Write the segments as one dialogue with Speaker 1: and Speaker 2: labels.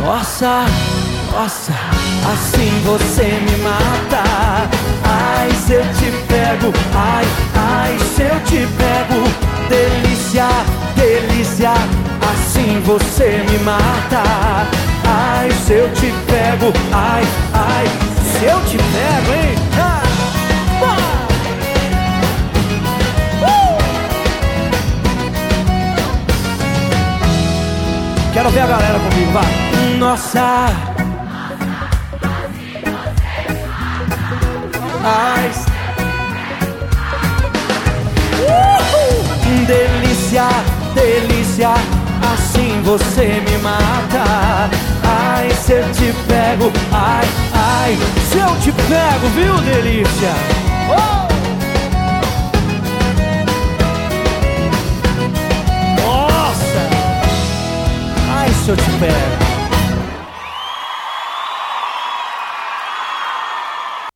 Speaker 1: Nossa, nossa, assim você me mata. Ai, se eu te pego, ai, ai, se eu te pego. Delícia, delícia, assim você me mata. Ai, se eu te pego, ai, ai, se eu te pego, hein? Ah, ah. Quero ver a galera comigo, vai. Nossa. Ai. Uhul. Um Delícia, delícia, assim você me mata. Ai, se eu te pego, ai, ai, se eu te pego, viu, delícia? Oh! Nossa! Ai, se eu te pego.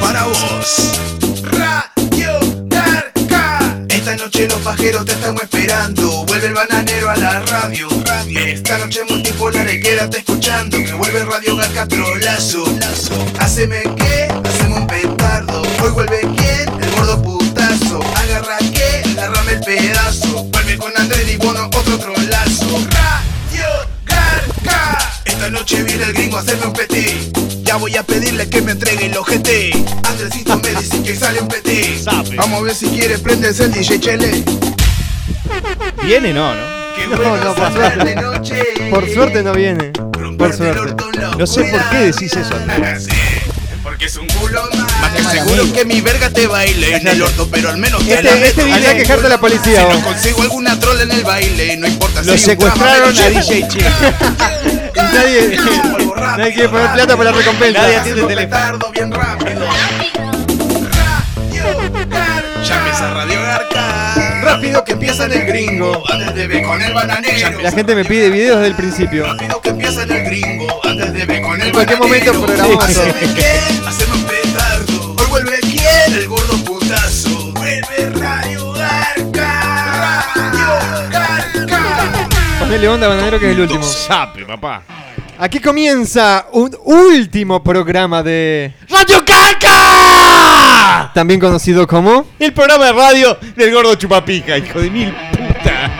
Speaker 2: para vos. Radio Narca. Esta noche los pajeros te estamos esperando. Vuelve el bananero a la radio. Esta noche multipolar, eh, quédate escuchando. Que vuelve Radio Narca trolazo. Haceme que, haceme un petardo. Hoy vuelve quién, el gordo putazo. Agarra que, agárrame el pedazo. Vuelve con Andrés y Bono, otro trolazo. Radio Narca. Esta noche viene el gringo a hacerme un petit. Ya voy a pedirle que me entregue el ojete. Andresito me dice que sale un petit. Vamos a ver si quiere prendes el DJ Chele.
Speaker 3: Viene, no, ¿no?
Speaker 2: Que vuelva
Speaker 4: no, por
Speaker 2: a
Speaker 4: suerte.
Speaker 2: de noche.
Speaker 4: Por suerte no viene. Por suerte.
Speaker 3: No sé por qué decís eso, Andrés.
Speaker 2: Porque es un culo más. Más que seguro que mi verga te baile en el orto, pero al menos te
Speaker 4: Este,
Speaker 2: la meto.
Speaker 4: este viene a quejarte a la
Speaker 2: Si
Speaker 4: policía.
Speaker 2: no
Speaker 4: vos.
Speaker 2: consigo alguna troll en el baile, no importa
Speaker 3: Lo
Speaker 2: si hay un trama,
Speaker 3: secuestraron
Speaker 2: pero
Speaker 3: a
Speaker 2: yo-
Speaker 3: DJ Chile.
Speaker 4: Y nadie, nadie quiere poner plata por la recompensa.
Speaker 3: Nadie atiende el teléfono.
Speaker 2: Petardo bien rápido. Radio Garca. Ya empieza Radio Garca. Rápido que empieza en el gringo. Antes de ver con el bananero.
Speaker 4: La gente me pide videos desde el principio.
Speaker 2: Rápido que empieza en el gringo. Antes de ver con el
Speaker 4: En cualquier
Speaker 2: bananero.
Speaker 4: momento programamos todo.
Speaker 2: Haceme que, haceme un petardo. Hoy vuelve quién? El gordo putazo. Vuelve Radio Garca. Radio Garca.
Speaker 4: Ponele onda, bananero, que es el último.
Speaker 3: Sape, papá.
Speaker 4: Aquí comienza un último programa de.
Speaker 3: ¡Radio Caca!
Speaker 4: También conocido como.
Speaker 3: El programa de radio del gordo chupapica, hijo de mil puta.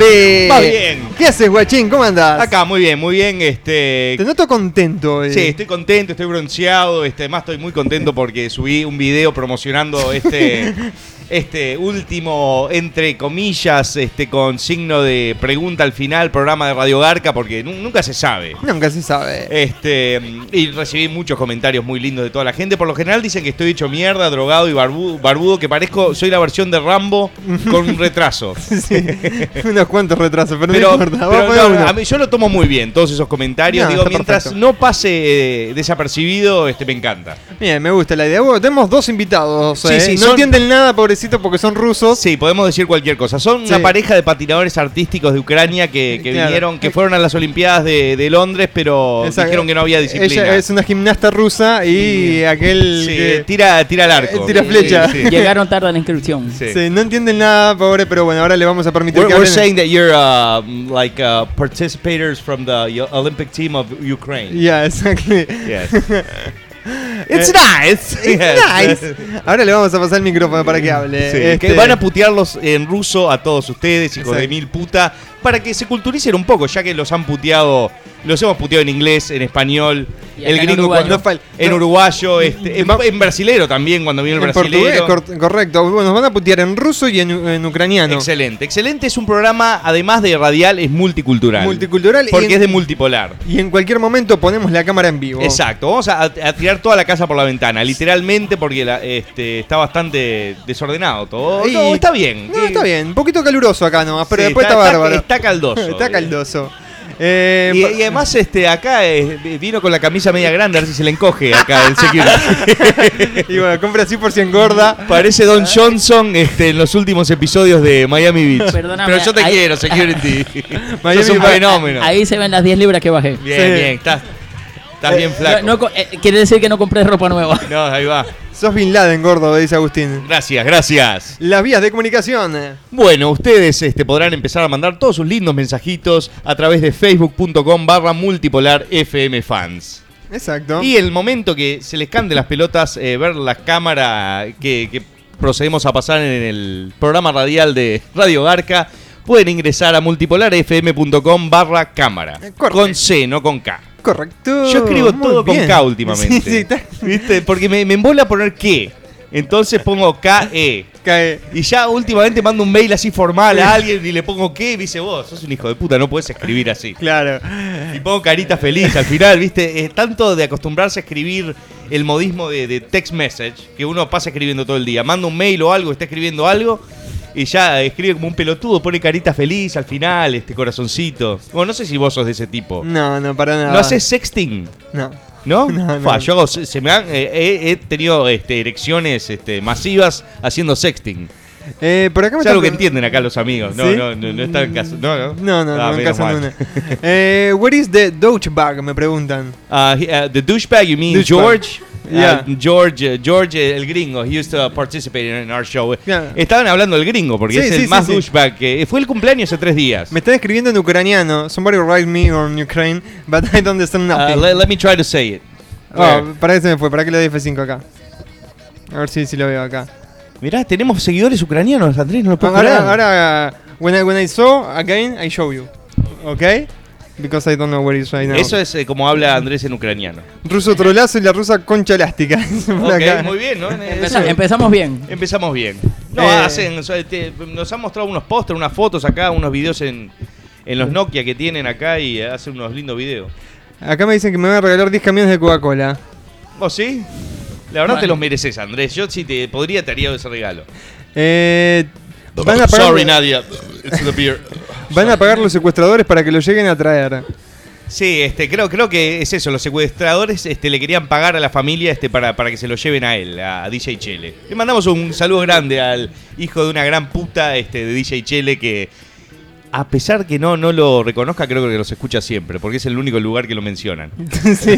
Speaker 4: Eh,
Speaker 3: Va bien.
Speaker 4: ¿Qué haces, guachín? ¿Cómo andás?
Speaker 3: Acá, muy bien, muy bien. Este.
Speaker 4: Te noto contento. eh.
Speaker 3: Sí, estoy contento, estoy bronceado, este, además estoy muy contento porque subí un video promocionando este, este último, entre comillas, este, con signo de pregunta al final, programa de Radio Garca, porque nu- nunca se sabe.
Speaker 4: Nunca se sabe.
Speaker 3: Este, y recibí muchos comentarios muy lindos de toda la gente. Por lo general dicen que estoy hecho mierda, drogado y barbu- barbudo, que parezco, soy la versión de Rambo con un retraso.
Speaker 4: Sí. Unos cuantos retrasos, pero,
Speaker 3: Pero,
Speaker 4: no importa. Vamos
Speaker 3: pero
Speaker 4: a poner
Speaker 3: no,
Speaker 4: uno.
Speaker 3: a mí- yo lo tomo muy bien, todos esos comentarios.
Speaker 4: No,
Speaker 3: Digo,
Speaker 4: está
Speaker 3: mientras
Speaker 4: perfecto.
Speaker 3: no pase eh, desapercibido, este, me encanta.
Speaker 4: Bien, me gusta la idea. Bueno, tenemos dos invitados.
Speaker 3: Sí,
Speaker 4: eh.
Speaker 3: sí,
Speaker 4: no
Speaker 3: son-
Speaker 4: entienden nada, pobrecito, porque son rusos.
Speaker 3: Sí, podemos decir cualquier cosa. Son
Speaker 4: Sí.
Speaker 3: una pareja de patinadores artísticos de Ucrania que, que
Speaker 4: Claro. Eh.
Speaker 3: vinieron, que fueron a las Olimpiadas de, de Londres, pero
Speaker 4: Esa-
Speaker 3: dijeron que no había disciplina.
Speaker 4: Ella es una gimnasta rusa y aquel
Speaker 3: Sí,
Speaker 4: que- Eh,
Speaker 3: tira, tira al arco.
Speaker 4: Tira flecha.
Speaker 3: Sí, sí,
Speaker 5: Llegaron tarde a la inscripción.
Speaker 3: sí.
Speaker 4: Sí, no entienden nada, pobre, pero bueno, ahora le vamos a permitir
Speaker 3: We're,
Speaker 4: que
Speaker 3: we're
Speaker 4: hablen.
Speaker 3: saying that you're uh, like uh, participators from the yo- Olympic team of Ukraine.
Speaker 4: Yeah, exactly.
Speaker 3: Yes.
Speaker 4: It's
Speaker 3: nice.
Speaker 4: It's nice. Ahora le vamos a pasar el micrófono para que hable. Este,
Speaker 3: Eh, Que van a putearlos en ruso a todos ustedes, hijos de
Speaker 4: Exacto.
Speaker 3: mil puta, para que se culturicen un poco, ya que los han puteado, los hemos puteado en inglés, en español,
Speaker 5: Y acá
Speaker 3: el
Speaker 5: en
Speaker 3: gringo
Speaker 5: uruguayo.
Speaker 3: cuando-
Speaker 4: No fal-
Speaker 3: en
Speaker 4: no.
Speaker 3: uruguayo, este, en,
Speaker 4: Va-
Speaker 3: en brasilero también, cuando vino el
Speaker 4: en portugués,
Speaker 3: brasilero.
Speaker 4: cor- correcto. Bueno, nos van a putear en ruso y en, en ucraniano.
Speaker 3: Excelente, excelente. Es un programa, además de radial, es multicultural.
Speaker 4: Multicultural y
Speaker 3: Porque
Speaker 4: en-
Speaker 3: es de multipolar.
Speaker 4: Y en cualquier momento ponemos la cámara en vivo.
Speaker 3: Exacto, vamos a, a tirar toda la casa por la ventana, literalmente, porque la- este, está bastante desordenado todo.
Speaker 4: Y-
Speaker 3: No, está bien.
Speaker 4: No,
Speaker 3: Eh,
Speaker 4: está bien. Un poquito caluroso acá nomás, pero
Speaker 3: sí,
Speaker 4: después está, bárbaro.
Speaker 3: Está caldoso. eh.
Speaker 4: Está caldoso. Eh,
Speaker 3: Y, y además este acá eh, vino con la camisa media grande, a ver si se le encoge acá el security.
Speaker 4: y bueno, compra así por si engorda.
Speaker 3: Parece Don Johnson este, en los últimos episodios de Miami Beach.
Speaker 6: Perdóname,
Speaker 3: Pero yo te
Speaker 6: ahí-
Speaker 3: quiero, security.
Speaker 4: Miami
Speaker 3: Sos un
Speaker 4: Beach.
Speaker 3: fenómeno.
Speaker 6: Ahí se ven las 10 libras que bajé.
Speaker 3: Bien,
Speaker 4: Sí.
Speaker 3: bien, estás, estás bien flaco.
Speaker 6: No- no co- eh, quiere decir que no compré ropa nueva.
Speaker 3: No, ahí va.
Speaker 4: Sos Bin Laden, gordo, dice Agustín.
Speaker 3: Gracias, gracias.
Speaker 4: Las vías de comunicación. eh.
Speaker 3: Bueno, ustedes este, podrán empezar a mandar todos sus lindos mensajitos a través de facebook.com barra multipolar FM fans.
Speaker 4: Exacto.
Speaker 3: Y el momento que se les cande las pelotas, eh, ver la cámara que, que procedemos a pasar en el programa radial de Radio Garca, pueden ingresar a multipolarfm.com barra cámara.
Speaker 4: Eh, corte.
Speaker 3: Con C, no con K.
Speaker 4: Correcto.
Speaker 3: Yo escribo
Speaker 4: Muy
Speaker 3: todo con
Speaker 4: bien.
Speaker 3: K últimamente.
Speaker 4: Sí, sí, está-
Speaker 3: ¿Viste? Porque me, me embola poner que. Entonces pongo K-E.
Speaker 4: cae.
Speaker 3: Y ya últimamente mando un mail así formal a alguien y le pongo qué y me dice vos, sos un hijo de puta, no puedes escribir así.
Speaker 4: Claro.
Speaker 3: Y pongo carita feliz al final, viste, es tanto de acostumbrarse a escribir el modismo de, de text message que uno pasa escribiendo todo el día. Manda un mail o algo, está escribiendo algo y ya escribe como un pelotudo, pone carita feliz al final, este corazoncito. Bueno, no sé si vos sos de ese tipo.
Speaker 4: No, no, para nada.
Speaker 3: No haces sexting.
Speaker 4: No.
Speaker 3: ¿No?
Speaker 4: No, no.
Speaker 3: Fua, yo hago- se, se me han, eh, he, he tenido este, erecciones este, masivas haciendo sexting.
Speaker 4: Eh, por acá me
Speaker 3: Es
Speaker 4: están-
Speaker 3: algo que entienden acá los amigos. No,
Speaker 4: ¿Sí?
Speaker 3: no, no, no está en caso. No, no.
Speaker 4: No, no,
Speaker 3: Ah,
Speaker 4: no, en
Speaker 3: menos
Speaker 4: casa
Speaker 3: mal.
Speaker 4: no. no. Eh, where is the douche bag? Me preguntan.
Speaker 3: Ah, he- ah, the douchebag, you mean
Speaker 4: Douchebag.
Speaker 3: George?
Speaker 4: Yeah.
Speaker 3: Ah, George, eh, George eh, el gringo, he used to participate in our show.
Speaker 4: Yeah.
Speaker 3: Estaban hablando del gringo porque
Speaker 4: Sí,
Speaker 3: es
Speaker 4: sí,
Speaker 3: el
Speaker 4: sí,
Speaker 3: más
Speaker 4: sí.
Speaker 3: douchebag que fue el cumpleaños hace tres días.
Speaker 4: Me están escribiendo en ucraniano. Somebody write me or in Ukraine, but I don't understand
Speaker 3: Ah,
Speaker 4: nothing.
Speaker 3: le- let me try to say it.
Speaker 4: Oh, para que se me fue, para que le doy F5 acá. A ver si, si lo veo acá.
Speaker 3: Mirá, tenemos Oh, seguidores ucranianos, Andrés, no lo puedo
Speaker 4: Ahora,
Speaker 3: creer.
Speaker 4: ahora when, I, when I saw again, I show you. Okay? Because I don't know where it is right now.
Speaker 3: Eso es eh, como habla Andrés en ucraniano.
Speaker 4: Ruso trolazo y la rusa concha elástica. Por
Speaker 3: Ok,
Speaker 4: acá.
Speaker 3: muy bien, ¿no?
Speaker 6: Empeza-
Speaker 3: Eso-
Speaker 6: empezamos bien.
Speaker 3: Empezamos bien. No,
Speaker 4: Eh.
Speaker 3: hacen, o sea, te- nos han mostrado unos póster, unas fotos acá, unos videos en, en los Nokia que tienen acá y eh, hacen unos lindos videos.
Speaker 4: Acá me dicen que me van a regalar 10 camiones de Coca-Cola.
Speaker 3: ¿Vos sí? La verdad
Speaker 6: Bueno.
Speaker 3: te los mereces, Andrés. Yo si te podría te haría ese regalo.
Speaker 4: Eh, van, a pagar,
Speaker 3: Sorry, Nadia. It's the beer.
Speaker 4: van a pagar los secuestradores para que lo lleguen a traer.
Speaker 3: Sí, este, creo, creo que es eso. Los secuestradores este, le querían pagar a la familia este, para, para que se lo lleven a él, a DJ Chele. Le mandamos un saludo grande al hijo de una gran puta este, de DJ Chele que, a pesar que no, no lo reconozca, creo que los escucha siempre, porque es el único lugar que lo mencionan.
Speaker 4: sí.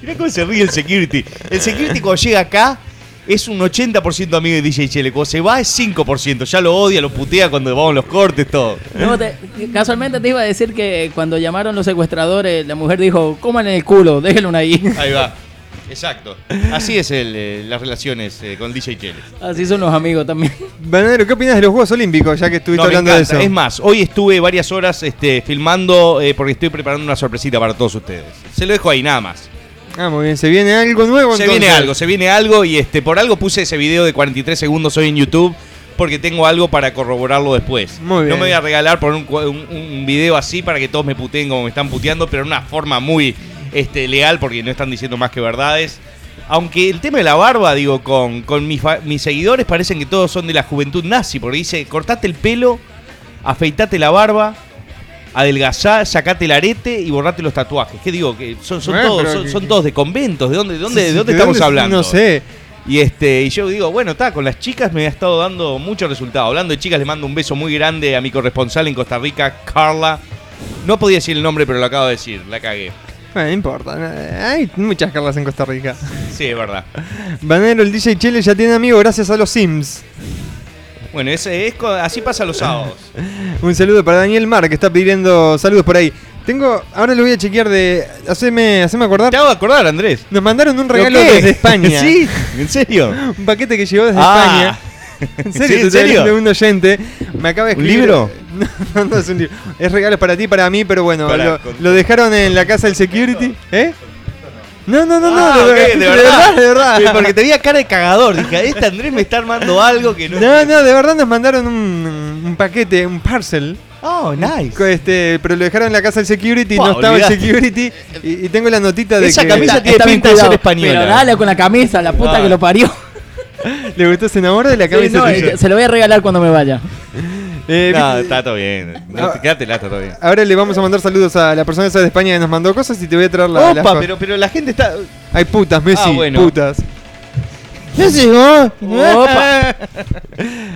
Speaker 3: Mirá cómo se ríe el security. El security cuando llega acá es un 80% amigo de DJ Chele. Cuando se va es 5%. Ya lo odia, lo putea cuando vamos los cortes, todo.
Speaker 4: Eh.
Speaker 6: No, te- casualmente te iba a decir que cuando llamaron los secuestradores, la mujer dijo, cómanle el culo, déjenlo ahí.
Speaker 3: Ahí va. Exacto. Así es el, eh, las relaciones eh, con DJ Chele.
Speaker 6: Así son los amigos también.
Speaker 4: Banadero, ¿qué opinas de los Juegos Olímpicos? Ya que estuviste
Speaker 3: No, me
Speaker 4: hablando de
Speaker 3: encanta.
Speaker 4: eso.
Speaker 3: Es más, hoy estuve varias horas este, filmando eh, porque estoy preparando una sorpresita para todos ustedes. Se lo dejo ahí, nada más.
Speaker 4: Ah, muy bien. ¿Se viene algo nuevo
Speaker 3: Se
Speaker 4: entonces?
Speaker 3: viene algo, se viene algo y este, por algo puse ese video de 43 segundos hoy en YouTube porque tengo algo para corroborarlo después.
Speaker 4: Muy bien.
Speaker 3: No me voy a regalar por un, cua- un- un video así para que todos me puteen como me están puteando, pero de una forma muy este, leal porque no están diciendo más que verdades. Aunque el tema de la barba, digo, con, con mis, fa- mis seguidores parecen que todos son de la juventud nazi, porque dice, cortate el pelo, afeitate la barba, adelgazá, sacate el arete y borrate los tatuajes. ¿Qué digo? Que son, son
Speaker 4: Bueno,
Speaker 3: todos,
Speaker 4: pero
Speaker 3: son,
Speaker 4: que-
Speaker 3: son todos de conventos, ¿de dónde, de dónde,
Speaker 4: Sí, sí,
Speaker 3: de dónde
Speaker 4: ¿de
Speaker 3: estamos
Speaker 4: dónde?
Speaker 3: hablando?
Speaker 4: No sé.
Speaker 3: Y este, y yo digo, bueno, está, con las chicas me ha estado dando mucho resultado. Hablando de chicas, le mando un beso muy grande a mi corresponsal en Costa Rica, Carla. No podía decir el nombre, pero lo acabo de decir, la cagué.
Speaker 4: Bueno, Ah, no importa. Hay muchas carlas en Costa Rica.
Speaker 3: Sí, es verdad.
Speaker 4: Banadero, el DJ Chile ya tiene amigos gracias a los Sims.
Speaker 3: Bueno, ese es, co- así pasa los sábados.
Speaker 4: Un saludo para Daniel Mar, que está pidiendo saludos por ahí. Tengo, ahora lo voy a chequear de. Haceme, haceme acordar.
Speaker 3: Te hago acordar, Andrés.
Speaker 4: Nos mandaron un
Speaker 3: ¿Pero
Speaker 4: regalo
Speaker 3: qué?
Speaker 4: desde España.
Speaker 3: ¿Sí? ¿En serio?
Speaker 4: Un paquete que llegó desde
Speaker 3: Ah.
Speaker 4: España. En
Speaker 3: ¿Sí?
Speaker 4: serio,
Speaker 3: ¿En
Speaker 4: te estoy
Speaker 3: serio?
Speaker 4: hablando de un oyente. Me acaba de
Speaker 3: ¿Un
Speaker 4: escribir.
Speaker 3: libro?
Speaker 4: No, no es un libro. Es regalo para ti, para mí, pero bueno,
Speaker 3: Pará,
Speaker 4: lo,
Speaker 3: con-
Speaker 4: lo dejaron en la casa del security. ¿Eh? No, no, no, no,
Speaker 3: Ah,
Speaker 4: de,
Speaker 3: ok,
Speaker 4: verdad, de verdad, de verdad.
Speaker 3: Sí, Porque te veía cara de cagador. Dije, este Andrés me está armando algo que no.
Speaker 4: No, no, de verdad nos mandaron un, un paquete, un parcel.
Speaker 3: Oh, nice.
Speaker 4: Co- Este, pero lo dejaron en la casa del security,
Speaker 3: Pa,
Speaker 4: no estaba el
Speaker 3: olvidate.
Speaker 4: security. Y, y tengo la notita de
Speaker 3: Esa
Speaker 4: que
Speaker 3: camisa tiene
Speaker 6: bien
Speaker 3: pinta de ser
Speaker 6: cuidado,
Speaker 3: española.
Speaker 6: Pero dale con la camisa, la puta
Speaker 3: Ah.
Speaker 6: que lo parió.
Speaker 4: le gustó, se enamora de la
Speaker 6: Sí,
Speaker 4: camisa.
Speaker 6: no,
Speaker 4: tuya.
Speaker 6: eh, se lo voy a regalar cuando me vaya.
Speaker 4: Eh,
Speaker 3: No,
Speaker 4: vi-
Speaker 3: está todo bien. No,
Speaker 4: Ah.
Speaker 3: quédatela, está todo bien.
Speaker 4: Ahora le vamos a mandar saludos a la persona esa de España que nos mandó cosas y te voy a traer la. las
Speaker 3: Opa,
Speaker 4: cosas.
Speaker 3: pero, pero la gente está.
Speaker 4: Ay, putas, Messi,
Speaker 3: Ah, bueno.
Speaker 4: putas.
Speaker 6: Opa.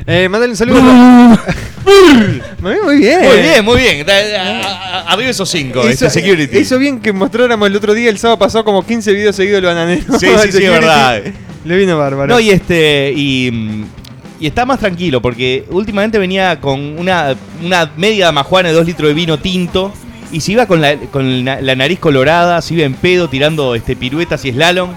Speaker 4: Eh, mandale un saludo. muy, muy bien.
Speaker 3: Muy bien, muy bien. Da- a- a- Arriba esos cinco,
Speaker 4: Hizo,
Speaker 3: este security.
Speaker 4: hizo bien que mostráramos el otro día, el sábado pasó como 15 videos seguidos del bananero.
Speaker 3: Sí, sí, sí, es
Speaker 4: Security.
Speaker 3: verdad.
Speaker 4: Le vino bárbaro.
Speaker 3: No, y este. Y, mm, y está más tranquilo, porque últimamente venía con una, una media majuana de dos litros de vino tinto. Y se iba con la, con la, la nariz colorada, se iba en pedo tirando este, piruetas y slalom.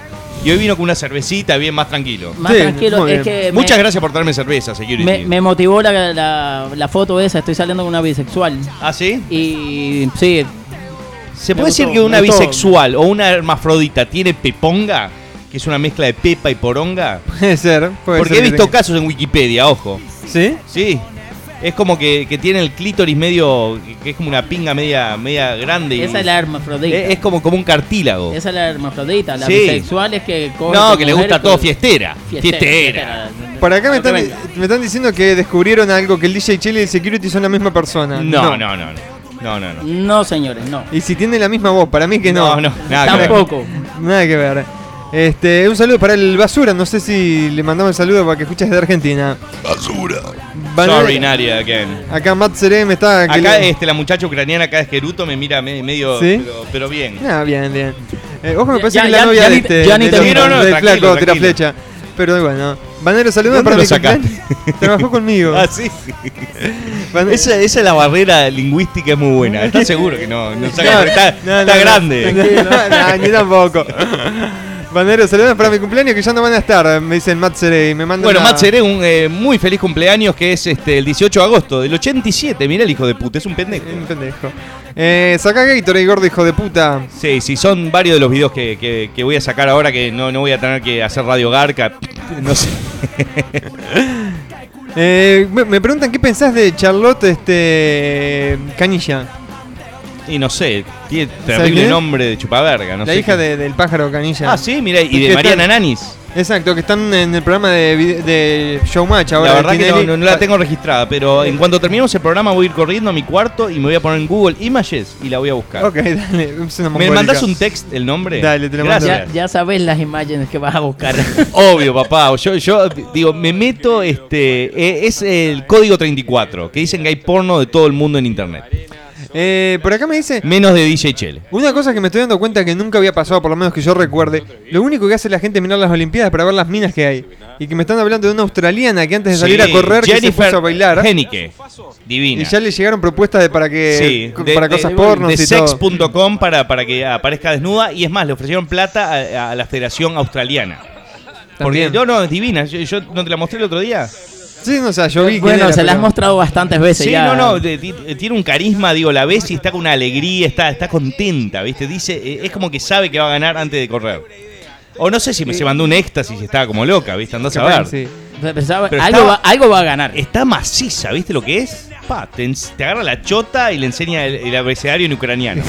Speaker 3: Y hoy vino con una cervecita bien más tranquilo.
Speaker 6: Más
Speaker 4: Sí,
Speaker 6: tranquilo,
Speaker 4: muy
Speaker 6: es
Speaker 4: bien.
Speaker 6: que. me-
Speaker 3: Muchas gracias por darme cerveza, security.
Speaker 6: Me, me motivó la, la- la foto esa, estoy saliendo con una bisexual.
Speaker 3: ¿Ah, sí?
Speaker 6: Y sí,
Speaker 3: ¿Se
Speaker 6: Me
Speaker 3: puede
Speaker 6: gustó,
Speaker 3: decir que una
Speaker 6: me gustó.
Speaker 3: bisexual o una hermafrodita tiene peponga? Que es una mezcla de pepa y poronga.
Speaker 4: Puede ser. puede
Speaker 3: Porque he
Speaker 4: ser que
Speaker 3: visto
Speaker 4: tenga-
Speaker 3: casos en Wikipedia, ojo.
Speaker 4: ¿Sí?
Speaker 3: Sí. Es como que, que tiene el clítoris medio. que es como una pinga media, media grande. y-
Speaker 6: esa es la hermafrodita.
Speaker 3: Eh, es como, como un cartílago.
Speaker 6: Esa es la hermafrodita, la
Speaker 3: Sí.
Speaker 6: bisexual es que coge
Speaker 3: no,
Speaker 6: con
Speaker 3: que le
Speaker 6: mujeres
Speaker 3: gusta todo
Speaker 6: con-
Speaker 3: fiestera. Fiestera.
Speaker 6: fiestera.
Speaker 4: Por acá me
Speaker 6: Lo que
Speaker 4: están,
Speaker 6: venga.
Speaker 4: me están diciendo que descubrieron algo, que el DJ Chile y el Security son la misma persona.
Speaker 3: No, no, no. No, no, no.
Speaker 6: No, señores, no.
Speaker 4: Y si tienen la misma voz, para mí que no.
Speaker 3: No, no. Nada que ver.
Speaker 6: Tampoco.
Speaker 4: Nada que ver. Este, un saludo para el Basura, no sé si le mandamos el saludo para que escuchas de Argentina. Basura.
Speaker 3: Sorry, Nadia, again.
Speaker 4: Acá Matt Seré me está... que
Speaker 3: Acá
Speaker 4: le-
Speaker 3: este, la muchacha ucraniana acá de Geruto me mira me- medio.
Speaker 4: ¿Sí?
Speaker 3: Pero, pero bien.
Speaker 4: Ah, bien, bien. Eh, ojo, me
Speaker 6: Ya-
Speaker 4: parece
Speaker 6: ya-
Speaker 4: que es la
Speaker 6: ya-
Speaker 4: novia
Speaker 6: ya
Speaker 4: de
Speaker 6: ni-
Speaker 4: este...
Speaker 6: ya ni
Speaker 4: del
Speaker 6: te-
Speaker 4: hombre,
Speaker 3: Sí, no, no,
Speaker 4: del
Speaker 3: tranquilo,
Speaker 4: flaco, tira
Speaker 3: tranquilo.
Speaker 4: flecha. Pero bueno. Banero, saludos
Speaker 3: ¿Dónde
Speaker 4: para
Speaker 3: lo
Speaker 4: mi
Speaker 3: sacaste?
Speaker 4: cumpleaños. Trabajó conmigo.
Speaker 3: Ah, sí.
Speaker 4: Van-
Speaker 3: Esa, esa es la barrera lingüística es muy buena. ¿Estás seguro que no? no saca-
Speaker 4: No,
Speaker 3: está
Speaker 4: no, no,
Speaker 3: está
Speaker 4: no.
Speaker 3: grande.
Speaker 4: No, no, ni tampoco. Banero, saludos para mi cumpleaños que ya no van a estar, me dicen Matt Seré y me mandan
Speaker 3: Bueno,
Speaker 4: a-
Speaker 3: Matt Seré, un eh, muy feliz cumpleaños que es este el 18 de agosto del 87. Mira el hijo de puta, es un pendejo.
Speaker 4: Un pendejo. Eh, saca Gatorade, gordo hijo de puta.
Speaker 3: Sí, sí, son varios de los videos que, que- que voy a sacar ahora que no, no voy a tener que hacer Radio Garca. No sé.
Speaker 4: Eh, me, me preguntan qué pensás de Charlotte este Canilla,
Speaker 3: Y no sé, tiene
Speaker 4: quién
Speaker 3: terrible
Speaker 4: es?
Speaker 3: nombre de chupaverga. No
Speaker 4: la
Speaker 3: sé
Speaker 4: hija
Speaker 3: qué-
Speaker 4: de- del pájaro Canilla.
Speaker 3: Ah, sí, mira, y
Speaker 4: que
Speaker 3: de
Speaker 4: está-
Speaker 3: Mariana Nanis.
Speaker 4: Exacto, que están en el programa de, vide- de Showmatch ahora.
Speaker 3: La verdad
Speaker 4: de
Speaker 3: que no,
Speaker 4: Tinelli.
Speaker 3: no- no la tengo registrada, pero en cuanto terminemos el programa voy a ir corriendo a mi cuarto y me voy a poner en Google Images y la voy a buscar.
Speaker 4: Ok, dale, es una
Speaker 3: ¿Me
Speaker 4: mongólica.
Speaker 3: mandás un text el nombre?
Speaker 4: Dale, te lo mando.
Speaker 6: Ya,
Speaker 3: Gracias.
Speaker 6: ya sabes las imágenes que vas a buscar.
Speaker 3: Obvio, papá. Yo, yo digo, me meto, este, eh, es el código 34, que dicen que hay porno de todo el mundo en internet.
Speaker 4: Eh, por acá me dice.
Speaker 3: Menos de DJ Chele.
Speaker 4: Una cosa que me estoy dando cuenta que nunca había pasado, por lo menos que yo recuerde, lo único que hace la gente es mirar las Olimpiadas para ver las minas que hay. Y que me están hablando de una australiana que antes de salir
Speaker 3: Sí,
Speaker 4: a correr que se
Speaker 3: Jennifer
Speaker 4: puso a bailar.
Speaker 3: Henike. Divina.
Speaker 4: Y ya le llegaron propuestas de para que
Speaker 3: Sí,
Speaker 4: co-
Speaker 3: de-
Speaker 4: para
Speaker 3: de-
Speaker 4: cosas pornos
Speaker 3: de
Speaker 4: y todo.
Speaker 3: sex.com para, para que aparezca desnuda. Y es más, le ofrecieron plata a, a la Federación Australiana. Porque
Speaker 4: También.
Speaker 3: no, no, es divina. Yo, yo no te la mostré el otro día.
Speaker 4: Sí, no, o sea, yo vi quién
Speaker 6: bueno,
Speaker 4: era,
Speaker 6: se las has
Speaker 4: pero-
Speaker 6: mostrado bastantes veces
Speaker 3: Sí,
Speaker 6: ya.
Speaker 3: no, no, de- ti- tiene un carisma, digo, la ves y está con una alegría, está, está contenta, ¿viste? Dice, eh, es como que sabe que va a ganar antes de correr. O no sé si me, se mandó un éxtasis y estaba como loca, ¿viste? Andás a
Speaker 4: Capaz
Speaker 3: ver.
Speaker 4: que sí.
Speaker 6: Pe- pensaba,
Speaker 3: Pero
Speaker 6: algo,
Speaker 3: estaba-
Speaker 6: va, algo va a ganar.
Speaker 3: Está maciza, ¿viste lo que es? Pa, te, ens- te agarra la chota y le enseña el, el abecedario en ucraniano.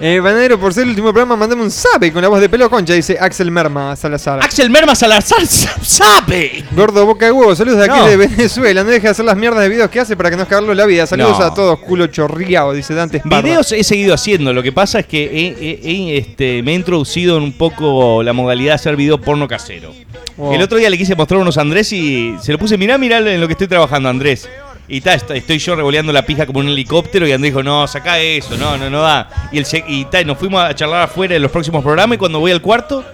Speaker 4: Eh, Banadero, por ser el último programa, mandame un sabe con la voz de pelo concha, dice Axel Merma Salazar.
Speaker 3: Axel Merma Salazar sa- sabe.
Speaker 4: Gordo boca de huevo, saludos de aquí
Speaker 3: No.
Speaker 4: de Venezuela. No dejes de hacer las mierdas de videos que hace para que nos cagarlo la vida. Saludos
Speaker 3: No.
Speaker 4: a todos, culo chorriao, dice Dante Esparda.
Speaker 3: Videos he seguido haciendo, lo que pasa es que he- he- he, este, me he introducido en un poco la modalidad de hacer video porno casero.
Speaker 4: Wow.
Speaker 3: El otro día le quise mostrar unos a Andrés y se lo puse, mirá, mirá en lo que estoy trabajando, Andrés. Y ta, est- estoy yo revoleando la pija como un helicóptero y Andrés dijo, no, saca eso, no, no, no da. Y, el, se- y ta, y nos fuimos a charlar afuera en los próximos programas y cuando voy al cuarto,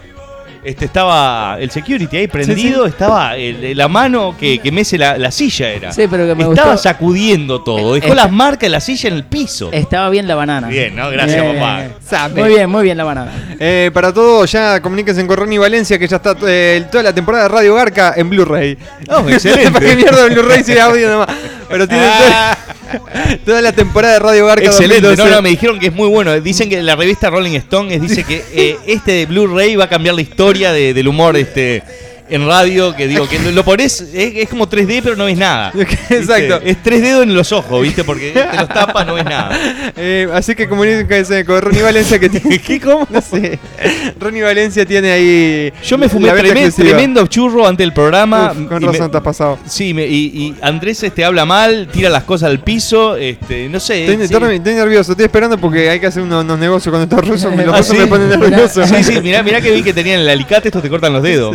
Speaker 3: este, estaba el security ahí prendido, estaba el- la mano que, que mece la, la silla era.
Speaker 6: Sí, pero que me
Speaker 3: estaba
Speaker 6: gustó.
Speaker 3: sacudiendo todo, dejó
Speaker 6: Eh,
Speaker 3: las marcas de la silla en el piso.
Speaker 6: Estaba bien la banana.
Speaker 3: Bien, ¿no? Gracias,
Speaker 6: Bien,
Speaker 3: papá.
Speaker 6: bien, bien.
Speaker 4: Sabe.
Speaker 6: Muy bien, muy bien la banana.
Speaker 4: Eh, para todos, ya comuníquense en Corrón y Valencia que ya está eh, toda la temporada de Radio Garca en Blu-ray.
Speaker 3: Oh, excelente.
Speaker 4: ¿Para qué mierda Blu-ray si es audio nomás? Pero tiene
Speaker 3: Ah.
Speaker 4: toda, toda la temporada de Radio Garca.
Speaker 3: Excelente, no,
Speaker 4: 2012.
Speaker 3: no, me dijeron que es muy bueno. Dicen que la revista Rolling Stone es- dice que eh, este de Blu-ray va a cambiar la historia de- del humor este en radio que digo que lo lo pones, es, es como 3D, pero no ves nada. ¿viste?
Speaker 4: Exacto.
Speaker 3: Es tres dedos en los ojos, ¿viste? Porque te los tapas, no ves nada.
Speaker 4: Eh, así que comuníquense con Ronnie Valencia que tiene. ¿Qué? ¿Cómo? No sé. Ronnie Valencia tiene ahí.
Speaker 3: Yo me fumé
Speaker 4: la venta
Speaker 3: tremen-
Speaker 4: exclusiva.
Speaker 3: tremendo churro ante el programa.
Speaker 4: Uf, con
Speaker 3: y me-
Speaker 4: razón te has pasado.
Speaker 3: Sí, me- y, y Andrés este habla mal, tira las cosas al piso, este, no sé.
Speaker 4: Estoy,
Speaker 3: sí.
Speaker 4: estoy- estoy nervioso, estoy esperando porque hay que hacer unos, unos negocios con estos rusos. me- Los
Speaker 6: Ah,
Speaker 4: rusos
Speaker 3: ¿sí?
Speaker 4: me ponen nervioso.
Speaker 3: Sí, sí, mirá, mirá que vi que tenían el alicate, estos te cortan los dedos.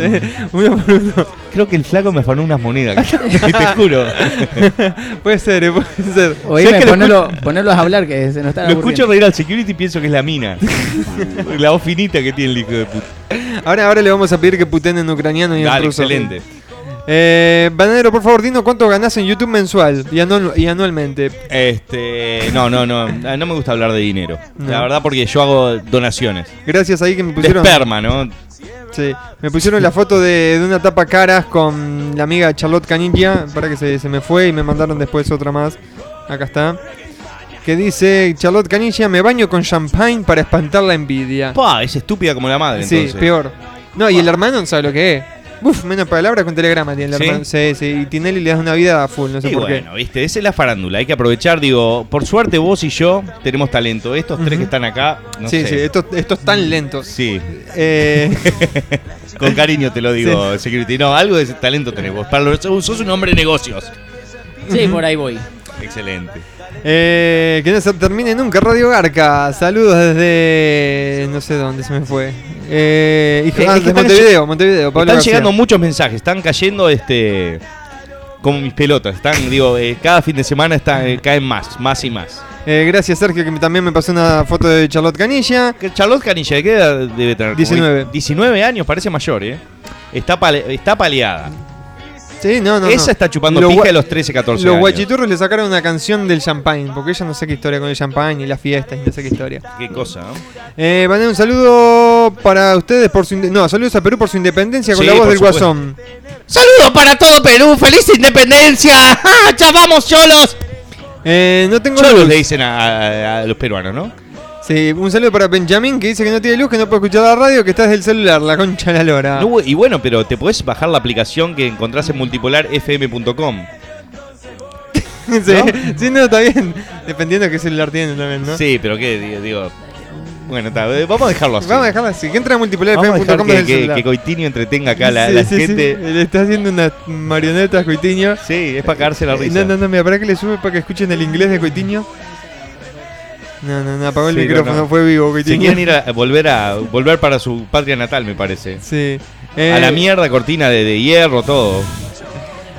Speaker 4: Uno por uno.
Speaker 3: Creo que el flaco me afanó unas monedas, te juro.
Speaker 4: Puede ser, eh, puede ser.
Speaker 3: ¿Sabes
Speaker 6: Oíme,
Speaker 3: que lo
Speaker 6: ponelo, ponelos a hablar que se nos están
Speaker 3: Lo escucho
Speaker 6: aburriendo.
Speaker 3: reír al security y pienso que es la mina. la voz finita que tiene el hijo de puta.
Speaker 4: Ahora, ahora le vamos a pedir que puten en ucraniano y en
Speaker 3: Dale,
Speaker 4: ruso.
Speaker 3: excelente.
Speaker 4: Eh, Bananero, por favor, dinos cuánto ganás en YouTube mensual y, anual- y anualmente.
Speaker 3: Este, no, no, no, no me gusta hablar de dinero. La
Speaker 4: No.
Speaker 3: verdad porque yo hago donaciones.
Speaker 4: Gracias ahí que me
Speaker 3: De
Speaker 4: pusieron.
Speaker 3: esperma, ¿no?
Speaker 4: Sí, me pusieron la foto de, de una tapa caras con la amiga Charlotte Caninja, para que se, se me fue y me mandaron después otra más. Acá está. Que dice, Charlotte Caninja, me baño con champagne para espantar la envidia.
Speaker 3: Pa, es estúpida como la madre,
Speaker 4: sí,
Speaker 3: entonces.
Speaker 4: peor. No, y el hermano no sabe lo que es. Uf, menos palabras con telegrama tiene el
Speaker 3: ¿Sí?
Speaker 4: hermano. Sí, sí, y Tinelli le das una vida a full, no sé
Speaker 3: Y
Speaker 4: por
Speaker 3: bueno, viste, esa es la farándula, hay que aprovechar, digo, por suerte vos y yo tenemos talento. Estos tres
Speaker 4: Ujú.
Speaker 3: que están acá,
Speaker 4: qué.
Speaker 3: no
Speaker 4: sí, sí,
Speaker 3: sé.
Speaker 4: estos, estos tan lentos.
Speaker 3: Sí,
Speaker 4: Eh,
Speaker 3: con cariño te lo digo, Security. No, algo de ese talento tenés vos. Para los- sos un hombre de negocios.
Speaker 6: Sí, por ahí voy.
Speaker 3: Excelente.
Speaker 4: Eh, que no se termine nunca Radio Garca. Saludos desde. No sé dónde se me fue. Eh, hijo-
Speaker 3: Eh,
Speaker 4: ah,
Speaker 3: es que
Speaker 4: de
Speaker 3: están
Speaker 4: Montevideo, Montevideo. Pablo
Speaker 3: están
Speaker 4: García.
Speaker 3: llegando muchos mensajes, están cayendo este como mis pelotas. Están, digo, eh, cada fin de semana está- eh, caen más, más y más.
Speaker 4: Eh, gracias, Sergio, que me- también me pasó una foto de Charlotte Canilla.
Speaker 3: Que Charlotte Canilla, ¿de ¿qué edad debe tener? Como
Speaker 4: 19.
Speaker 3: 19 años, parece mayor, ¿eh? Está, pale- está paleada.
Speaker 4: Sí, no, no.
Speaker 3: Esa
Speaker 4: no.
Speaker 3: está chupando
Speaker 4: Los
Speaker 3: pija
Speaker 4: gua-
Speaker 3: a los 13, 14
Speaker 4: Los
Speaker 3: años.
Speaker 4: guachiturros le sacaron una canción del champagne, porque ella no sé qué historia con el champagne y las fiestas y no sé qué historia.
Speaker 3: Qué cosa, ¿no?
Speaker 4: Eh, mandé un saludo para ustedes por su inde- no, saludos a Perú por su independencia con
Speaker 3: Sí,
Speaker 4: la voz
Speaker 3: por
Speaker 4: del
Speaker 3: supuesto.
Speaker 4: guasón.
Speaker 3: ¡Saludos para todo Perú! ¡Feliz independencia! ¡Ja! ¡Ya vamos, cholos!
Speaker 4: Eh, no tengo
Speaker 3: Cholos
Speaker 4: luz.
Speaker 3: le dicen a, a- a los peruanos, ¿no?
Speaker 4: Sí, un saludo para Benjamín que dice que no tiene luz, que no puede escuchar la radio, que está desde el celular, la concha de la lora.
Speaker 3: No, Y bueno, pero te podés bajar la aplicación que encontrás en multipolarfm.com.
Speaker 4: sí, sí, no, está bien. Dependiendo de qué celular tiene también, ¿no?
Speaker 3: Sí, pero qué, digo, digo- bueno, ta, eh, vamos a dejarlo así.
Speaker 4: Vamos a dejarla así. Que entra a
Speaker 3: Vamos a dejar
Speaker 4: multipolar.com desde
Speaker 3: que,
Speaker 4: el
Speaker 3: que, que
Speaker 4: celular.
Speaker 3: Coitinio entretenga acá a la,
Speaker 4: Sí,
Speaker 3: la
Speaker 4: sí, sí.
Speaker 3: gente. Sí.
Speaker 4: Le está haciendo unas marionetas, Coitiño.
Speaker 3: es para cagarse la risa.
Speaker 4: No, no, no, mira, para que le sube para que escuchen el inglés de Coitiño. No, no, no, apagó el
Speaker 3: Sí, no,
Speaker 4: micrófono,
Speaker 3: no.
Speaker 4: fue vivo,
Speaker 3: Se
Speaker 4: Coitiño.
Speaker 3: quieren ir a volver a volver para su patria natal, me parece.
Speaker 4: Sí. Eh,
Speaker 3: a la mierda cortina de, de hierro, todo.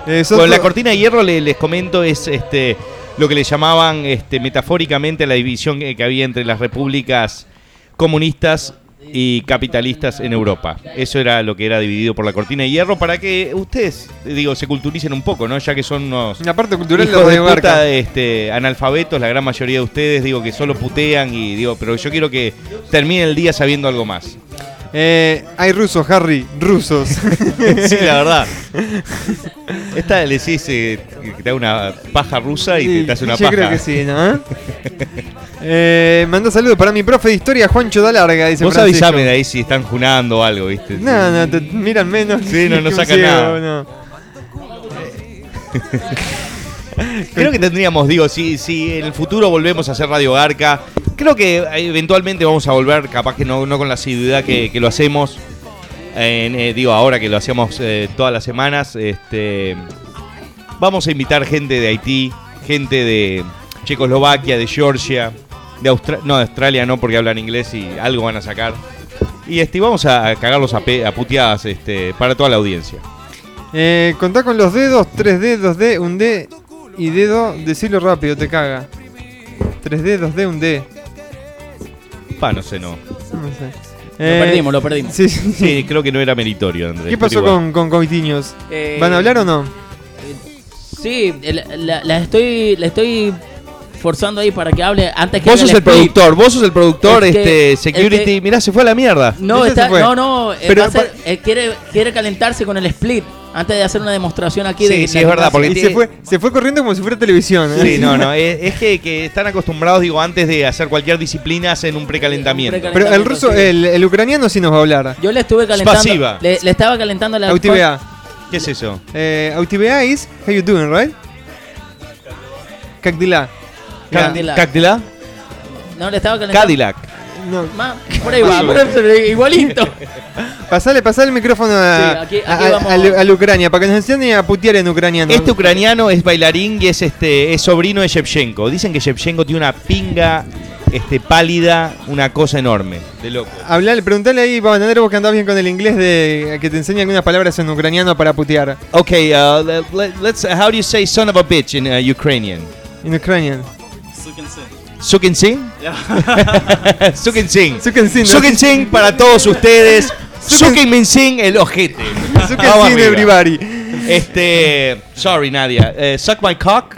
Speaker 4: eh, sos
Speaker 3: Con la
Speaker 4: tú-
Speaker 3: cortina de hierro le- les comento es este lo que le llamaban este metafóricamente la división que, que había entre las repúblicas comunistas y capitalistas en Europa. Eso era lo que era dividido por la cortina de hierro para que ustedes, eh, digo, se culturicen un poco, ¿no? Ya que son unos
Speaker 4: la parte cultural de
Speaker 3: hijos de
Speaker 4: Radio
Speaker 3: puta,
Speaker 4: Barca.
Speaker 3: este, analfabetos, la gran mayoría de ustedes, digo, que solo putean y digo, pero yo quiero que termine el día sabiendo algo más.
Speaker 4: Eh, hay rusos, Harry, rusos.
Speaker 3: sí, la verdad. Esta le decís eh, que te haga una paja rusa y te- te hace una
Speaker 4: yo
Speaker 3: paja.
Speaker 4: creo que sí, ¿no? eh, manda saludos para mi profe de historia, Juancho da larga, dice
Speaker 3: Vos
Speaker 4: Francisco.
Speaker 3: avisame de ahí si están junando o algo, ¿viste?
Speaker 4: No, no, te miran menos.
Speaker 3: Sí, no, no
Speaker 4: que un
Speaker 3: sacan nada.
Speaker 4: no.
Speaker 3: Creo que tendríamos, digo, si, si en el futuro volvemos a hacer Radio Garca, creo que eh, eventualmente vamos a volver, capaz que no, no con la asiduidad que, que lo hacemos, en, eh, digo, ahora que lo hacemos eh, todas las semanas, este, vamos a invitar gente de Haití, gente de Checoslovaquia, de Georgia, de Australia, no, de Australia no, porque hablan inglés y algo van a sacar. Y este, vamos a cagarlos a, pe- a puteadas este, para toda la audiencia.
Speaker 4: Eh, contá con los dedos, 3D, 2D, 1D y dedo, decilo rápido, te caga. 3D, 2D, 1D.
Speaker 3: Pa, no sé, no.
Speaker 4: No sé.
Speaker 6: Lo perdimos, lo perdimos.
Speaker 4: Sí, sí.
Speaker 3: Sí, creo que no era meritorio, Andrés.
Speaker 4: ¿Qué
Speaker 3: pero
Speaker 4: pasó
Speaker 3: igual.
Speaker 4: con, con Coitiños?
Speaker 6: Eh,
Speaker 4: ¿Van a hablar o no?
Speaker 6: Sí, el- la, la estoy, la estoy forzando ahí para que hable antes que
Speaker 3: Vos
Speaker 6: llegue
Speaker 3: sos el
Speaker 6: split.
Speaker 3: productor, vos sos el productor,
Speaker 6: Es que-
Speaker 3: este, security.
Speaker 6: es que-
Speaker 3: Mirá, se fue a la mierda.
Speaker 6: No,
Speaker 4: Ella
Speaker 6: está,
Speaker 4: se fue.
Speaker 6: no, no, eh,
Speaker 4: Pero
Speaker 6: va a ser-
Speaker 4: pa-
Speaker 6: eh, quiere, quiere calentarse con el split antes de hacer una demostración aquí. de
Speaker 3: Sí,
Speaker 6: que
Speaker 3: sí,
Speaker 6: se
Speaker 3: es verdad,
Speaker 6: alcanza.
Speaker 3: porque
Speaker 4: Y se
Speaker 3: tiene-
Speaker 4: fue, se fue corriendo como si fuera televisión. ¿eh?
Speaker 3: Sí, no, no. Es, es que, que están acostumbrados, digo, antes de hacer cualquier disciplina, hacen un precalentamiento.
Speaker 6: Un
Speaker 4: Pero el ruso,
Speaker 3: eh,
Speaker 4: el, el ucraniano sí nos va a hablar.
Speaker 6: Yo le estuve calentando.
Speaker 3: Spasiba.
Speaker 6: Le, le estaba calentando la.
Speaker 4: UTBA.
Speaker 3: ¿Qué es eso?
Speaker 4: Eh, UTBA is how you doing, right? Cactilá.
Speaker 6: Cadillac.
Speaker 3: Cactilá.
Speaker 6: No, le estaba calentando.
Speaker 3: Cadillac.
Speaker 4: No,
Speaker 6: Ma- por ahí
Speaker 3: Más
Speaker 6: va,
Speaker 3: o
Speaker 6: por ahí- igualito.
Speaker 4: pasale, pasale el micrófono a,
Speaker 6: Sí, aquí- aquí
Speaker 4: a- a-
Speaker 6: vamos.
Speaker 4: al, al Ucrania, para que nos enseñen a putear en ucraniano.
Speaker 3: Este ucraniano es bailarín y es este es sobrino de Shevchenko. Dicen que Shevchenko tiene una pinga este pálida, una cosa enorme, de loco.
Speaker 4: Hablale, preguntale ahí, Bananero, vos que andás bien con el inglés, de que te enseñe algunas palabras en ucraniano para putear.
Speaker 3: Okay, uh, let- let- let's how do you say son of a bitch in uh, Ukrainian?
Speaker 4: En ucraniano.
Speaker 3: Sukin Singh? Sukin Singh.
Speaker 4: Sukin Singh, ¿no?
Speaker 3: Sukin Singh para todos ustedes. Sukin Min Singh, el ojete. Vamos
Speaker 4: Sukan sin
Speaker 3: arriba.
Speaker 4: everybody.
Speaker 3: Este, sorry Nadia, Eh, suck my cock.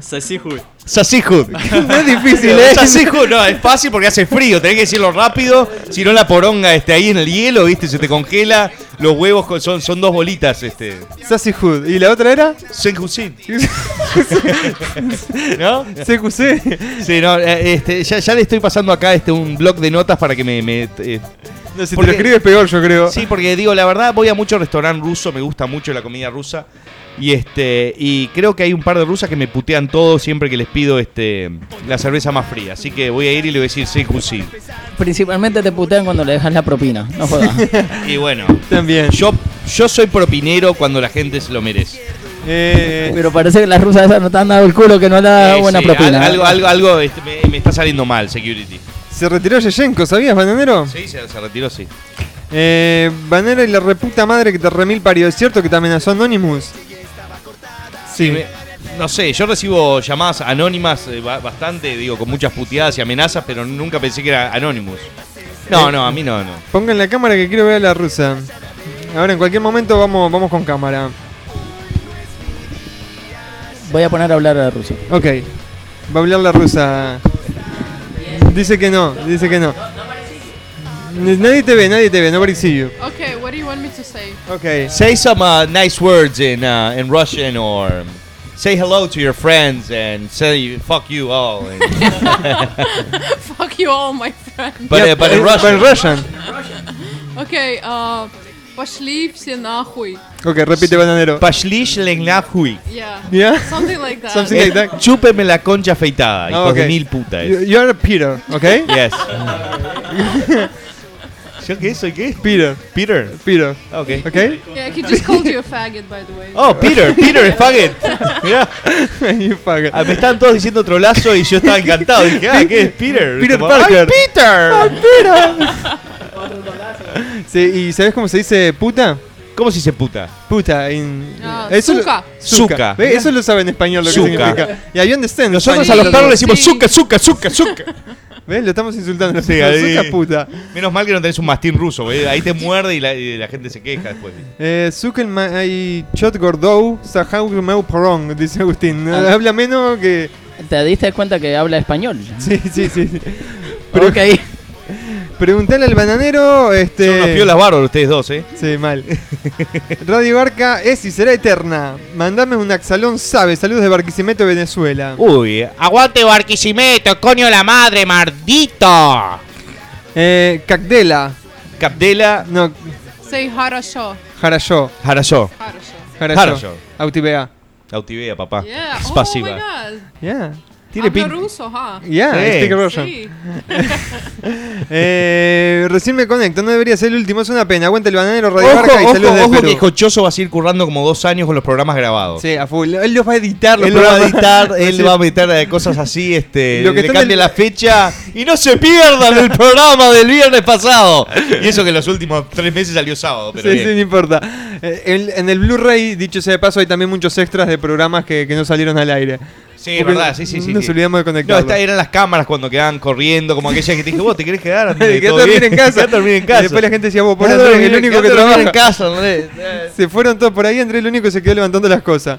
Speaker 7: Сосихуй.
Speaker 3: Sasihud.
Speaker 4: No es difícil, ¿eh?
Speaker 3: Sasihud, no, es fácil porque hace frío, tenés que decirlo rápido, si no la poronga este, ahí en el hielo, viste, se te congela, los huevos con- son, son dos bolitas, este.
Speaker 4: Sassy Hood. ¿Y la otra era?
Speaker 3: Senhusin. ¿No?
Speaker 4: CQC.
Speaker 3: Sí, no, eh, este, ya, ya le estoy pasando acá este, un blog de notas para que me. me, eh,
Speaker 4: No, si te
Speaker 3: Porque-
Speaker 4: lo escribes peor, yo creo.
Speaker 3: sí, porque digo, la verdad, voy a muchos restaurantes rusos, me gusta mucho la comida rusa. Y este. Y creo que hay un par de rusas que me putean todo siempre que les pido este la cerveza más fría. Así que voy a ir y le voy a decir Senhusin.
Speaker 6: Principalmente te putean cuando le dejas la propina. No jodas.
Speaker 3: Y bueno,
Speaker 4: También.
Speaker 3: yo, yo soy propinero cuando la gente se lo merece.
Speaker 4: Eh,
Speaker 6: Pero parece que las rusas esas no te han dado el culo que no le han dado
Speaker 3: Eh,
Speaker 6: Ah, buena
Speaker 3: sí,
Speaker 6: propina.
Speaker 3: al- Algo, algo, algo este, me, me está saliendo mal, security.
Speaker 4: se retiró Yeshenko, ¿sabías, Bananero?
Speaker 3: Sí, se, se retiró, sí.
Speaker 4: Eh, Bananero y la reputa madre que te remil parió. ¿Es cierto que te amenazó Anonymous?
Speaker 3: Sí. me- no sé, yo recibo llamadas anónimas eh, ba- bastante, digo, con muchas puteadas y amenazas, pero nunca pensé que era Anonymous. No, no, a mí no, no.
Speaker 4: Pongan la cámara que quiero ver a la rusa. Ahora, en cualquier momento vamos, vamos con cámara.
Speaker 6: Voy a poner a hablar a la rusa.
Speaker 4: Ok. Va a hablar la rusa. Dice que no, dice que no. N- Nadie te ve, nadie te ve, nobody see you.
Speaker 8: Okay, what do you want me to say?
Speaker 4: Ok.
Speaker 3: Say some uh, nice words in, uh, in Russian or um, say hello to your friends and say fuck you all. and-
Speaker 8: Fuck you all, my friend.
Speaker 3: but, uh, but in Russian.
Speaker 8: Okay, uh, пошли все нахуй.
Speaker 4: Ok, repite, bananero.
Speaker 3: Pashlish lengnahui.
Speaker 8: Yeah.
Speaker 4: Yeah.
Speaker 8: Something like that.
Speaker 4: Something like that.
Speaker 3: Chúpeme la concha afeitada, hijos
Speaker 4: Ah, ok.
Speaker 3: de mil putas.
Speaker 4: You- You are Peter, ok?
Speaker 3: Yes. ¿Yo qué? ¿Soy qué?
Speaker 4: Peter,
Speaker 3: Peter. Ah,
Speaker 4: Peter,
Speaker 3: Ok.
Speaker 4: ok?
Speaker 8: Yeah, he just called you a faggot, by the way.
Speaker 3: Oh, Peter, Peter es faggot. Mirá,
Speaker 4: You fucker.
Speaker 3: ah, me estaban todos diciendo trolazo y yo estaba encantado. Dije, ah, ¿qué es Peter?
Speaker 4: Peter
Speaker 3: Como,
Speaker 4: Parker.
Speaker 3: ¡Ay, Peter!
Speaker 4: Sí, ¿Y sabes cómo se dice puta?
Speaker 3: ¿Cómo se dice puta?
Speaker 4: Puta. en- eh,
Speaker 8: Ah,
Speaker 4: eso lo-
Speaker 8: suca.
Speaker 3: Suca.
Speaker 4: ¿Ve? Eso lo sabe en español lo que
Speaker 3: Suca.
Speaker 4: significa. Y ahí donde estén.
Speaker 3: Nosotros
Speaker 8: Sí,
Speaker 3: a los perros le decimos
Speaker 8: sí.
Speaker 3: zuca, zuca, zuca, zuca.
Speaker 4: ¿Ves? Lo estamos insultando.
Speaker 3: Sí,
Speaker 4: Suca,
Speaker 3: ahí.
Speaker 4: suca, puta.
Speaker 3: Menos mal que no tenés un mastín ruso, ¿eh? ahí te muerde y la, y la gente se queja después.
Speaker 4: Eh, Sukelmai Chot Gordou Sahau Meu Porong, dice Agustín.
Speaker 6: Ah.
Speaker 4: Habla menos que.
Speaker 6: ¿Te diste cuenta que habla español?
Speaker 4: Sí, sí, sí. sí. Pero-
Speaker 6: Pero que
Speaker 4: Preguntale al bananero.
Speaker 3: Son unos
Speaker 4: Este.
Speaker 3: piolas bárbaros ustedes dos, ¿eh?
Speaker 4: Sí, mal. Radio Barca es y será eterna. Mandame un axalón sabe. Saludos de Barquisimeto,
Speaker 3: Uh,
Speaker 4: Venezuela.
Speaker 3: Uy, eh. aguante Barquisimeto, coño la madre, mardito.
Speaker 4: Eh, Cacdela.
Speaker 3: Capdela
Speaker 4: No,
Speaker 8: Say хорошо.
Speaker 4: Jarayó.
Speaker 3: Jarasó.
Speaker 8: Хорошо.
Speaker 4: Jarayó.
Speaker 3: Jarayó.
Speaker 4: Autivea.
Speaker 3: Autivea, papá.
Speaker 8: Yeah.
Speaker 3: Es
Speaker 8: Oh my
Speaker 3: pasiva.
Speaker 8: god.
Speaker 4: Yeah.
Speaker 3: Tiene
Speaker 8: Habla
Speaker 3: pin-
Speaker 8: ruso, huh?
Speaker 4: Yeah,
Speaker 3: Sí.
Speaker 4: speak Russian.
Speaker 8: Sí.
Speaker 4: Eh, recién me conecto, no debería ser el último, es una pena. Aguanta el bananero Radio
Speaker 3: Ojo,
Speaker 4: Barca y
Speaker 3: ojo,
Speaker 4: saludos de
Speaker 3: ojo
Speaker 4: Perú.
Speaker 3: que Jochoso va a seguir currando como dos años con los programas grabados.
Speaker 4: Sí, a full. Él los va a editar, los
Speaker 3: Él lo va a
Speaker 4: programas.
Speaker 3: editar,
Speaker 4: Sí.
Speaker 3: él va a meter eh, cosas así, este,
Speaker 4: Lo que
Speaker 3: le
Speaker 4: está en
Speaker 3: cambia
Speaker 4: el-
Speaker 3: la fecha y no se pierdan el programa del viernes pasado. Y eso que los últimos tres meses salió sábado, pero
Speaker 4: Sí,
Speaker 3: bien.
Speaker 4: sí, no importa. Eh, en, en el Blu-ray, dicho sea de paso, hay también muchos extras de programas que, que no salieron al aire.
Speaker 3: Sí,
Speaker 4: Porque
Speaker 3: verdad, sí, sí, sí.
Speaker 4: Nos
Speaker 3: sí.
Speaker 4: olvidamos de
Speaker 3: No,
Speaker 4: conectar.
Speaker 3: estas eran las cámaras cuando quedaban corriendo, como aquella que te dije, vos te querés quedar, Andrés?
Speaker 4: que
Speaker 3: ¿Todo
Speaker 4: dormir
Speaker 3: bien?
Speaker 4: en casa.
Speaker 3: Quedate a dormir en
Speaker 4: Y
Speaker 3: casa.
Speaker 4: después la gente decía, vos, por
Speaker 3: Quedate a
Speaker 4: Andrés,
Speaker 3: dormir-
Speaker 4: el único que
Speaker 3: quedate a dormir
Speaker 4: trabaja.
Speaker 3: en casa, Andrés. Eh,
Speaker 4: Se fueron todos por ahí, Andrés el único que se quedó levantando las cosas.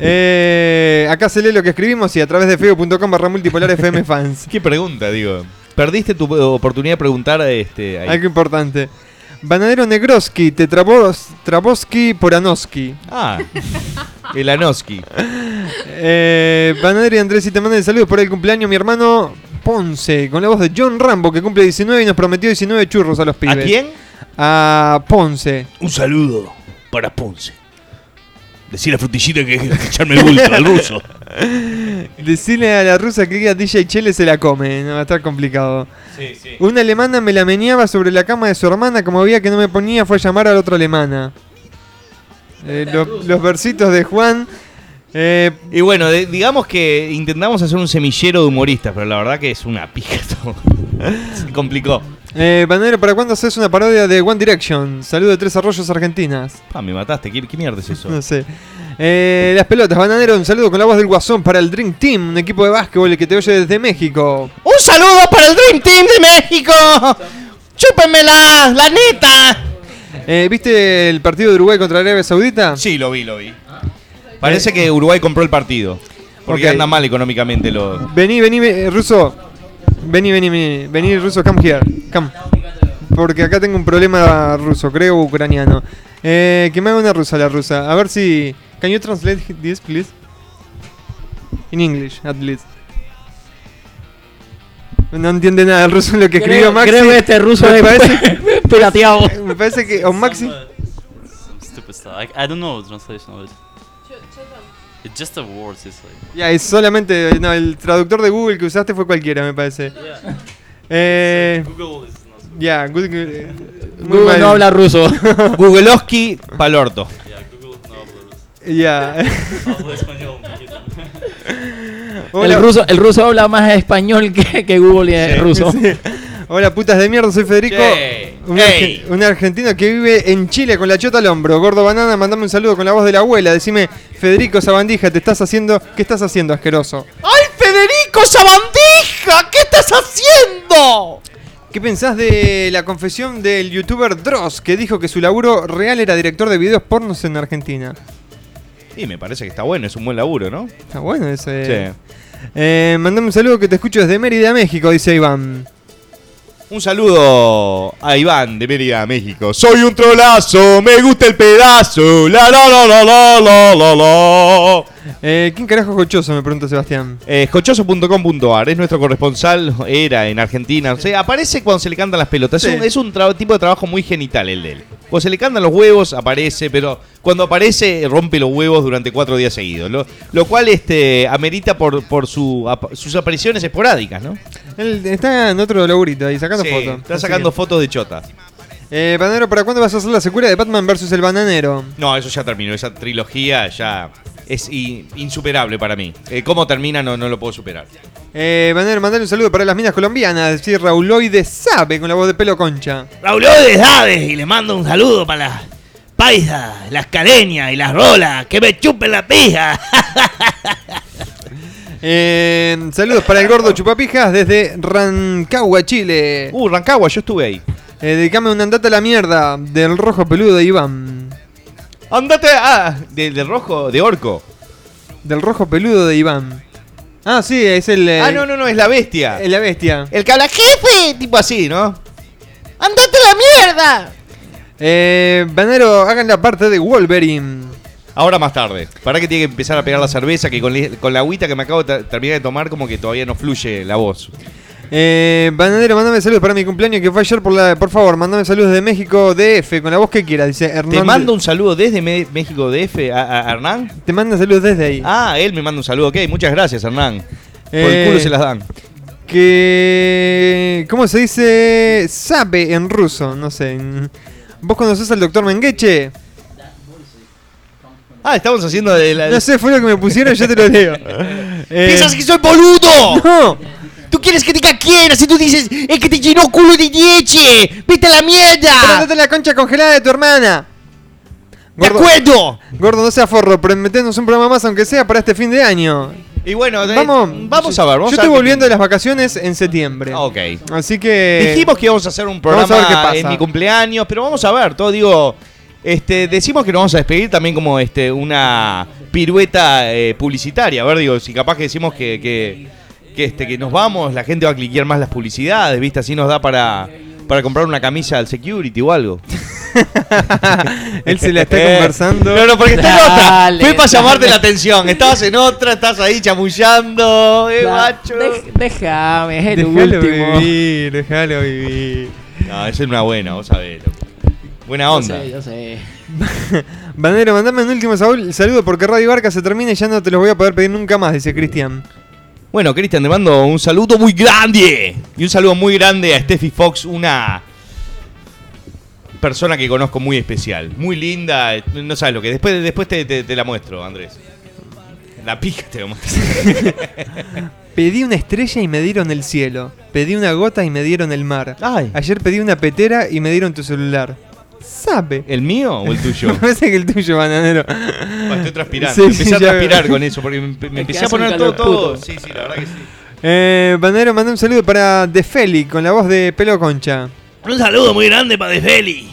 Speaker 4: Eh, acá se lee lo que escribimos y a través de feo.com barra multipolar FM fans.
Speaker 3: ¿Qué pregunta, digo? Perdiste tu oportunidad de preguntar este, ahí.
Speaker 4: Algo importante. Bananero Negroski, Tetrabos, Traboski Poranoski.
Speaker 3: Ah, el Anoski.
Speaker 4: Eh, Bananero y Andrés, y te mandan saludos por el cumpleaños, mi hermano Ponce, con la voz de John Rambo, que cumple 19 y nos prometió 19 churros a los
Speaker 3: ¿A
Speaker 4: pibes.
Speaker 3: quién?
Speaker 4: A Ponce.
Speaker 9: Un saludo para Ponce. Decir a Frutillita que deje de echarme el bulto al ruso.
Speaker 4: Decirle a la rusa que diga DJ Chele se la come, ¿eh? no va a estar complicado.
Speaker 3: Sí, sí.
Speaker 4: Una alemana me la meneaba sobre la cama de su hermana, como veía que no me ponía, fue a llamar a la otra alemana. Eh, lo- los versitos de Juan. eh,
Speaker 3: Y bueno, de- digamos que intentamos hacer un semillero de humoristas, pero la verdad que es una pija todo. Se complicó.
Speaker 4: eh, Banero, ¿para cuándo haces una parodia de One Direction? Saludo de Tres Arroyos Argentinas.
Speaker 3: Ah, me mataste. ¿Qué, qué mierda es eso?
Speaker 4: No sé. Eh, las pelotas, Bananero, un saludo con la voz del Guasón para el Dream Team, un equipo de básquetbol que te oye desde México.
Speaker 3: ¡Un saludo para el Dream Team de México! ¡Chúpenmela, la neta!
Speaker 4: Eh, ¿Viste el partido de Uruguay contra Arabia Saudita?
Speaker 3: Sí, lo vi, lo vi.
Speaker 6: Ah.
Speaker 3: Parece que Uruguay compró el partido. Porque
Speaker 4: Ok.
Speaker 3: anda mal económicamente los...
Speaker 4: Vení, vení, ve- eh, ruso. Vení, vení, vení. Vení, ruso, come here. Come. Porque acá tengo un problema ruso, creo, ucraniano. Eh, que me haga una rusa la rusa. A ver si. Can you translate this, please? In English, at least. No entiende nada el ruso lo que escribió
Speaker 6: Creo,
Speaker 4: Maxi.
Speaker 6: creo que este ruso
Speaker 4: me
Speaker 6: es
Speaker 4: parece-
Speaker 6: pirateado.
Speaker 4: Me parece que. O Maxi.
Speaker 10: Some, uh, some stupid stuff. I, I don't know the translation of it. It's just the words. It's like.
Speaker 4: Ya, es solamente. No, el traductor de Google que usaste fue cualquiera, me parece. Eh.
Speaker 10: Google is not.
Speaker 4: Ya, good- good- muy
Speaker 6: Google
Speaker 4: mal.
Speaker 6: no habla ruso.
Speaker 3: Googleoski palorto.
Speaker 10: Yeah, Google no habla.
Speaker 4: Ya.
Speaker 10: Habla español.
Speaker 4: Hola.
Speaker 6: El ruso, el ruso habla más español que, que Google y es ruso.
Speaker 4: Hola, putas de mierda, soy Federico.
Speaker 3: Che.
Speaker 4: Un,
Speaker 3: Ey.
Speaker 4: arge- un argentino que vive en Chile con la chota al hombro. Gordo banana, mandame un saludo con la voz de la abuela. Decime, Federico Sabandija, te estás haciendo. ¿Qué estás haciendo, asqueroso?
Speaker 11: ¡Ay, Federico Sabandija! ¿Qué estás haciendo?
Speaker 4: ¿Qué pensás de la confesión del youtuber Dross que dijo que su laburo real era director de videos pornos en Argentina?
Speaker 3: Y me parece que está bueno, es un buen laburo, ¿no?
Speaker 4: Está bueno ese.
Speaker 3: Sí.
Speaker 4: Eh, mandame un saludo que te escucho desde Mérida, México, dice Iván.
Speaker 3: Un saludo a Iván de Mérida, México. Soy un trolazo, me gusta el pedazo. La la la la la la la la.
Speaker 4: Eh, ¿Quién carajo es cochoso? Me pregunta Sebastián.
Speaker 3: Eh, jochoso.com.ar es nuestro corresponsal, era en Argentina. O sea, aparece cuando se le cantan las pelotas. Es
Speaker 4: Sí.
Speaker 3: un, es un tra- tipo de trabajo muy genital el de él. Cuando se le cantan los huevos, aparece, pero cuando aparece, rompe los huevos durante cuatro días seguidos. Lo, lo cual este, amerita por, por su, ap- sus apariciones esporádicas, ¿no?
Speaker 4: Él está en otro laburito ahí, sacando
Speaker 3: Sí,
Speaker 4: fotos.
Speaker 3: Está
Speaker 4: Así
Speaker 3: sacando
Speaker 4: que-
Speaker 3: fotos de chota.
Speaker 4: Eh, bananero, ¿para cuándo vas a hacer la secuela de Batman versus el bananero?
Speaker 3: No, eso ya terminó. Esa trilogía ya es i- insuperable para mí. Eh, ¿Cómo termina? No, no lo puedo superar.
Speaker 4: Eh, bananero, mandale un saludo para las minas colombianas. Sí, Rauloide Sabe con la voz de pelo concha.
Speaker 9: Raulodes Dades y le mando un saludo para las paisas, las careñas y las rolas. Que me chupen la pija.
Speaker 4: Eh, saludos para el gordo chupapijas desde Rancagua, Chile.
Speaker 3: Uh, Rancagua, yo estuve ahí.
Speaker 4: Eh, dedicame una andata a la mierda del rojo peludo de Iván.
Speaker 3: Andate ah, de, de rojo, de orco.
Speaker 4: Del rojo peludo de Iván. Ah, sí, es el. eh,
Speaker 3: Ah, no, no, no, es la bestia.
Speaker 4: eh, la bestia.
Speaker 3: El que habla jefe, tipo así, ¿no?
Speaker 11: ¡Andate a la mierda!
Speaker 4: Eh, bananero, hagan la parte de Wolverine.
Speaker 3: Ahora más tarde. Para que tiene que empezar a pegar la cerveza, que con, li- con la agüita que me acabo de ter- terminar de tomar, como que todavía no fluye la voz.
Speaker 4: Eh, Bananero, mandame saludos para mi cumpleaños que fue ayer. Por, la, por favor, mandame saludos de México, DF, con la voz que quieras. Dice Hernán.
Speaker 3: Te mando un saludo desde Me- México DF a, a Hernán.
Speaker 4: Te manda saludos desde ahí.
Speaker 3: Ah, él me manda un saludo, ok. Muchas gracias, Hernán. Por
Speaker 4: Eh.
Speaker 3: el culo se las dan.
Speaker 4: Que. Eh, ¿Cómo se dice? Sabe en ruso, no sé. en- ¿Vos conocés al doctor Mengeche?
Speaker 3: Ah, estamos haciendo de la.
Speaker 4: No sé, fue lo que me pusieron, yo te lo leo. Eh,
Speaker 11: ¡Piensas que soy boludo!
Speaker 4: no.
Speaker 11: ¿Tú quieres que diga quién? Así tú dices, el que te llenó culo de dieche. ¡Vete a la mierda!
Speaker 4: Andate en la concha congelada de tu hermana.
Speaker 11: ¡De
Speaker 4: Gordo,
Speaker 11: acuerdo!
Speaker 4: gordo, no sea forro, pero metenos un programa más, aunque sea para este fin de año.
Speaker 3: Y bueno, eh,
Speaker 4: Vamos,
Speaker 3: vamos
Speaker 4: yo
Speaker 3: a ver. Vamos a ver
Speaker 4: estoy
Speaker 3: qué-
Speaker 4: volviendo de las vacaciones en septiembre.
Speaker 3: Ah, Ok.
Speaker 4: Así que.
Speaker 3: Dijimos que íbamos a hacer un
Speaker 4: vamos a ver
Speaker 3: programa
Speaker 4: qué pasa.
Speaker 3: en mi cumpleaños, pero vamos a ver, todo digo. Este, decimos que nos vamos a despedir también como este, una pirueta eh, publicitaria. A ver, digo, si capaz que decimos que, que, que, este, que nos vamos, la gente va a cliquear más las publicidades, ¿viste? Así nos da para, para comprar una camisa al security o algo.
Speaker 4: Él se la está
Speaker 3: Eh,
Speaker 4: conversando.
Speaker 3: No, no, porque está en
Speaker 6: Dale,
Speaker 3: otra. Fue para
Speaker 6: dale.
Speaker 3: llamarte la atención. Estabas en otra, estás ahí chamullando, eh, macho.
Speaker 6: Dej- Déjame, es el
Speaker 4: Déjalo
Speaker 6: último.
Speaker 4: vivir, déjalo vivir.
Speaker 3: No, esa es una buena, vos sabés. loco. Buena
Speaker 6: Yo
Speaker 3: onda.
Speaker 6: sé, yo sé.
Speaker 4: Bandero, mandame un último saúl- saludo porque Radio Barca se termina y ya no te los voy a poder pedir nunca más, dice Cristian.
Speaker 3: Bueno, Cristian, te mando un saludo muy grande. Y un saludo muy grande a Steffi Fox, una persona que conozco muy especial. Muy linda. eh, No sabes lo que. Después, después te, te- te la muestro, Andrés. La pija te vamos a
Speaker 4: Pedí una estrella y me dieron el cielo. Pedí una gota y me dieron el mar.
Speaker 3: Ay.
Speaker 4: Ayer pedí una petera y me dieron tu celular. Sabe.
Speaker 3: ¿El mío o el tuyo?
Speaker 4: Me parece que el tuyo, bananero.
Speaker 3: Pa, Estoy transpirando.
Speaker 4: Sí,
Speaker 3: empecé
Speaker 4: sí,
Speaker 3: a
Speaker 4: ya
Speaker 3: transpirar
Speaker 4: veo.
Speaker 3: con eso porque me, me
Speaker 6: Es que
Speaker 3: empecé a
Speaker 6: hace
Speaker 3: poner
Speaker 6: un
Speaker 3: todo,
Speaker 6: calor
Speaker 3: todo.
Speaker 6: puto.
Speaker 3: Sí, sí, la verdad que sí.
Speaker 4: Eh, bananero, manda un saludo para De Feli con la voz de Pelo Concha.
Speaker 9: Un saludo muy grande para Desveli.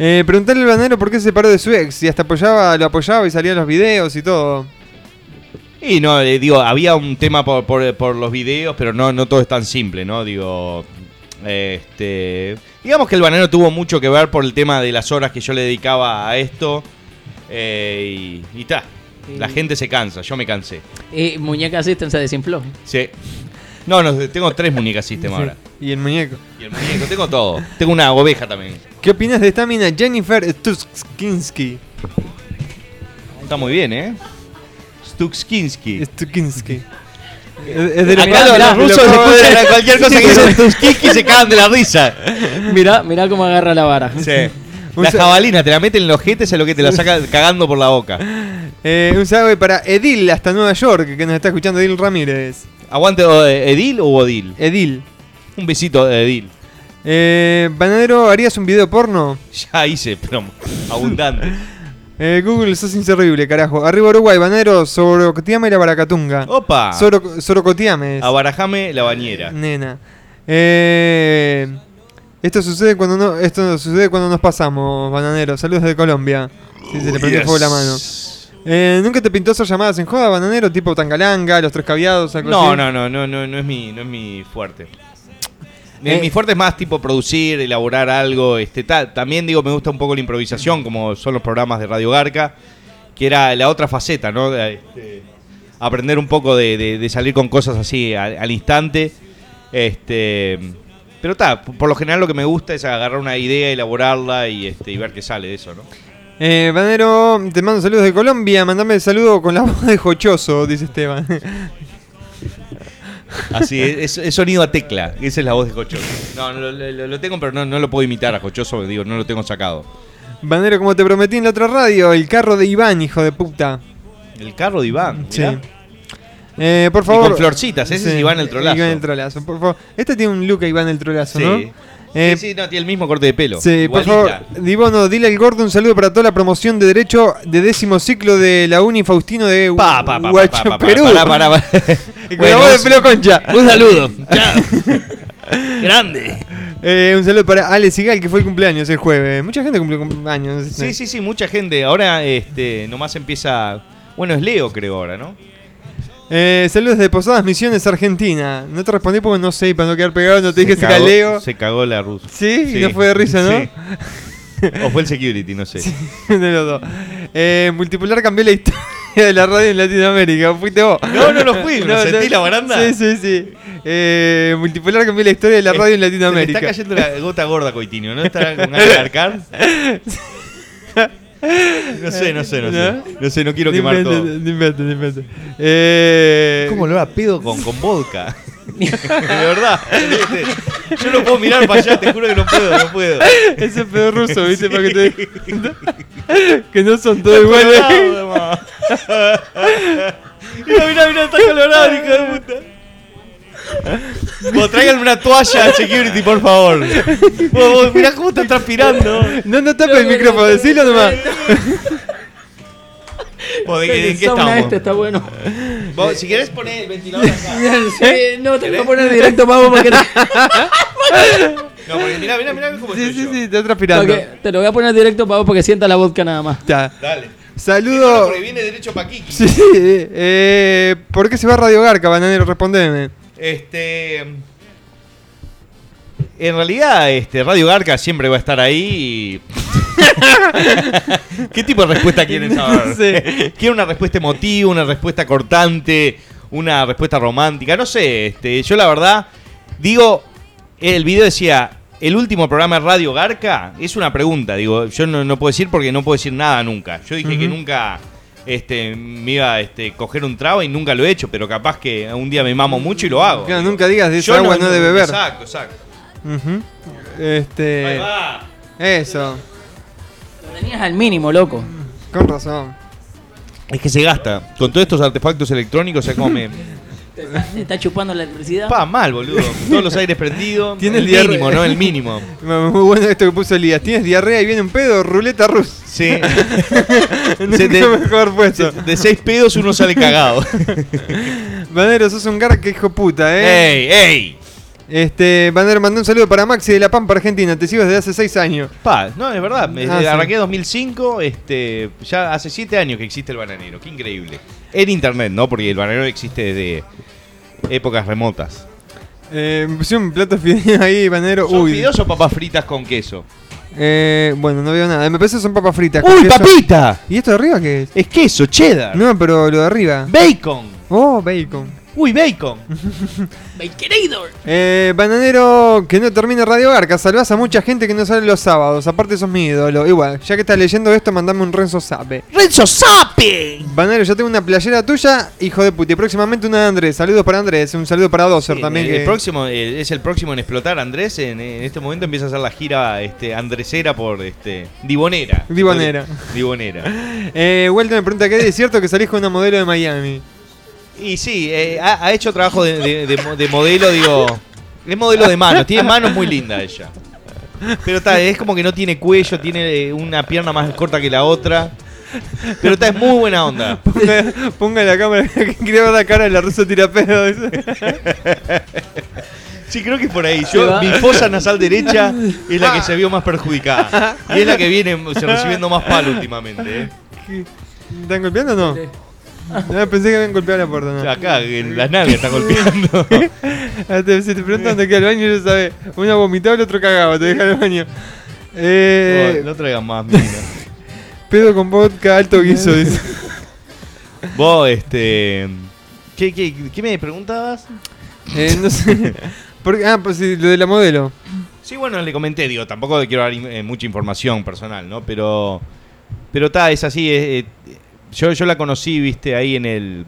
Speaker 4: Eh, preguntarle al bananero por qué se separó de su ex y hasta apoyaba, lo apoyaba y salía en los videos y todo.
Speaker 3: Y no, eh, digo, había un tema por, por- por los videos, pero no, no todo es tan simple, ¿no? Digo, este, digamos que el banano tuvo mucho que ver por el tema de las horas que yo le dedicaba a esto. eh, y está, la
Speaker 6: Sí.
Speaker 3: gente se cansa, yo me cansé.
Speaker 6: Y Muñeca System se desinfló.
Speaker 3: Sí. No, no, tengo tres muñecas sistema ahora.
Speaker 4: Y el muñeco.
Speaker 3: Y el muñeco, tengo todo. Tengo una oveja también.
Speaker 4: ¿Qué opinas de esta mina Jennifer Stukinski?
Speaker 3: Está muy bien, ¿eh? Stukskinski.
Speaker 4: Stukinski. Es es de los-
Speaker 3: Acá los,
Speaker 4: Mirá,
Speaker 3: los rusos
Speaker 4: lo-
Speaker 3: escuchan cualquier cosa que dicen Stukskinski y se cagan de la risa.
Speaker 6: Mirá, mirá cómo agarra la vara.
Speaker 3: Sí.
Speaker 4: Un
Speaker 3: La
Speaker 4: sa-
Speaker 3: jabalina, te la meten en los jetes, es lo que te la saca cagando por la boca.
Speaker 4: Eh, un saludo para Edil hasta Nueva York, que nos está escuchando Edil Ramírez.
Speaker 3: Aguante o- eh, Edil o Odil.
Speaker 4: Edil.
Speaker 3: Un besito, Edil.
Speaker 4: Eh, Banadero, ¿harías un video porno?
Speaker 3: Ya Ah, hice, pero abundante.
Speaker 4: Eh, Google, sos inservible, carajo. Arriba Uruguay, Banadero, Sorocotiame y la Baracatunga.
Speaker 3: Opa.
Speaker 4: Soro- Sorocotiame. es.
Speaker 3: Abarajame la bañera.
Speaker 4: Nena. Eh, esto sucede cuando no, esto sucede cuando nos pasamos, bananero. Saludos de Colombia. Sí, se le prendió fuego la mano. Eh, ¿Nunca te pintó esas llamadas en joda, bananero? Tipo Tangalanga, Los Tres Caviados, algo
Speaker 3: No,
Speaker 4: así?
Speaker 3: no, no, no, no, no es mi, no es mi fuerte. Mi,
Speaker 4: Eh.
Speaker 3: mi fuerte es más tipo producir, elaborar algo, este tal. También digo, me gusta un poco la improvisación, como son los programas de Radio Garca, que era la otra faceta, ¿no? De- este, aprender un poco de, de- de salir con cosas así al, al instante. Este, pero está, por lo general lo que me gusta es agarrar una idea, elaborarla y, este, y ver qué sale de eso, ¿no?
Speaker 4: Eh, bananero, te mando saludos de Colombia. Mandame el saludo con la voz de Jochoso, dice Esteban.
Speaker 3: Así es, es, es sonido a tecla, esa es la voz de Cochoso. No, lo, lo- lo tengo, pero no, no lo puedo imitar a Cochoso, digo, no lo tengo sacado.
Speaker 4: bananero, como te prometí en la otra radio, el carro de Iván, hijo de puta.
Speaker 3: El carro de Iván.
Speaker 4: Sí.
Speaker 3: mirá.
Speaker 4: Eh, por
Speaker 3: Y
Speaker 4: favor.
Speaker 3: con florcitas, ese es Iván el Trolazo.
Speaker 4: Iván el Trolazo, por favor. Este tiene un look a Iván el Trolazo,
Speaker 3: Sí.
Speaker 4: ¿no? Eh,
Speaker 3: sí, sí, no, tiene el mismo corte de pelo.
Speaker 4: Sí, por
Speaker 3: Igualita.
Speaker 4: favor, Dibono, dile al gordo un saludo para toda la promoción de Derecho de décimo ciclo de la Uni Faustino de
Speaker 3: Pa, pa, pa,
Speaker 4: Huacho,
Speaker 3: pa, pa, pa,
Speaker 4: Perú.
Speaker 3: pará, pará, pará.
Speaker 4: Y con la
Speaker 3: Bueno,
Speaker 4: voz de
Speaker 3: un-
Speaker 4: Pelo Concha.
Speaker 9: Un saludo. Chao. grande.
Speaker 4: Eh, un saludo para Ale Sigal, que fue el cumpleaños el jueves. Mucha gente cumplió cumpleaños.
Speaker 3: Sí, sí, sí, mucha gente. Ahora este, nomás empieza. Bueno, es Leo, creo, ahora, ¿no?
Speaker 4: Eh, saludos de Posadas Misiones, Argentina. No te respondí porque no sé, y para no quedar pegado, no te dije
Speaker 3: cagó-
Speaker 4: Sigaleo.
Speaker 3: Se cagó la rusa.
Speaker 4: Sí, y no fue de risa, ¿no?
Speaker 3: O fue el security, no sé.
Speaker 4: de los dos. Eh, Multipolar cambió la historia de la radio en Latinoamérica. Fuiste vos.
Speaker 3: No, no, no fui, lo sentí la baranda.
Speaker 4: Sí, sí, sí. Eh, Multipolar cambió la historia de la radio en Latinoamérica.
Speaker 3: Eh, Se le está cayendo la gota gorda, Coitinio, ¿no? ¿Estará con ganas de arcar? No sé, no sé, no sé. No sé, no quiero
Speaker 4: No
Speaker 3: quemar
Speaker 4: inventes,
Speaker 3: todo.
Speaker 4: no inventes, no inventes. Eh,
Speaker 3: ¿Cómo lo pedo con, con vodka? de verdad. ¿viste? Yo no puedo mirar para allá, te juro que no puedo, no puedo.
Speaker 4: Ese pedo ruso, ¿viste? Para que te des cuenta que no son todos iguales.
Speaker 3: Colorado, además. Mirá, mirá, mirá, está colorado, hijo de puta. Vos traigan una toalla al security, por favor. Vos, vos, mirá cómo está transpirando.
Speaker 4: No, no tapes el micrófono, decilo nomás.
Speaker 3: Vos, ¿de, qué-
Speaker 6: El
Speaker 3: en qué
Speaker 6: sauna
Speaker 3: estamos?
Speaker 6: este está bueno.
Speaker 3: Vos, si querés poner el ventilador acá. ¿Eh?
Speaker 6: Sí, no, te lo voy a poner directo, Pablo, porque no-
Speaker 3: No, porque mirá, mirá, mirá cómo
Speaker 4: Sí,
Speaker 3: estoy
Speaker 4: sí,
Speaker 3: yo.
Speaker 4: sí, está transpirando.
Speaker 6: Ok, te lo voy a poner directo para vos porque sienta la vodka nada más.
Speaker 4: Ya.
Speaker 3: Dale. No,
Speaker 4: Saludo.
Speaker 3: porque viene derecho pa' Kiki.
Speaker 4: Sí, sí, eh, ¿Por qué se va a Radio Garca, Bananero? Respondeme.
Speaker 3: Este. En realidad, este, Radio Garca siempre va a estar ahí. y- ¿Qué tipo de respuesta quieren saber?
Speaker 4: No sé.
Speaker 3: ¿Quieren una respuesta emotiva, una respuesta cortante, una respuesta romántica? No sé, este, yo la verdad digo, el video decía, el último programa de Radio Garca, es una pregunta, digo, yo no, no puedo decir porque no puedo decir nada nunca. Yo dije que nunca este, me iba a este, coger un trago y nunca lo he hecho, pero capaz que un día me mamo mucho y lo hago.
Speaker 4: Claro, nunca digas de
Speaker 3: Yo
Speaker 4: esa agua no, de beber.
Speaker 3: Exacto, exacto.
Speaker 4: Ujú.
Speaker 3: Ahí
Speaker 4: Este.
Speaker 3: va.
Speaker 4: Eso.
Speaker 6: Lo tenías al mínimo, loco.
Speaker 4: Con razón.
Speaker 3: Es que se gasta. Con todos estos artefactos electrónicos se come.
Speaker 6: Te está, te está chupando la electricidad.
Speaker 3: Pa, mal, boludo. Todos los aires prendidos.
Speaker 4: Tiene
Speaker 3: el
Speaker 4: diarrea.
Speaker 3: mínimo, ¿no? El mínimo.
Speaker 4: Muy bueno esto que puso Elías. Tienes diarrea y viene un pedo, ruleta rusa.
Speaker 3: Sí.
Speaker 4: Nunca
Speaker 3: de-
Speaker 4: mejor puesto.
Speaker 3: De seis pedos uno sale cagado.
Speaker 4: Banero, sos un garca hijo puta, eh.
Speaker 3: ¡Ey, ey!
Speaker 4: Este, Banero, mandó un saludo para Maxi de La Pampa, Argentina. Te sigo desde hace 6 años.
Speaker 3: Pa, no, es verdad. me-
Speaker 4: Ah, sí.
Speaker 3: Arranqué en 2005, este, ya hace 7 años que existe el bananero. Qué increíble. En internet, ¿no? Porque el bananero existe desde épocas remotas.
Speaker 4: Eh, me pusieron un plato de fideos ahí, Banero.
Speaker 3: ¿Son
Speaker 4: Uy.
Speaker 3: fideos o papas fritas con queso?
Speaker 4: Eh, bueno, no veo nada. Me parece que son papas fritas.
Speaker 3: ¡Uy,
Speaker 4: confieso.
Speaker 3: papita!
Speaker 4: ¿Y esto de arriba qué es?
Speaker 3: Es queso, cheddar.
Speaker 4: No, pero lo de arriba.
Speaker 3: Bacon.
Speaker 4: Oh, bacon.
Speaker 3: ¡Uy, bacon!
Speaker 6: Baconator.
Speaker 4: Eh, bananero, que no termine Radio Garca. Salvás a mucha gente que no sale los sábados. Aparte, sos mi ídolo. Igual, ya que estás leyendo esto, mandame un Renzo Sape.
Speaker 12: ¡Renzo Sape!
Speaker 4: Bananero, yo tengo una playera tuya, hijo de puta. Y próximamente una de Andrés. Saludos para Andrés. Un saludo para Dozer
Speaker 3: Sí,
Speaker 4: también.
Speaker 3: el,
Speaker 4: que-
Speaker 3: el próximo eh, es el próximo en explotar Andrés en, en este momento empieza a hacer la gira este andresera por este divonera
Speaker 4: Divonera.
Speaker 3: divonera
Speaker 4: Eh, Welton me pregunta: ¿Qué es cierto que salís con una modelo de Miami?
Speaker 3: y sí eh, ha, ha hecho trabajo de, de- de mo- de modelo digo es modelo de manos tiene manos muy lindas ella pero está es como que no tiene cuello tiene eh, una pierna más corta que la otra pero está es muy buena onda
Speaker 4: Ponga, ponga la cámara que quería ver la cara de la rusa tirapedo.
Speaker 3: Sí, creo que por ahí. Ah.
Speaker 6: Se
Speaker 3: Yo,
Speaker 6: va.
Speaker 3: mi fosa nasal derecha es la que se vio más perjudicada. Y es la que viene o sea, recibiendo más palo últimamente. ¿eh?
Speaker 4: ¿Están golpeando o no? Ah, pensé que habían golpeado la puerta. No.
Speaker 3: O sea, Acá, en las naves está golpeando.
Speaker 4: Ah, te- si te preguntan dónde queda el baño, ya sabes. Una vomitaba, el otro cagaba, te deja en el baño. Eh,
Speaker 3: Oh, no traigan más, mina.
Speaker 4: Pedo con vodka, alto guiso, dice.
Speaker 3: Vos, este. ¿Qué, qué, qué me preguntabas?
Speaker 4: Eh, no sé. Por- ah, pues sí, lo de la modelo.
Speaker 3: Sí, bueno, le comenté, digo, tampoco quiero dar in- eh, mucha información personal, ¿no? Pero. Pero está, es así. eh, eh, yo, yo la conocí, viste, ahí en el.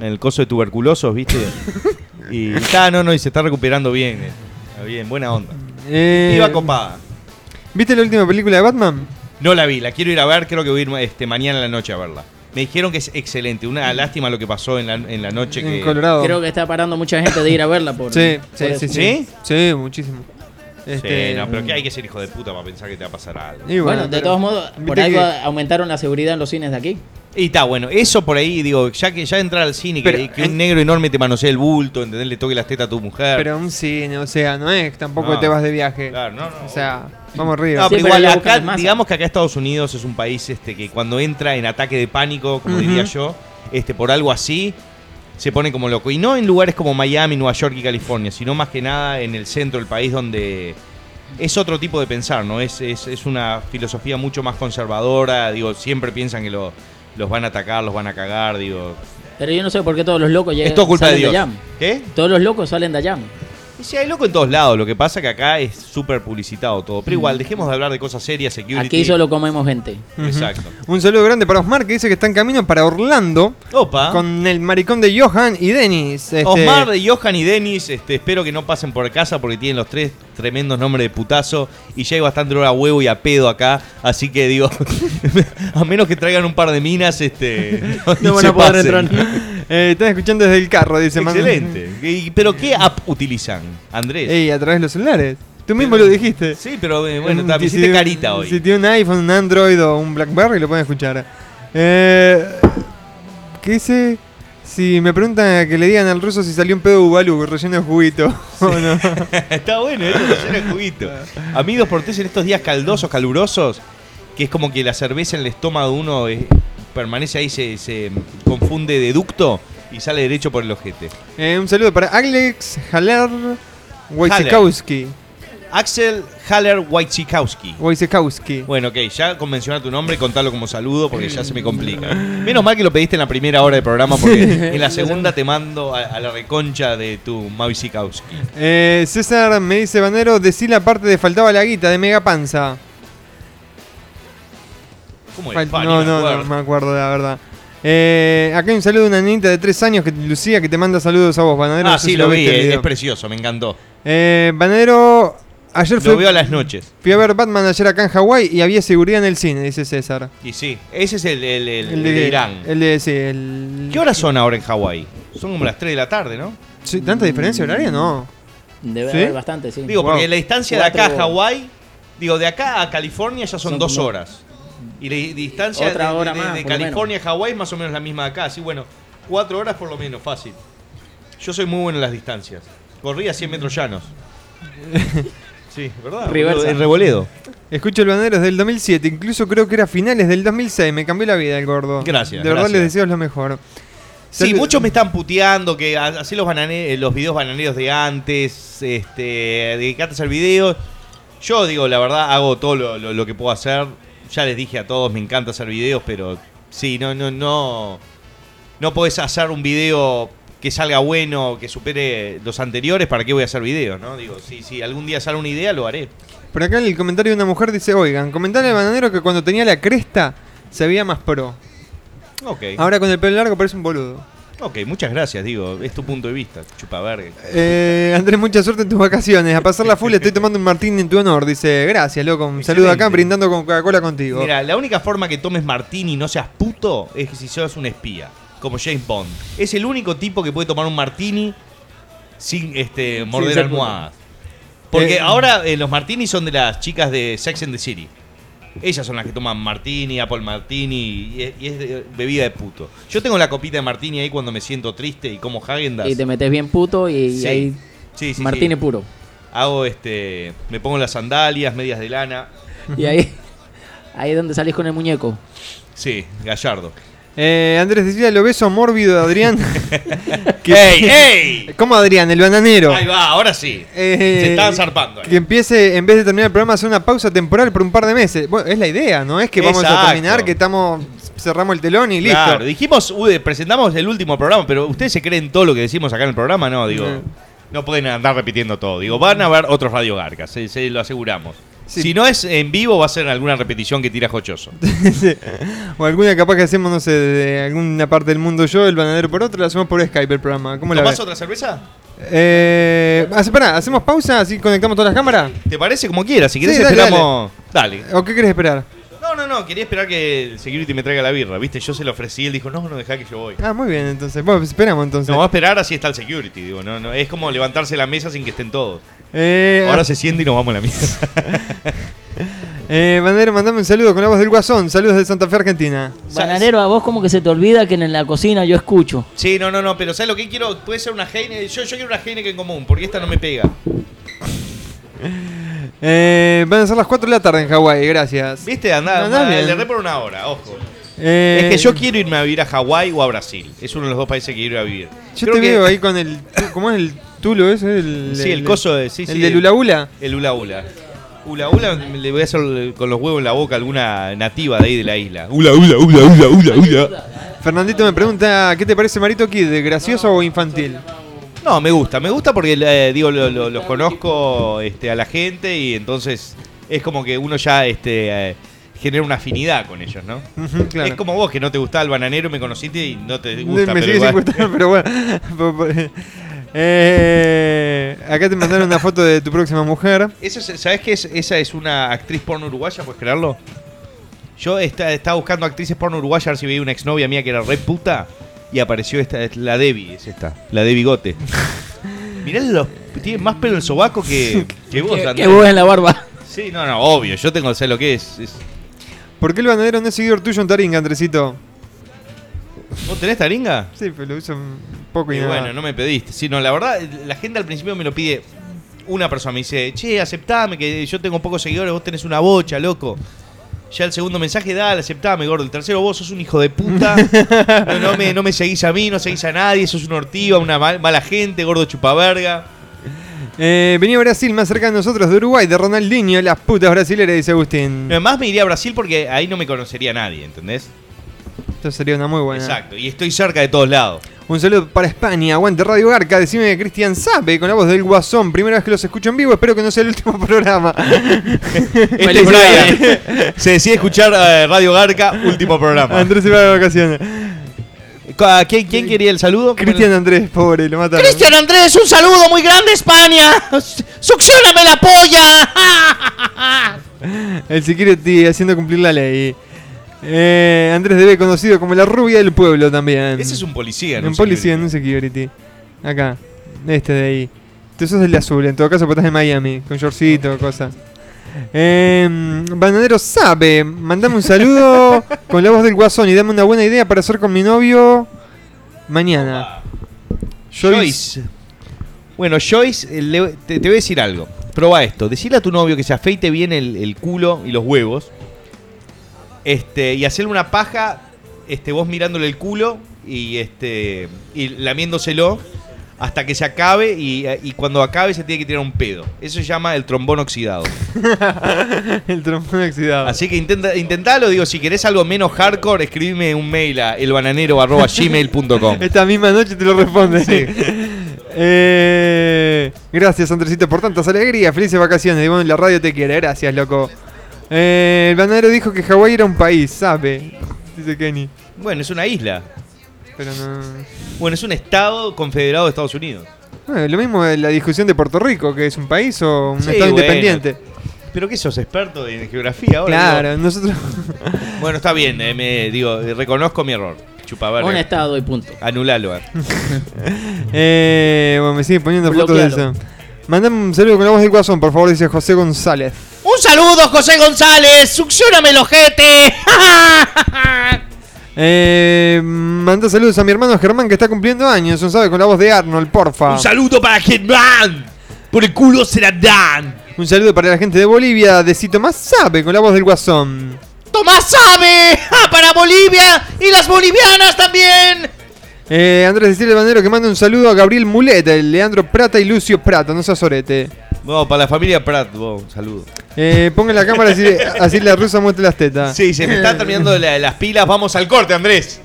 Speaker 3: En el coso de tuberculosos, viste. Y está, no, no, y se está recuperando bien. eh. Está bien, buena onda.
Speaker 4: Eh,
Speaker 3: Iba copada.
Speaker 4: ¿Viste la última película de Batman?
Speaker 3: No la vi, la quiero ir a ver, creo que voy a ir este, mañana en la noche a verla. Me dijeron que es excelente, una lástima lo que pasó en la, en la noche que...
Speaker 4: En Colorado.
Speaker 6: Creo que está parando mucha gente de ir a verla por.
Speaker 4: Sí,
Speaker 6: por
Speaker 4: sí,
Speaker 6: eso.
Speaker 4: sí, sí.
Speaker 3: ¿Sí?
Speaker 4: Sí, muchísimo.
Speaker 3: Sí,
Speaker 4: Este,
Speaker 3: no, pero que hay que ser hijo de puta para pensar que te va a pasar algo.
Speaker 4: y
Speaker 6: Bueno, de
Speaker 4: pero-
Speaker 6: todos modos, por
Speaker 4: viste
Speaker 6: algo
Speaker 4: que-
Speaker 6: aumentaron la seguridad en los cines de aquí.
Speaker 3: Y está, bueno, eso por ahí, digo, ya que ya entrar al cine, y que,
Speaker 4: Pero,
Speaker 3: que
Speaker 4: eh.
Speaker 3: un negro enorme te manosee el bulto, entender, le toque las tetas a tu mujer.
Speaker 4: Pero un cine, o sea, no es que tampoco
Speaker 3: No.
Speaker 4: te vas de viaje.
Speaker 3: Claro, no, no.
Speaker 4: O sea, vamos arriba.
Speaker 3: No,
Speaker 6: Sí,
Speaker 3: pero
Speaker 6: pero
Speaker 3: igual,
Speaker 6: le buscan
Speaker 3: acá,
Speaker 6: las masas.
Speaker 3: digamos que acá Estados Unidos es un país este, que cuando entra en ataque de pánico, como diría
Speaker 4: Ujú.
Speaker 3: yo, este, por algo así, se pone como loco. Y no en lugares como Miami, Nueva York y California, sino más que nada en el centro del país donde es otro tipo de pensar, ¿no? Es, es, es una filosofía mucho más conservadora, digo, siempre piensan que lo- los van a atacar, los van a cagar, digo.
Speaker 6: Pero yo no sé por qué todos los locos llegan.
Speaker 3: es todo culpa de
Speaker 6: salen
Speaker 3: Dios.
Speaker 6: allá.
Speaker 3: ¿Qué?
Speaker 6: Todos los locos salen de allá.
Speaker 3: Y si hay loco en todos lados, lo que pasa que acá es súper publicitado todo. Pero igual, dejemos de hablar de cosas serias, security.
Speaker 6: Aquí solo comemos gente.
Speaker 3: Exacto.
Speaker 4: Un saludo grande para Osmar que dice que está en camino para Orlando
Speaker 3: Opa.
Speaker 4: con el maricón de Johan y Denis. Este,
Speaker 3: Osmar, Johan y Denis, este, espero que no pasen por casa porque tienen los tres tremendos nombres de putazo y ya hay bastante olor a huevo y a pedo acá, así que digo, a menos que traigan un par de minas, este,
Speaker 6: No van
Speaker 3: se
Speaker 6: a poder
Speaker 3: pasen.
Speaker 6: entrar.
Speaker 4: eh, están escuchando desde el carro, dice manda-
Speaker 3: Excelente. Y- pero qué app utilizan, Andrés?
Speaker 4: Ey, a través de los celulares. Tú mismo lo dijiste.
Speaker 3: Sí, pero eh, bueno,
Speaker 4: Mm,
Speaker 3: también
Speaker 4: este, si
Speaker 3: hiciste
Speaker 4: tiene-
Speaker 3: carita hoy.
Speaker 4: Si tiene un iPhone, un Android o un Blackberry, lo pueden escuchar. Eh, ¿Qué dice? Si me preguntan que le digan al ruso si salió un pedo de Ubalú relleno de juguito. o no.
Speaker 3: Está bueno, ¿eh? eso relleno de juguito. Amigos porteños, en estos días caldosos, calurosos, que es como que la cerveza en el estómago de uno eh, permanece ahí, se, se confunde de ducto y sale derecho por el ojete.
Speaker 4: Eh, un saludo para Alex Haller Wojciechowski.
Speaker 3: Axel Haller Wojcikowski.
Speaker 4: Wojciechowski.
Speaker 3: Bueno, ok, ya con mencionar tu nombre, contalo como saludo porque ya se me complica. Menos mal que lo pediste en la primera hora del programa porque en la segunda te mando a, a la reconcha de tu Mausikowski.
Speaker 4: Eh, César me dice, Banero, decí la parte de faltaba la guita de Mega Panza.
Speaker 3: ¿Cómo
Speaker 4: Fal-
Speaker 3: es? Pa, ni
Speaker 4: no,
Speaker 3: me
Speaker 4: no,
Speaker 3: acuerdo.
Speaker 4: no me acuerdo, la verdad. Eh, acá hay un saludo de una niñita de 3 años, que, Lucía, que te manda saludos a vos, Banadero.
Speaker 3: Ah,
Speaker 4: no sé
Speaker 3: sí,
Speaker 4: si
Speaker 3: lo vi,
Speaker 4: viste el
Speaker 3: es, es
Speaker 4: video.
Speaker 3: precioso, me encantó.
Speaker 4: Eh, Banadero, ayer
Speaker 3: Lo
Speaker 4: fui,
Speaker 3: veo a las noches.
Speaker 4: fui a ver Batman ayer acá en Hawái y había seguridad en el cine, dice César.
Speaker 3: Y sí, ese es el, el- el- el de Irán.
Speaker 4: El de, sí, el...
Speaker 3: ¿Qué horas son ahora en Hawái? Son como las 3 de la tarde, ¿no?
Speaker 4: Sí, ¿Tanta diferencia horaria? No.
Speaker 6: Debe
Speaker 4: ¿Sí?
Speaker 6: haber bastante, sí.
Speaker 3: Digo,
Speaker 4: Wow.
Speaker 3: porque la distancia de acá a
Speaker 6: Cuatro-
Speaker 3: Hawái, digo, de acá a California ya son,
Speaker 6: Son
Speaker 3: dos
Speaker 6: como-
Speaker 3: horas. Y la di- distancia
Speaker 6: Otra
Speaker 3: de, de-
Speaker 6: hora
Speaker 3: de-
Speaker 6: más,
Speaker 3: de
Speaker 6: por lo
Speaker 3: California a Hawái es más o menos la misma de acá. Así, bueno, cuatro horas por lo menos, fácil. Yo soy muy bueno en las distancias. Corrí a 100 metros llanos. sí, ¿verdad?
Speaker 6: Reversa.
Speaker 3: En Ah, Reboledo.
Speaker 4: Escucho el Banadero desde el 2007, incluso creo que era finales del 2006, me cambió la vida el gordo.
Speaker 3: Gracias,
Speaker 4: De verdad
Speaker 3: gracias.
Speaker 4: les deseo lo mejor.
Speaker 3: Sí,
Speaker 4: Salud-
Speaker 3: muchos me están puteando que ha- hacé los, banane- eh, los videos bananeros de antes, este, dedicate a hacer videos. Yo digo, la verdad, hago todo lo, lo- lo que puedo hacer. Ya les dije a todos, me encanta hacer videos, pero sí, no, no, no. No podés hacer un video que salga bueno, que supere los anteriores, ¿para qué voy a hacer videos, no? Digo, sí, sí, algún día sale una idea, lo haré.
Speaker 4: Por acá el comentario de una mujer dice, oigan, comentale al bananero que cuando tenía la cresta se veía más pro.
Speaker 3: Ok,
Speaker 4: Ahora con el pelo largo parece un boludo.
Speaker 3: ok, muchas gracias, digo, es tu punto de vista, chupaverga.
Speaker 4: Eh, Andrés, mucha suerte en tus vacaciones. A pasarla full estoy tomando un martín en tu honor. Dice, gracias, loco. Un saludo
Speaker 3: Excelente.
Speaker 4: acá brindando con Coca-Cola contigo.
Speaker 3: Mira, la única forma que tomes Martín y no seas puto es que si sos un espía, como James Bond. Es el único tipo que puede tomar un martini sin este morder
Speaker 6: ser
Speaker 3: almohadas. Porque
Speaker 4: Eh,
Speaker 3: ahora eh, los martinis son de las chicas de Sex and the City. Ellas son las que toman martini, apple martini y es, y es de- bebida de puto. Yo tengo la copita de martini ahí cuando me siento triste y como Häagen-Dazs.
Speaker 6: Y te metes bien puto y
Speaker 3: Sí.
Speaker 6: ahí
Speaker 3: Sí, sí, sí.
Speaker 6: Martínez puro.
Speaker 3: Hago este, me pongo las sandalias, medias de lana.
Speaker 6: Y ahí ahí es donde salís con el muñeco.
Speaker 3: Sí, Gallardo.
Speaker 4: Eh, Andrés, decía el obeso mórbido de Adrián.
Speaker 3: ¡Ey, ey!
Speaker 4: ¿Cómo Adrián? El bananero.
Speaker 3: Ahí va, ahora sí.
Speaker 4: Eh,
Speaker 3: Se estaban zarpando. ahí.
Speaker 4: Que empiece, en vez de terminar el programa, hacer una pausa temporal por un par de meses. Bueno, es la idea, ¿no? Es que vamos a
Speaker 3: Exacto.
Speaker 4: terminar, que estamos cerramos el telón y listo.
Speaker 3: Claro, dijimos, uy, presentamos el último programa, pero ustedes se creen todo lo que decimos acá en el programa, no, digo.
Speaker 4: No.
Speaker 3: No pueden andar repitiendo todo. Digo, van a haber otros Radio Garcas, se, se lo aseguramos.
Speaker 4: Sí.
Speaker 3: Si no es en vivo, va a ser en alguna repetición que tira Jochoso.
Speaker 4: O alguna capaz que hacemos, no sé, de alguna parte del mundo yo, el bananero por otro, la hacemos por Skype el programa. ¿Cómo la
Speaker 3: ¿Tomás
Speaker 4: ves?
Speaker 3: otra cerveza?
Speaker 4: Eh, hace- pará, ¿hacemos pausa? ¿Así conectamos todas las cámaras?
Speaker 3: ¿Te parece? Como quieras. Si querés,
Speaker 4: Sí, dale,
Speaker 3: esperamos. Dale.
Speaker 4: ¿O qué querés esperar?
Speaker 3: No, no, no. Quería esperar que el security me traiga la birra, ¿viste? Yo se lo ofrecí. Él dijo, no, no, dejá que yo voy.
Speaker 4: Ah, muy bien, entonces. Bueno, pues esperamos entonces.
Speaker 3: No, va a esperar así está el security. Digo, no, no. Es como levantarse de la mesa sin que estén todos.
Speaker 4: Eh,
Speaker 3: Ahora se siente y nos vamos a la mesa.
Speaker 4: eh, bananero, mandame un saludo con la voz del Guasón. Saludos de Santa Fe, Argentina.
Speaker 6: Bananero, a vos como que se te olvida que en la cocina yo escucho.
Speaker 3: Sí, no, no, no, pero ¿sabes lo que quiero? Puede ser una Heine. Yo, yo quiero una Heineken en común, porque esta no me pega.
Speaker 4: Eh, van a ser las 4 de la tarde en Hawái, gracias.
Speaker 3: ¿Viste? Andá,
Speaker 4: No,
Speaker 3: andá,
Speaker 4: dale.
Speaker 3: eh, le erré por una hora, ojo.
Speaker 4: Eh,
Speaker 3: es que yo quiero irme a vivir a Hawái o a Brasil. Es uno de los dos países que quiero ir a vivir.
Speaker 4: Yo
Speaker 3: Creo
Speaker 4: te
Speaker 3: que-
Speaker 4: veo ahí con el. ¿Cómo es el tulo ese? El,
Speaker 3: Sí, el coso de- sí,
Speaker 4: el
Speaker 3: sí,
Speaker 4: de
Speaker 3: el-
Speaker 4: Lula Ula.
Speaker 3: El hula hula. Hula hula, le voy a hacer con los huevos en la boca a alguna nativa de ahí de la isla. Hula hula hula hula hula hula.
Speaker 4: Fernandito me pregunta, ¿qué te parece Marito Kid? ¿Gracioso o infantil?
Speaker 3: No, me gusta, me gusta porque eh, digo, lo- lo- los conozco este, a la gente y entonces es como que uno ya este, eh, genera una afinidad con ellos, ¿no?
Speaker 4: Ujú, claro.
Speaker 3: Es como vos que no te gustaba el bananero, me conociste y no te gusta.
Speaker 4: me
Speaker 3: pero
Speaker 4: sigue
Speaker 3: igual.
Speaker 4: sin gustar, pero bueno. Po- po- Eh, acá te mandaron una foto de tu próxima mujer.
Speaker 3: Eso es- ¿Sabés que es- esa es una actriz porno uruguaya? ¿Puedes creerlo? Yo esta- estaba buscando actrices porno uruguayas a ver si veía una exnovia mía que era re puta y apareció esta, es la Debbie, es esta, la Debbie Gote. Mirá, los, tiene más pelo en el sobaco que, que vos,
Speaker 6: Que,
Speaker 3: Andrés.
Speaker 6: que vos en la barba.
Speaker 3: Sí, no, no, obvio, yo tengo que saber lo que es. es-
Speaker 4: ¿Por qué el banadero no es seguidor tuyo en Taringa, Andresito?
Speaker 3: ¿Vos tenés taringa?
Speaker 4: Sí, pero lo uso un poco y,
Speaker 3: Y
Speaker 4: nada.
Speaker 3: bueno, no me pediste. Sí, no, la verdad, la gente al principio me lo pide. Una persona me dice, che, aceptame, que yo tengo pocos seguidores, vos tenés una bocha, loco. Ya el segundo mensaje, dale, aceptame, gordo. El tercero, vos sos un hijo de puta. No, no me, no me seguís a mí, no seguís a nadie, sos una ortiva, una mal- mala gente, gordo chupaverga.
Speaker 4: Eh, venía a Brasil, más cerca de nosotros, de Uruguay, de Ronaldinho, las putas brasileras, dice Agustín.
Speaker 3: Además, me iría a Brasil porque ahí no me conocería nadie, ¿entendés?
Speaker 4: Esto sería una muy buena.
Speaker 3: Exacto, y estoy cerca de todos lados.
Speaker 4: Un saludo para España, aguante Radio Garca, decime que Cristian sabe con la voz del Guasón, primera vez que los escucho en vivo, espero que no sea el último programa.
Speaker 3: Este es Brian. Se decide escuchar eh, Radio Garca, último programa.
Speaker 4: Andrés se va de vacaciones.
Speaker 3: ¿A quién, quién quería el saludo?
Speaker 4: Cristian Andrés, pobre, lo mataron.
Speaker 11: Cristian Andrés, un saludo muy grande, España. Succioname la polla.
Speaker 4: El security haciendo cumplir la ley. Eh, Andrés debe conocido como la rubia del pueblo también.
Speaker 3: Ese es un policía, ¿no?
Speaker 4: Un policía en un security. Acá, este de ahí. Tú sos del azul, en todo caso, porque estás en Miami, con shortcito, cosas. Eh, Bananero sabe, mandame un saludo con la voz del guasón y dame una buena idea para hacer con mi novio mañana.
Speaker 3: Joyce. Bueno, Joyce, eh, le- te, te voy a decir algo. Proba esto. Decirle a tu novio que se afeite bien el, el culo y los huevos. Este, y hacerle una paja, este, vos mirándole el culo y este. y lamiéndoselo hasta que se acabe y, y cuando acabe se tiene que tirar un pedo. Eso se llama el trombón oxidado.
Speaker 4: el trombón oxidado.
Speaker 3: Así que intenta, intentalo, digo, si querés algo menos hardcore, escribime un mail a elbananero.gmail.com.
Speaker 4: Esta misma noche te lo responde.
Speaker 3: Sí.
Speaker 4: Eh, gracias, Andresito, por tantas alegrías. Felices vacaciones. Y bueno, la radio te quiere. Gracias, loco. Eh, el bananero dijo que Hawái era un país, sabe. Dice Kenny.
Speaker 3: Bueno, es una isla.
Speaker 4: Pero no.
Speaker 3: Bueno, es un estado confederado de Estados Unidos.
Speaker 4: Bueno, eh, lo mismo de la discusión de Puerto Rico, que es un país o un
Speaker 3: Sí,
Speaker 4: estado
Speaker 3: bueno.
Speaker 4: independiente.
Speaker 3: Pero que sos experto en geografía ahora.
Speaker 4: Claro, nosotros.
Speaker 3: digo. Bueno, está bien, eh, me, digo, eh, reconozco mi error.
Speaker 13: Un
Speaker 3: Chupaverga.
Speaker 13: estado y punto.
Speaker 3: Anulalo. eh.
Speaker 4: eh, bueno, me sigue poniendo fotos de eso.
Speaker 13: Bloquealo.
Speaker 4: Mandame un saludo con la voz del guasón, por favor, dice José González.
Speaker 11: Un saludo, José González. Succioname el ojete.
Speaker 4: Eh, manda saludos a mi hermano Germán que está cumpliendo años, un sabe con la voz de Arnold, porfa.
Speaker 11: Un saludo para Germán. Por el culo se la dan.
Speaker 4: Un saludo para la gente de Bolivia, de Cito Más Sabe, con la voz del Guasón.
Speaker 11: Tomás sabe. ¡Ah, Para Bolivia y las bolivianas también.
Speaker 4: Eh, Andrés Cecilia Bandero que manda un saludo a Gabriel Muleta, el Leandro Prata y Lucio Prata, no seas orete.
Speaker 3: Bueno, para la familia Pratt, vos, un saludo.
Speaker 4: Eh, ponga la cámara así, así la rusa muestra las tetas.
Speaker 3: Sí, se me están terminando la- las pilas. Vamos al corte, Andrés.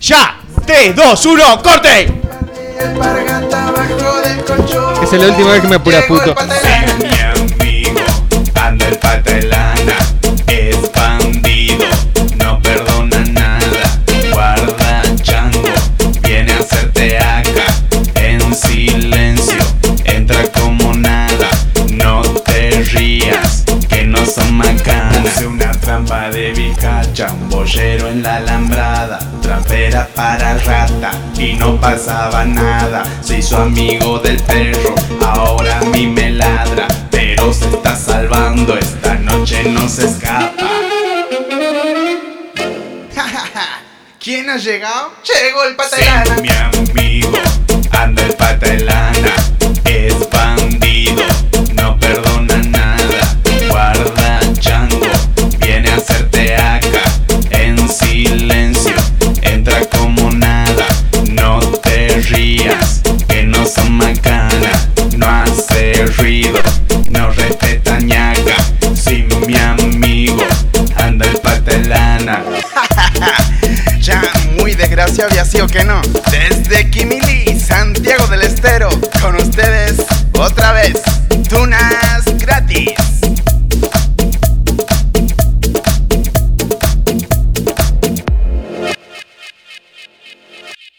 Speaker 3: ¡Ya! 3, 2, 1, corte.
Speaker 14: Alpargata abajo del colchón.
Speaker 4: Esa es la última vez que me apuras,
Speaker 14: Llegó el
Speaker 4: puto.
Speaker 14: patelán.
Speaker 15: Mi amigo, anda el patelana, es bandido, no perdona nada, guarda chango, viene a hacerte acá, en silencio, entra como nada, no te rías, que no son macanas. Hace una trampa de bicacha, un bollero en la alambrada, trampera para el rata, y no pasaba nada, se hizo amigo del perro, ahora a mí me ladra, pero se está salvando, esta noche no se escapa.
Speaker 14: ¿Quién ha llegado? Llegó el
Speaker 15: Sí,
Speaker 14: patelana.
Speaker 15: mi amigo, anda el patelana, es bandido, no perdona nada, guarda chango, viene a hacerte acá, en silencio, entra como nada, no te rías, que no son macanas, no hace ruido, no respeta ñaca, si mi amigo, anda el patelana.
Speaker 14: Ya muy desgraciado había sido que no. Desde Kimili, Santiago del Estero, con ustedes otra vez, Tunas gratis.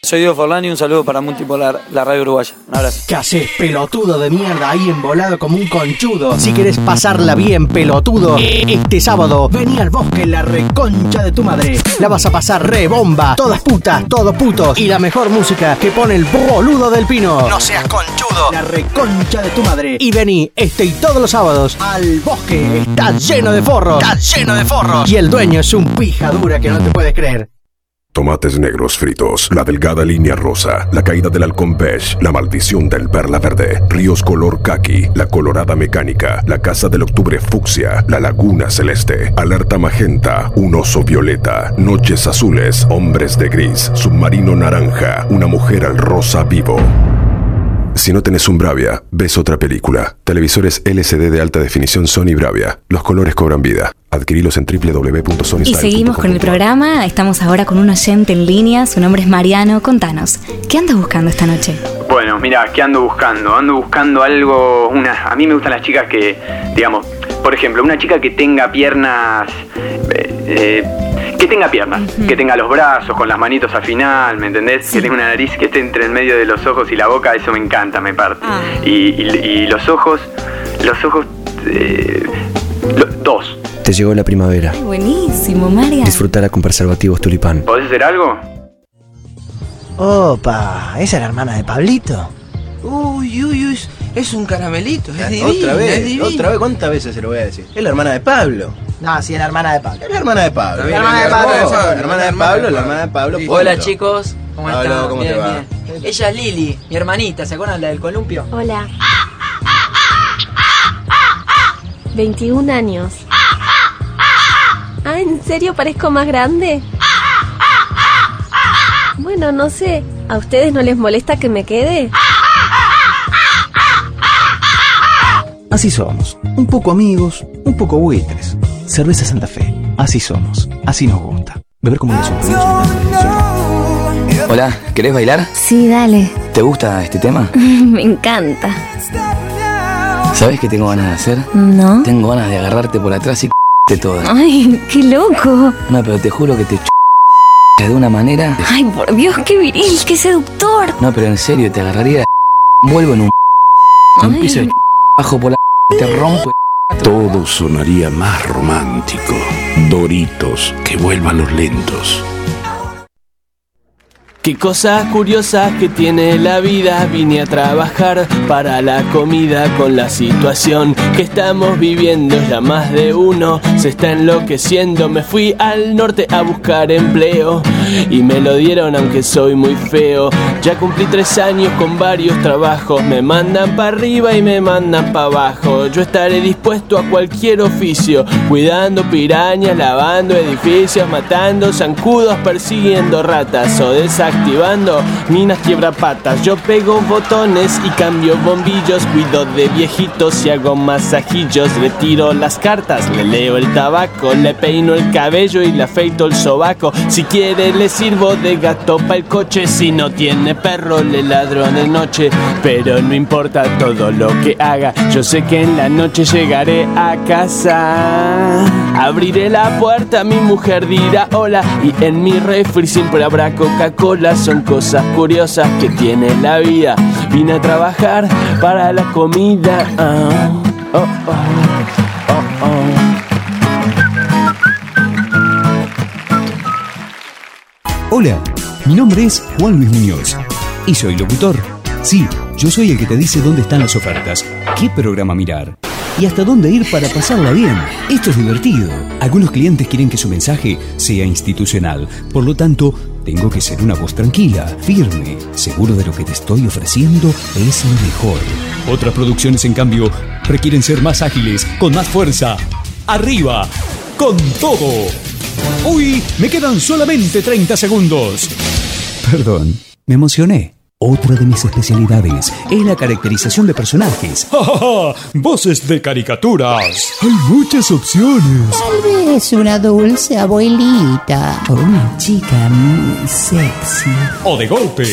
Speaker 16: Soy Diego Forlán y un saludo para Multipolar, la radio uruguaya. Un abrazo.
Speaker 9: ¿Qué haces, pelotudo de mierda, ahí embolado como un conchudo? Si querés pasarla bien, pelotudo, este sábado vení al bosque en la reconcha de tu madre. La vas a pasar re bomba, todas putas, todos putos y la mejor música que pone el boludo del pino. No seas conchudo, la reconcha de tu madre. Y vení este y todos los sábados al bosque. Está lleno de forros, está lleno de forros. Y el dueño es un pijadura que no te puedes creer.
Speaker 17: tomates negros fritos, la delgada línea rosa, la caída del halcón beige, la maldición del perla verde, ríos color caqui, la colorada mecánica, la casa del octubre fucsia, la laguna celeste, alerta magenta, un oso violeta, noches azules, hombres de gris, submarino naranja, una mujer al rosa vivo. Si no tenés un Bravia, ves otra película. Televisores LCD de alta definición Sony Bravia. Los colores cobran vida. Adquirilos en
Speaker 18: Y
Speaker 17: www.sonystyles.com.
Speaker 18: seguimos con el programa. Estamos ahora con un oyente en línea. Su nombre es Mariano. Contanos, ¿qué andas buscando esta noche?
Speaker 19: Bueno, mira, ¿qué ando buscando? Ando buscando algo, una, a mí me gustan las chicas que, digamos, por ejemplo, una chica que tenga piernas, eh, eh, que tenga piernas, que tenga los brazos con las manitos al final, ¿me entendés? Que tenga una nariz que esté entre el medio de los ojos y la boca, eso me encanta, me parte. Y, y- y los ojos, los ojos, eh, lo- dos.
Speaker 20: Te llegó la primavera.
Speaker 18: Buenísimo, Marian.
Speaker 20: Disfrutala con preservativos tulipán.
Speaker 19: ¿Podés hacer algo?
Speaker 6: Opa, esa es la hermana de Pablito.
Speaker 21: Uy, uy, uy, es un caramelito, es divino,
Speaker 22: otra
Speaker 21: es
Speaker 22: vez,
Speaker 21: divino.
Speaker 22: otra vez, ¿cuántas veces se lo voy a decir? Es la hermana de Pablo.
Speaker 6: No, sí, es la hermana de Pablo.
Speaker 22: Es la hermana de Pablo.
Speaker 21: Está bien, La hermana de Pablo,
Speaker 22: hermoso.
Speaker 21: Pablo.
Speaker 22: La hermana de Pablo, la hermana de Pablo. punto.
Speaker 21: Hola chicos, ¿cómo
Speaker 22: Pablo,
Speaker 21: están?
Speaker 22: ¿cómo
Speaker 21: Ah, Bien,
Speaker 22: te va?
Speaker 21: bien. Ella es Lili, mi hermanita, ¿se acuerdan la del columpio?
Speaker 23: Hola. 21 años. Ah, ¿en serio parezco más grande? Bueno, no sé. ¿A ustedes no les molesta que me quede?
Speaker 24: Así somos. Un poco amigos, un poco buitres. Cerveza Santa Fe. Así somos. Así nos gusta. Beber como los otros.
Speaker 16: Hola, ¿querés bailar?
Speaker 18: Sí, dale.
Speaker 16: ¿Te gusta este tema?
Speaker 18: Me encanta.
Speaker 16: ¿Sabes qué tengo ganas de hacer?
Speaker 23: ¿Ah?
Speaker 18: ¿No?
Speaker 16: Tengo ganas de agarrarte por atrás y de todo.
Speaker 18: Ay, qué loco.
Speaker 16: No, pero te juro que te de una manera.
Speaker 18: Ay, por Dios, qué viril, qué seductor.
Speaker 16: No, pero en serio, te agarraría. Vuelvo en un.
Speaker 18: Ay.
Speaker 16: en un piso de bajo por la. Te rompo.
Speaker 25: Todo sonaría más romántico. Doritos, que vuelvan los lentos.
Speaker 10: Qué cosas curiosas que tiene la vida, vine a trabajar para la comida con la situación que estamos viviendo, ya más de uno se está enloqueciendo, me fui al norte a buscar empleo y me lo dieron aunque soy muy feo, ya cumplí tres años con varios trabajos, me mandan para arriba y me mandan para abajo, yo estaré dispuesto a cualquier oficio, cuidando pirañas, lavando edificios, matando zancudos, persiguiendo ratas o desactivando minas quiebra patas. Yo pego botones y cambio bombillos, cuido de viejitos y hago masajillos, retiro las cartas, le leo el tabaco, le peino el cabello y le afeito el sobaco. Si quiere le sirvo de gato para el coche, si no tiene perro le ladro de noche, pero no importa todo lo que haga, yo sé que en la noche llegaré a casa. Abriré la puerta, mi mujer dirá hola y en mi refri siempre habrá Coca-Cola, son cosas curiosas que tiene la vida. Vine a trabajar para la comida. Ah, oh, oh, oh, oh.
Speaker 26: Hola, mi nombre es Juan Luis Muñoz y soy locutor. Sí, yo soy el que te dice dónde están las ofertas, qué programa mirar y hasta dónde ir para pasarla bien. Esto es divertido. Algunos clientes quieren que su mensaje sea institucional, por lo tanto, tengo que ser una voz tranquila, firme, seguro de lo que te estoy ofreciendo es lo mejor. Otras producciones, en cambio, requieren ser más ágiles, con más fuerza. Arriba, con todo. Uy, me quedan solamente 30 segundos. Perdón, me emocioné. Otra de mis especialidades es la caracterización de personajes. ¡Ja, ja, ja! voces de caricaturas! Hay muchas opciones.
Speaker 27: Tal vez una dulce abuelita. O una chica muy sexy.
Speaker 26: O de golpe,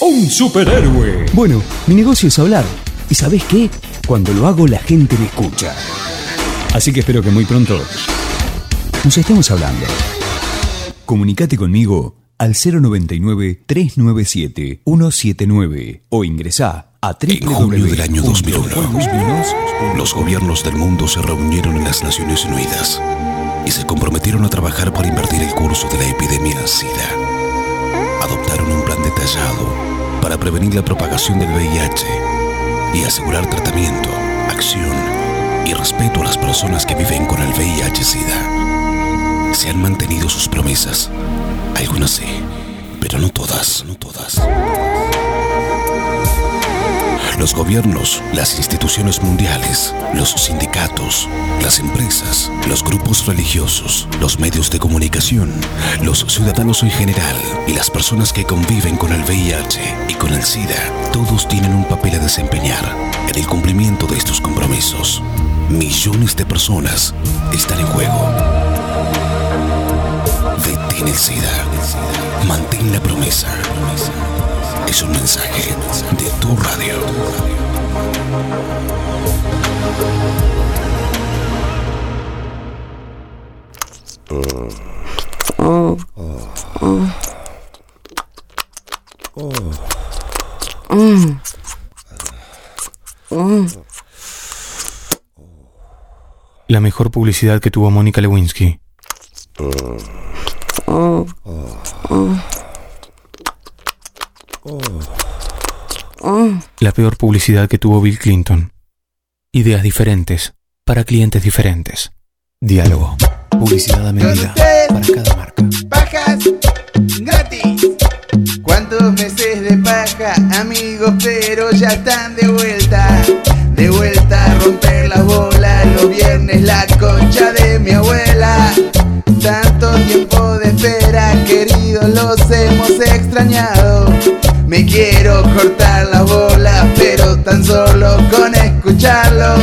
Speaker 26: un superhéroe. Bueno, mi negocio es hablar. ¿Y sabes qué? Cuando lo hago la gente me escucha. Así que espero que muy pronto nos estemos hablando. Comunicate conmigo al 099-397-179 o ingresá a
Speaker 25: En junio del año
Speaker 26: www.juanluismunoz.com.
Speaker 25: 2001, los gobiernos del mundo se reunieron en las Naciones Unidas y se comprometieron a trabajar para invertir el curso de la epidemia SIDA. Adoptaron un plan detallado para prevenir la propagación del VIH y asegurar tratamiento, acción y respeto a las personas que viven con el VIH-SIDA. Se han mantenido sus promesas Algunas sí, pero no todas, no todas. Los gobiernos, las instituciones mundiales, los sindicatos, las empresas, los grupos religiosos, los medios de comunicación, los ciudadanos en general y las personas que conviven con el VIH y con el SIDA, todos tienen un papel a desempeñar en el cumplimiento de estos compromisos. Millones de personas están en juego. Detén el SIDA. Mantén la promesa. Es un mensaje de tu radio.
Speaker 1: Oh. Oh. Mm. Mm.
Speaker 8: La mejor publicidad que tuvo Mónica Lewinsky.
Speaker 1: Oh. Oh. Oh.
Speaker 8: La peor publicidad que tuvo Bill Clinton. Ideas diferentes, para clientes diferentes. Diálogo. Publicidad a medida.
Speaker 14: para cada marca. Pajas gratis. ¿Cuántos meses de paja, amigos? Pero ya están de vuelta. De vuelta a romper las bolas. Los viernes la concha de mi abuela. Tanto tiempo de espera, queridos, los hemos extrañado. Me quiero cortar las bolas, pero tan solo con escucharlos.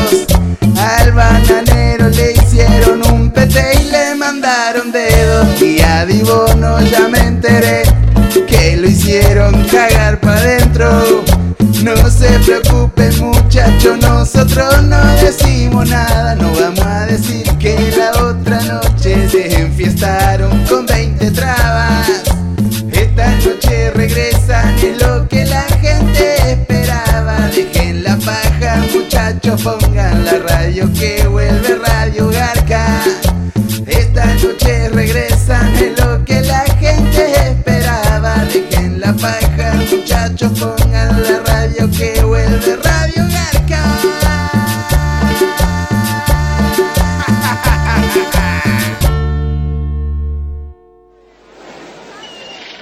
Speaker 14: Al bananero le hicieron un pete y le mandaron dedos. Y a Dibono ya me enteré que lo hicieron cagar para adentro. No se preocupen muchachos, nosotros no decimos nada, no vamos a decir que la otra noche se enfiestaron con 20 trabas. Esta noche regresan es lo que la gente esperaba. Dejen la paja, muchachos, pongan la radio que vuelve Radio Garca. Esta noche regresan es lo que la gente esperaba. Dejen la paja, muchachos, pongan la radio que vuelve Radio Garca.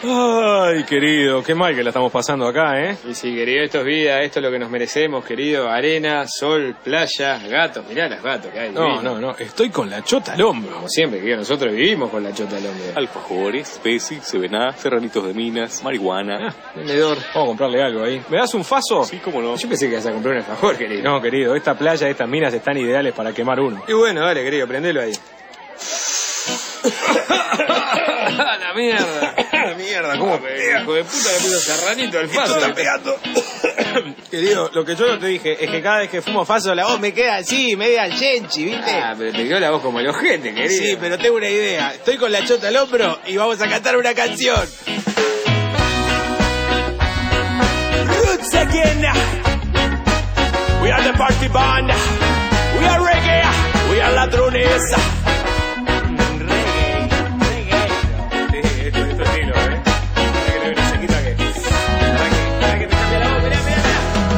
Speaker 28: Ay, querido, qué mal que la estamos pasando acá, ¿eh? Y sí, querido, esto es vida, esto es lo que nos merecemos, querido. Arena, sol, playa, gatos, mirá las gatos que hay. No, divinos. no, no, estoy con la chota al hombro. Como siempre, querido, nosotros vivimos con la chota al hombro.
Speaker 29: Alfajores, Pesi, Sevená, Serranitos de Minas, marihuana.
Speaker 28: Ah, Vendedor, vamos a comprarle algo ahí. ¿Me das un faso? Sí, cómo no. Yo pensé que ibas a comprar un alfajor, querido. No, querido, esta playa, estas minas están ideales para quemar uno. Y bueno, dale, querido, prendelo ahí. ¡A Ah, la mierda! ¡A la mierda! ¿Cómo pega? Hijo de puta le puso serranito al faso. está pegando. Querido, lo que yo no te dije es que cada vez que fumo faso la voz me queda así, media al yenchi, ¿viste? Ah, pero te quedó la voz como el ojete, querido. Ah, Sí, pero tengo una idea. Estoy con la chota al hombro y vamos a cantar una canción.
Speaker 9: Roots again. We are the party band. We are reggae. We are ladrones.
Speaker 28: ¿eh?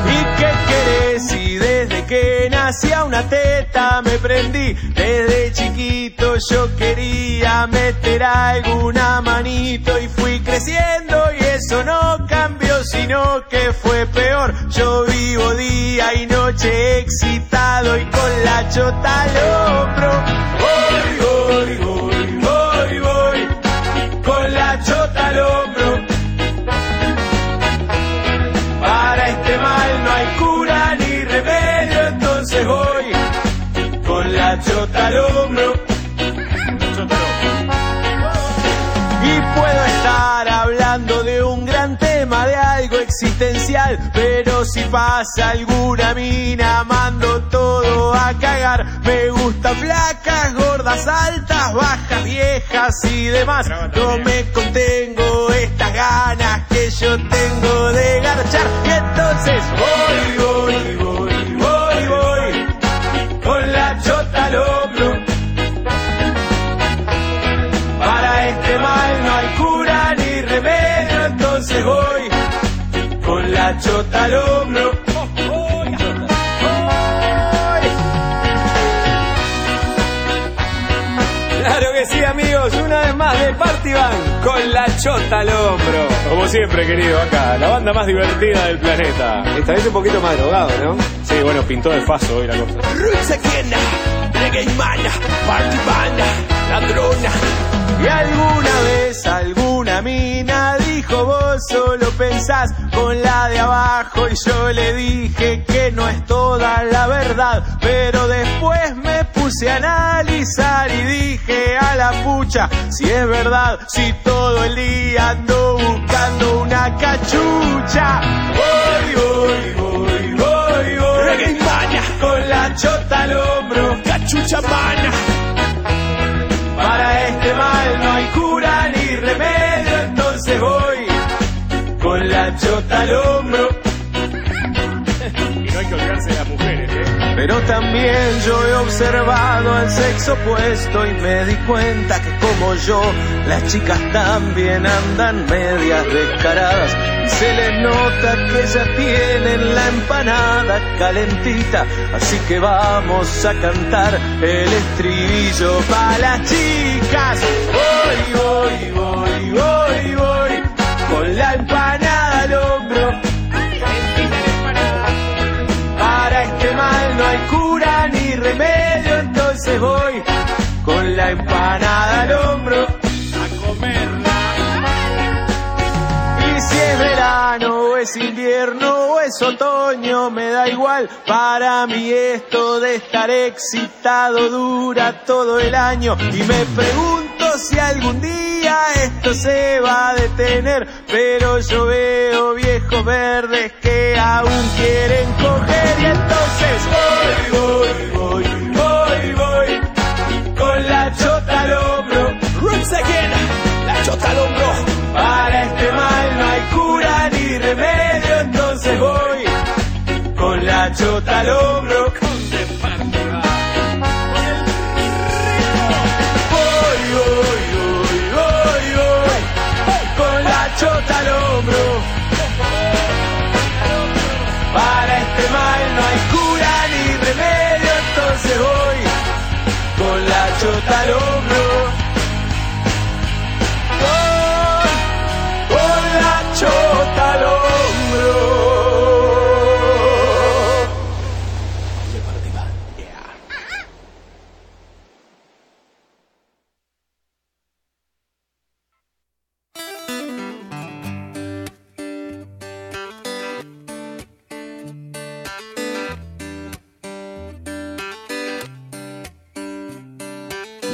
Speaker 9: ¿Y qué querés? Y desde que nací a una teta me prendí. Desde chiquito yo quería meter alguna manito y fui creciendo y eso no cambió, sino que fue peor. Yo vivo día y noche excitado y con la chota al hombro. Voy, voy, voy, voy, voy, con la chota al hombro. Para este mal no hay cura ni remedio, entonces voy con la chota al hombro. Y puedo estar hablando de un gran tema, de algo existencial, pero si pasa alguna mina, mando todo a cagar. Me gusta flacas, gordas, altas, bajas, viejas y demás. No me contengo estas ganas que yo tengo de garchar. Y entonces voy, voy, voy, voy, voy, con la chota al hombro. Para este mal no hay cura ni remedio, entonces voy con la chota al hombro. Voy. Claro que que sí, amigos, una vez más de Party Band, con la chota al hombro. Como siempre, querido, acá, la banda más divertida del planeta. Esta vez un poquito más drogado, ¿no? Sí, bueno, pintó de paso hoy la cosa.
Speaker 30: Roots ajena, reggae mana, party banda, ladrona.
Speaker 9: Y alguna vez alguna mina dijo vos solo pensás con la de abajo y yo le dije que no es toda la verdad, pero después me puse a analizar y dije a la pucha si es verdad, si todo el día ando buscando una cachucha. Voy, voy, voy, voy, voy.
Speaker 30: Reggae mana.
Speaker 9: con la chota al hombro,
Speaker 30: Cachucha mana,
Speaker 9: para este mal no hay cura ni remedio, entonces voy con la chota al hombro.
Speaker 29: Y no hay que olvidarse de las mujeres, ¿eh?
Speaker 9: Pero también yo he observado al sexo opuesto y me di cuenta que como yo, las chicas también andan medias descaradas. Y se les nota que ya tienen la empanada calentita, así que vamos a cantar el estribillo para las chicas. Voy, voy, voy, voy, voy, con la empanada al hombro. Para este mal no hay cura ni remedio, entonces voy con la empanada al hombro a comerla. Y si es verano o es invierno o es otoño, me da igual. Para mí esto de estar excitado dura todo el año y me pregunto si algún día esto se va a detener, pero yo veo viejos verdes que aún quieren coger y entonces voy, voy, voy, voy, voy con la chota al hombro. Roots again, la chota al hombro. Para este mal no hay cura ni remedio, entonces voy con la chota al hombro. Voy, voy, voy, voy, voy, con la chota al hombro. Para este mal no hay cura ni remedio, entonces voy con la chota al hombro. Voy con la chota al hombro.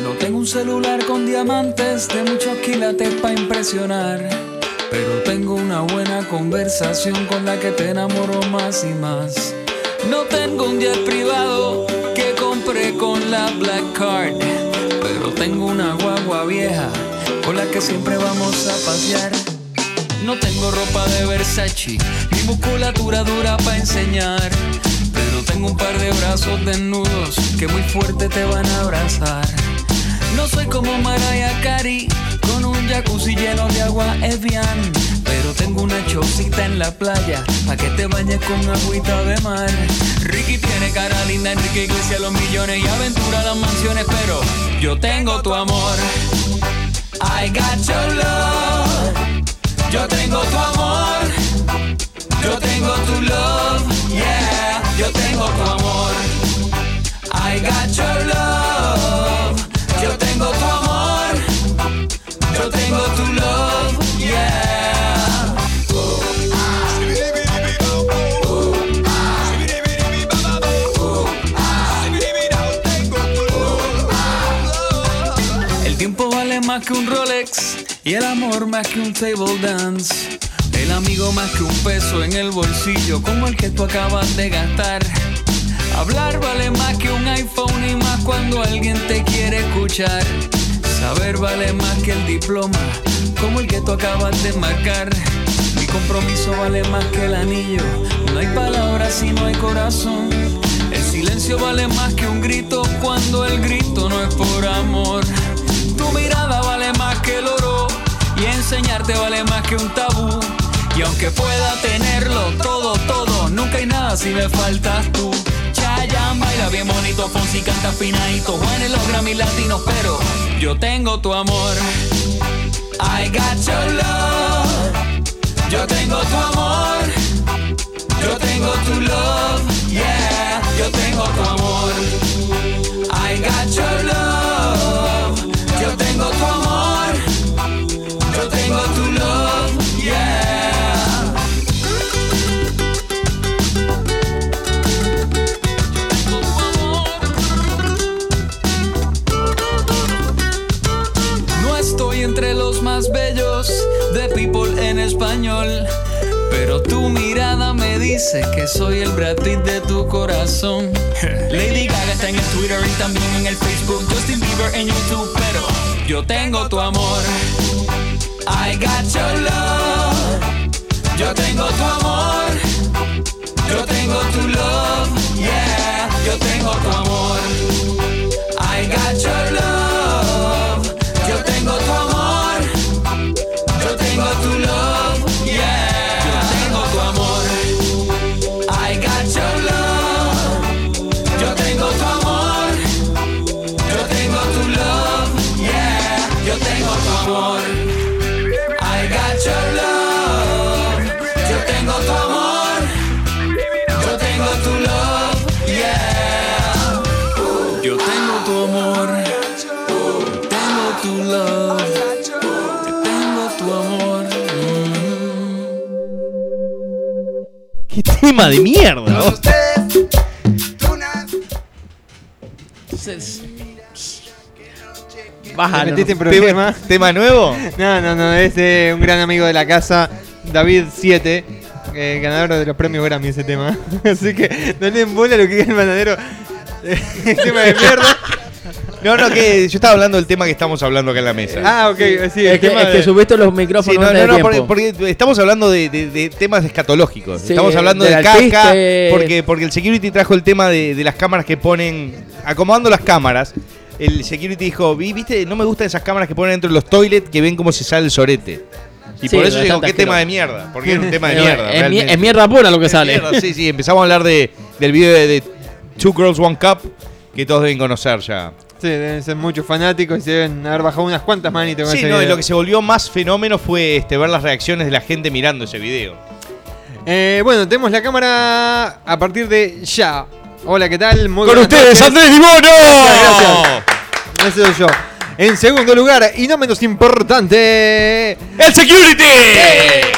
Speaker 31: No tengo un celular con diamantes de muchos quilates para impresionar, pero tengo una buena conversación con la que te enamoro más y más. No tengo un jet privado que compré con la Black Card, pero tengo una guagua vieja con la que siempre vamos a pasear. No tengo ropa de Versace, ni musculatura dura para enseñar, pero tengo un par de brazos desnudos que muy fuerte te van a abrazar. No soy como Mariah Carey con un jacuzzi lleno de agua Evian, pero tengo una chocita en la playa pa que te bañes con agüita de mar. Ricky tiene cara linda, Enrique Iglesias los millones y aventura las mansiones, pero yo tengo tu amor. I got your love. Yo tengo tu amor. Yo tengo tu love. Yeah. Yo tengo tu amor. I got your love. Yo tengo tu amor. Yo tengo tu love. Yeah. El tiempo vale más que un Rolex y el amor más que un table dance. El amigo más que un peso en el bolsillo como el que tú acabas de gastar. Hablar vale más que un iPhone y más cuando alguien te quiere escuchar. Saber vale más que el diploma como el que tú acabas de marcar. Mi compromiso vale más que el anillo. No hay palabras si no hay corazón. El silencio vale más que un grito cuando el grito no es por amor. Tu mirada vale más que el oro y enseñarte vale más que un tabú. Y aunque pueda tenerlo todo, todo, nunca hay nada si me faltas tú. Chaya,
Speaker 1: Juan baila bien bonito, Fonsi canta afinadito, Juan es los Grammy latinos, pero yo tengo tu amor. I got your love. Yo tengo tu amor. Yo tengo tu love. Yeah, yo tengo tu amor. I got your love. Yo tengo tu amor. Yo tengo tu love. Yeah. No estoy entre los más bellos de People en español, pero tu mirada me dice que soy el Brad Pitt de tu corazón. Lady Gaga está en el Twitter y también en el Facebook, Justin Bieber en YouTube, pero yo tengo tu amor. I got your love. Yo tengo tu amor. Yo tengo tu love. Yeah, yo tengo tu amor. I got your love. Yo tengo tu amor. Yo tengo tu love. Yeah, yo tengo tu amor. I got your love. Yo tengo tu amor. Yo tengo tu love. Yeah, yo tengo tu amor. I got your love. Yo tengo tu amor. Yo tengo tu love. Yeah. Yo tengo tu amor. Tengo tu love. Te tengo tu amor.
Speaker 6: ¡Qué tema de mierda! vos!
Speaker 4: Bájalo.
Speaker 6: ¿Te metiste en
Speaker 4: ¿Tema,
Speaker 6: problemas?
Speaker 4: ¿Tema nuevo? No, no, no. Es de un gran amigo de la casa, David 7, eh, ganador de los premios Grammy ese tema. Así que no le embola lo que diga el bananero. Eh, tema de mierda.
Speaker 3: No, no, que yo estaba hablando del tema que estamos hablando acá en la mesa.
Speaker 4: Ah, ok. Sí, el
Speaker 3: Es que-
Speaker 4: tema
Speaker 3: es que
Speaker 4: de-
Speaker 3: subiste
Speaker 6: los
Speaker 3: Sí, no, no, no, porque, porque estamos hablando de, de- de temas escatológicos.
Speaker 6: Sí,
Speaker 3: estamos hablando de
Speaker 6: del
Speaker 3: caca,
Speaker 6: alpiste.
Speaker 3: porque, porque el security trajo el tema de, de las cámaras que ponen, acomodando las cámaras. El security dijo, "Vi- viste, no me gustan esas cámaras que ponen dentro de los toilets que ven cómo se sale el sorete. Y
Speaker 6: Sí,
Speaker 3: por eso digo,
Speaker 6: bastante
Speaker 3: qué tema de
Speaker 6: asqueroso.
Speaker 3: mierda, porque era un tema de
Speaker 6: Es-
Speaker 3: mierda.
Speaker 6: es, mi-
Speaker 3: realmente.
Speaker 6: es mierda pura lo que sale.
Speaker 3: Mierda, sí, sí, empezamos a hablar de, del video de, de Two Girls One Cup, que todos deben conocer ya.
Speaker 4: Sí, deben ser muchos fanáticos y se deben haber bajado unas cuantas manitos. con
Speaker 3: Sí,
Speaker 4: ese
Speaker 3: no, y
Speaker 4: video.
Speaker 3: lo que se volvió más fenómeno fue este, ver las reacciones de la gente mirando ese video.
Speaker 4: Eh, bueno, tenemos la cámara a partir de ya. Hola, ¿qué tal? Muy
Speaker 3: Con
Speaker 4: buenas
Speaker 3: ustedes,
Speaker 4: noches.
Speaker 3: Andrés Limono.
Speaker 4: Gracias, gracias. Eso soy yo. En segundo lugar, y no menos importante, ¡El
Speaker 3: Security!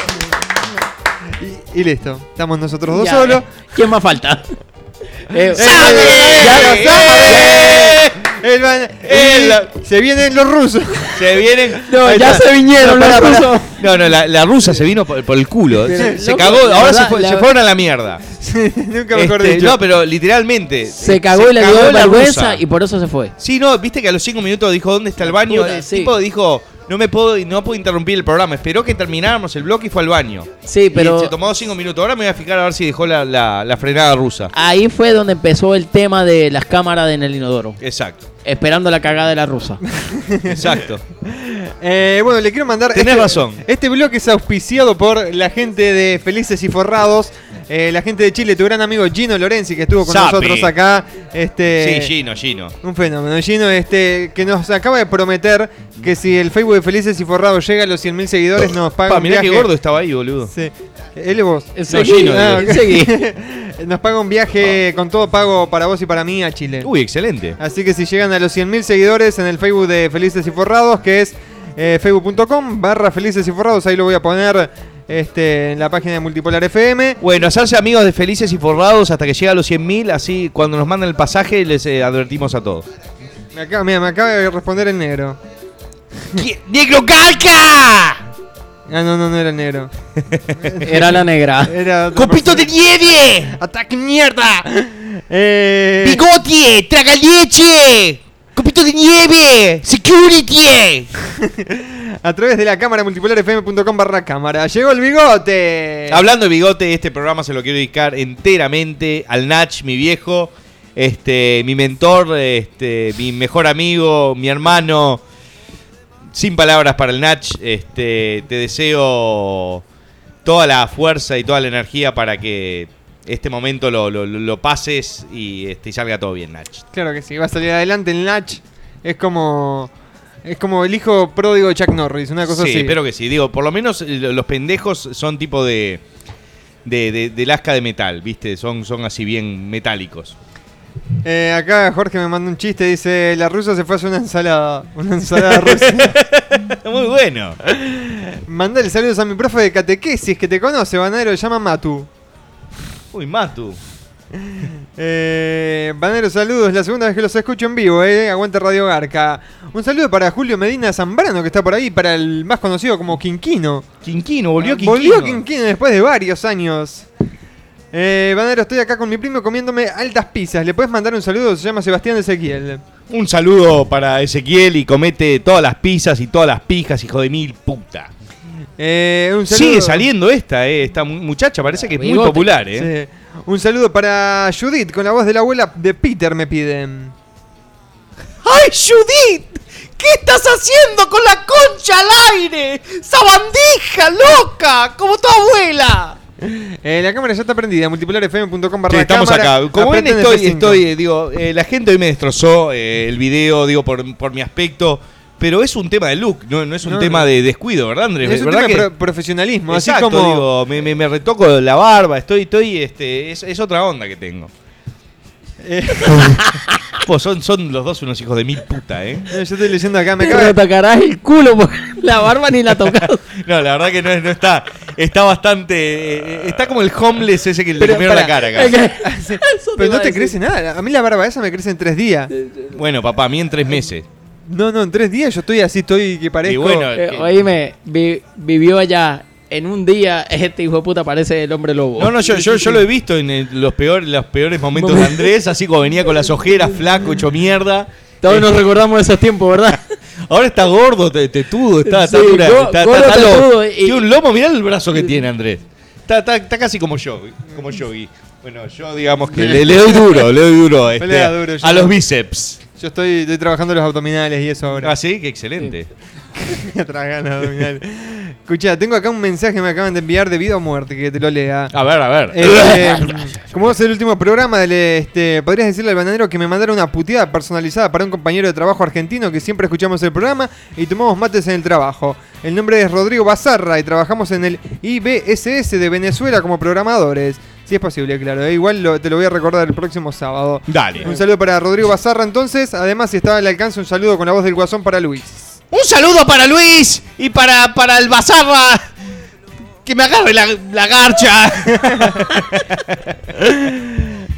Speaker 4: Y, y listo, estamos nosotros dos
Speaker 6: Ya.
Speaker 4: solos.
Speaker 6: ¿Quién más falta?
Speaker 4: Eh,
Speaker 6: ¡Sangre!
Speaker 4: eh,
Speaker 6: ¡Ya lo
Speaker 4: eh,
Speaker 3: eh,
Speaker 6: sabe!
Speaker 4: el ban- y se vienen los rusos.
Speaker 3: Se vienen.
Speaker 4: No,
Speaker 3: Ahí está. No, pará, pará.
Speaker 4: rusos.
Speaker 3: No, no, la, la rusa se vino por, por el culo.
Speaker 4: Sí,
Speaker 3: Se, se
Speaker 4: loco,
Speaker 3: cagó,
Speaker 4: la
Speaker 3: ahora
Speaker 4: verdad,
Speaker 3: se, fue-
Speaker 4: la-
Speaker 3: se fueron a la mierda.
Speaker 4: Nunca mejor
Speaker 3: Este,
Speaker 4: dicho.
Speaker 3: No, pero literalmente.
Speaker 6: Se cagó y le dio
Speaker 3: la
Speaker 6: vergüenza
Speaker 3: rusa.
Speaker 6: y por eso se fue.
Speaker 3: Sí, no, viste que a los cinco minutos dijo dónde está el baño.
Speaker 6: Puta,
Speaker 3: el
Speaker 6: sí.
Speaker 3: tipo dijo, no me puedo, no puedo interrumpir el programa. Esperó que termináramos el bloque y fue al baño.
Speaker 6: Sí,
Speaker 3: Y
Speaker 6: pero-
Speaker 3: se tomó cinco minutos. Ahora me voy a fijar a ver si dejó la, la- la frenada rusa.
Speaker 6: Ahí fue donde empezó el tema de las cámaras en el inodoro.
Speaker 3: Exacto.
Speaker 6: Esperando la cagada de la rusa.
Speaker 3: Exacto.
Speaker 4: Eh, bueno, le quiero mandar.
Speaker 3: Tenés razón.
Speaker 4: Este bloque es auspiciado por la gente de Felices y Forrados. eh, la gente de Chile, tu gran amigo Gino Lorenzi, que estuvo con
Speaker 3: Sapi.
Speaker 4: nosotros acá. Este,
Speaker 3: sí, Gino, Gino.
Speaker 4: Un fenómeno, Gino, este, que nos acaba de prometer que si el Facebook de Felices y Forrados llega a los 100.000 seguidores, nos paga
Speaker 3: Pa,
Speaker 4: un
Speaker 3: mirá
Speaker 4: viaje.
Speaker 3: que gordo estaba ahí, boludo.
Speaker 4: Sí. Él y vos.
Speaker 3: No, Gino, digo. Ah.
Speaker 4: ok. Nos paga un viaje con todo pago para vos y para mí a Chile.
Speaker 3: Uy, excelente.
Speaker 4: Así que si llegan a los 100.000 seguidores en el Facebook de Felices y Forrados, que es eh, facebook.com barra Felices y Forrados, ahí lo voy a poner este, en la página de Multipolar FM.
Speaker 3: Bueno, hacerse amigos de felices y forrados hasta que llega a los 100.000, así cuando nos mandan el pasaje les eh, advertimos a todos.
Speaker 4: Me acaba, mira, me acaba de responder el negro.
Speaker 3: ¡Negro Calca!
Speaker 4: Ah, no, no, no era el negro.
Speaker 6: Era la negra.
Speaker 4: Era otra
Speaker 6: ¡Copito
Speaker 4: persona.
Speaker 6: de nieve!
Speaker 4: ¡Ataque mierda! Eh,
Speaker 6: ¡Bigote! ¡Traga leche! ¡Copito de nieve! ¡Security!
Speaker 4: A través de la cámara multipolarfm.com barra cámara. Llegó el bigote.
Speaker 3: Hablando de bigote, este programa se lo quiero dedicar enteramente al Nach, mi viejo, este, mi mentor, este, mi mejor amigo, mi hermano. Sin palabras para el Nach, este, te deseo toda la fuerza y toda la energía para que este momento lo, lo- lo- lo pases y, este, y salga todo bien, Nach.
Speaker 4: Claro que sí, va a salir adelante el Natch. Es como. Es como el hijo pródigo de Chuck Norris, una cosa
Speaker 3: sí,
Speaker 4: así.
Speaker 3: espero que sí. Digo, por lo menos eh, lo- los pendejos son tipo de. De, de, de lasca de metal, ¿viste? Son, son así bien metálicos.
Speaker 4: Eh, acá Jorge me manda un chiste, dice, la rusa se fue a hacer una ensalada. Una ensalada rusa.
Speaker 3: Muy bueno.
Speaker 4: Mandale saludos a mi profe de catequesis que te conoce, Banero, se llama Matu.
Speaker 3: Uy, Matu.
Speaker 4: Eh, Banero, saludos, la segunda vez que los escucho en vivo, eh. Aguante Radio Garca. Un saludo para Julio Medina Zambrano, que está por ahí, para el más conocido como Quinquino.
Speaker 3: Quinquino, volvió
Speaker 4: Quinquino. Volvió Quinquino después de varios años. Eh, Banero, estoy acá con mi primo comiéndome altas pizzas. ¿Le puedes mandar un saludo? Se llama Sebastián Ezequiel.
Speaker 3: Un saludo para Ezequiel y comete todas las pizzas y todas las pijas, hijo de mil puta.
Speaker 4: Eh, un saludo.
Speaker 3: Sigue saliendo esta, eh, esta mu- muchacha, parece que es muy
Speaker 4: Bigote.
Speaker 3: popular, eh.
Speaker 4: Sí. Un saludo para Judith, con la voz de la abuela de Peter me piden.
Speaker 6: ¡Ay, Judith! ¿Qué estás haciendo con la concha al aire? ¡Sabandija, loca! ¡Como tu abuela!
Speaker 4: Eh, la cámara ya está prendida, multipolarfm.com
Speaker 3: Che,
Speaker 4: barra
Speaker 3: estamos
Speaker 4: cámara.
Speaker 3: acá. Como ven,
Speaker 4: Aprieten
Speaker 3: estoy,
Speaker 4: F5.
Speaker 3: estoy, eh, digo, eh, la gente hoy me destrozó eh, el video, digo, por, por mi aspecto. Pero es un tema de look, no, no es un
Speaker 4: No,
Speaker 3: tema
Speaker 4: no.
Speaker 3: de descuido, ¿verdad, Andrés?
Speaker 4: Es un
Speaker 3: ¿Verdad
Speaker 4: tema de
Speaker 3: que-
Speaker 4: pro- profesionalismo, así
Speaker 3: Exacto,
Speaker 4: como...
Speaker 3: digo, me, me- me retoco la barba, estoy, estoy, este, es, es otra onda que tengo.
Speaker 4: Eh.
Speaker 3: Po, son, son los dos unos hijos de mil puta, eh.
Speaker 4: Eh, Yo estoy leyendo acá, me
Speaker 6: Te
Speaker 4: cabe...
Speaker 6: retocarás el culo porque la barba ni la tocas.
Speaker 3: No, la verdad que no, es- no está. Está bastante. eh, eh, está como el homeless ese que le
Speaker 4: Pero,
Speaker 3: comieron la
Speaker 4: pará,
Speaker 3: cara acá.
Speaker 4: Pero no te crece nada, a mí la barba esa me crece en tres días.
Speaker 3: Bueno, papá, a mí en tres meses.
Speaker 4: No, no, en tres días yo estoy así, estoy que parezco...
Speaker 6: Eh, Oíme, vi- vivió allá. En un día, este hijo de puta parece el hombre lobo.
Speaker 3: No, no, yo, yo, yo lo he visto en el- los, peor, los peores momentos de Andrés, así como venía con las ojeras, flaco, hecho mierda. Eh,
Speaker 6: Todos nos recordamos esos tiempos, ¿verdad?
Speaker 3: Ahora está gordo, te- tetudo, está, está
Speaker 6: Sí,
Speaker 3: dura,
Speaker 6: go-
Speaker 3: está, está-
Speaker 6: gordo,
Speaker 3: está loco.
Speaker 6: tetudo y-
Speaker 3: Tiene un lomo, mirá el brazo que tiene Andrés. Está, está- está casi como yo, como yo, Gui. Bueno, yo digamos que le, le doy duro, le doy duro, este,
Speaker 4: Pelea duro, yo-
Speaker 3: a los bíceps.
Speaker 4: Yo estoy, estoy trabajando los abdominales y eso ahora.
Speaker 3: Ah, sí, qué excelente.
Speaker 4: Trabajando los abdominales. Escuchá, tengo acá un mensaje que me acaban de enviar de vida o muerte, que te lo lea.
Speaker 3: A ver, a ver.
Speaker 4: Este, como vos el último programa, del, este, podrías decirle al bananero que me mandara una puteada personalizada para un compañero de trabajo argentino que siempre escuchamos el programa y tomamos mates en el trabajo. El nombre es Rodrigo Bazarra y trabajamos en el IBSS de Venezuela como programadores. Si es posible, claro. eh, Igual lo- te lo voy a recordar el próximo sábado.
Speaker 3: Dale.
Speaker 4: Un saludo para Rodrigo Bazarra entonces. Además, si estaba al alcance, un saludo con la voz del guasón para Luis.
Speaker 6: Un saludo para Luis y para, para el Bazarra. Que me agarre la, la garcha.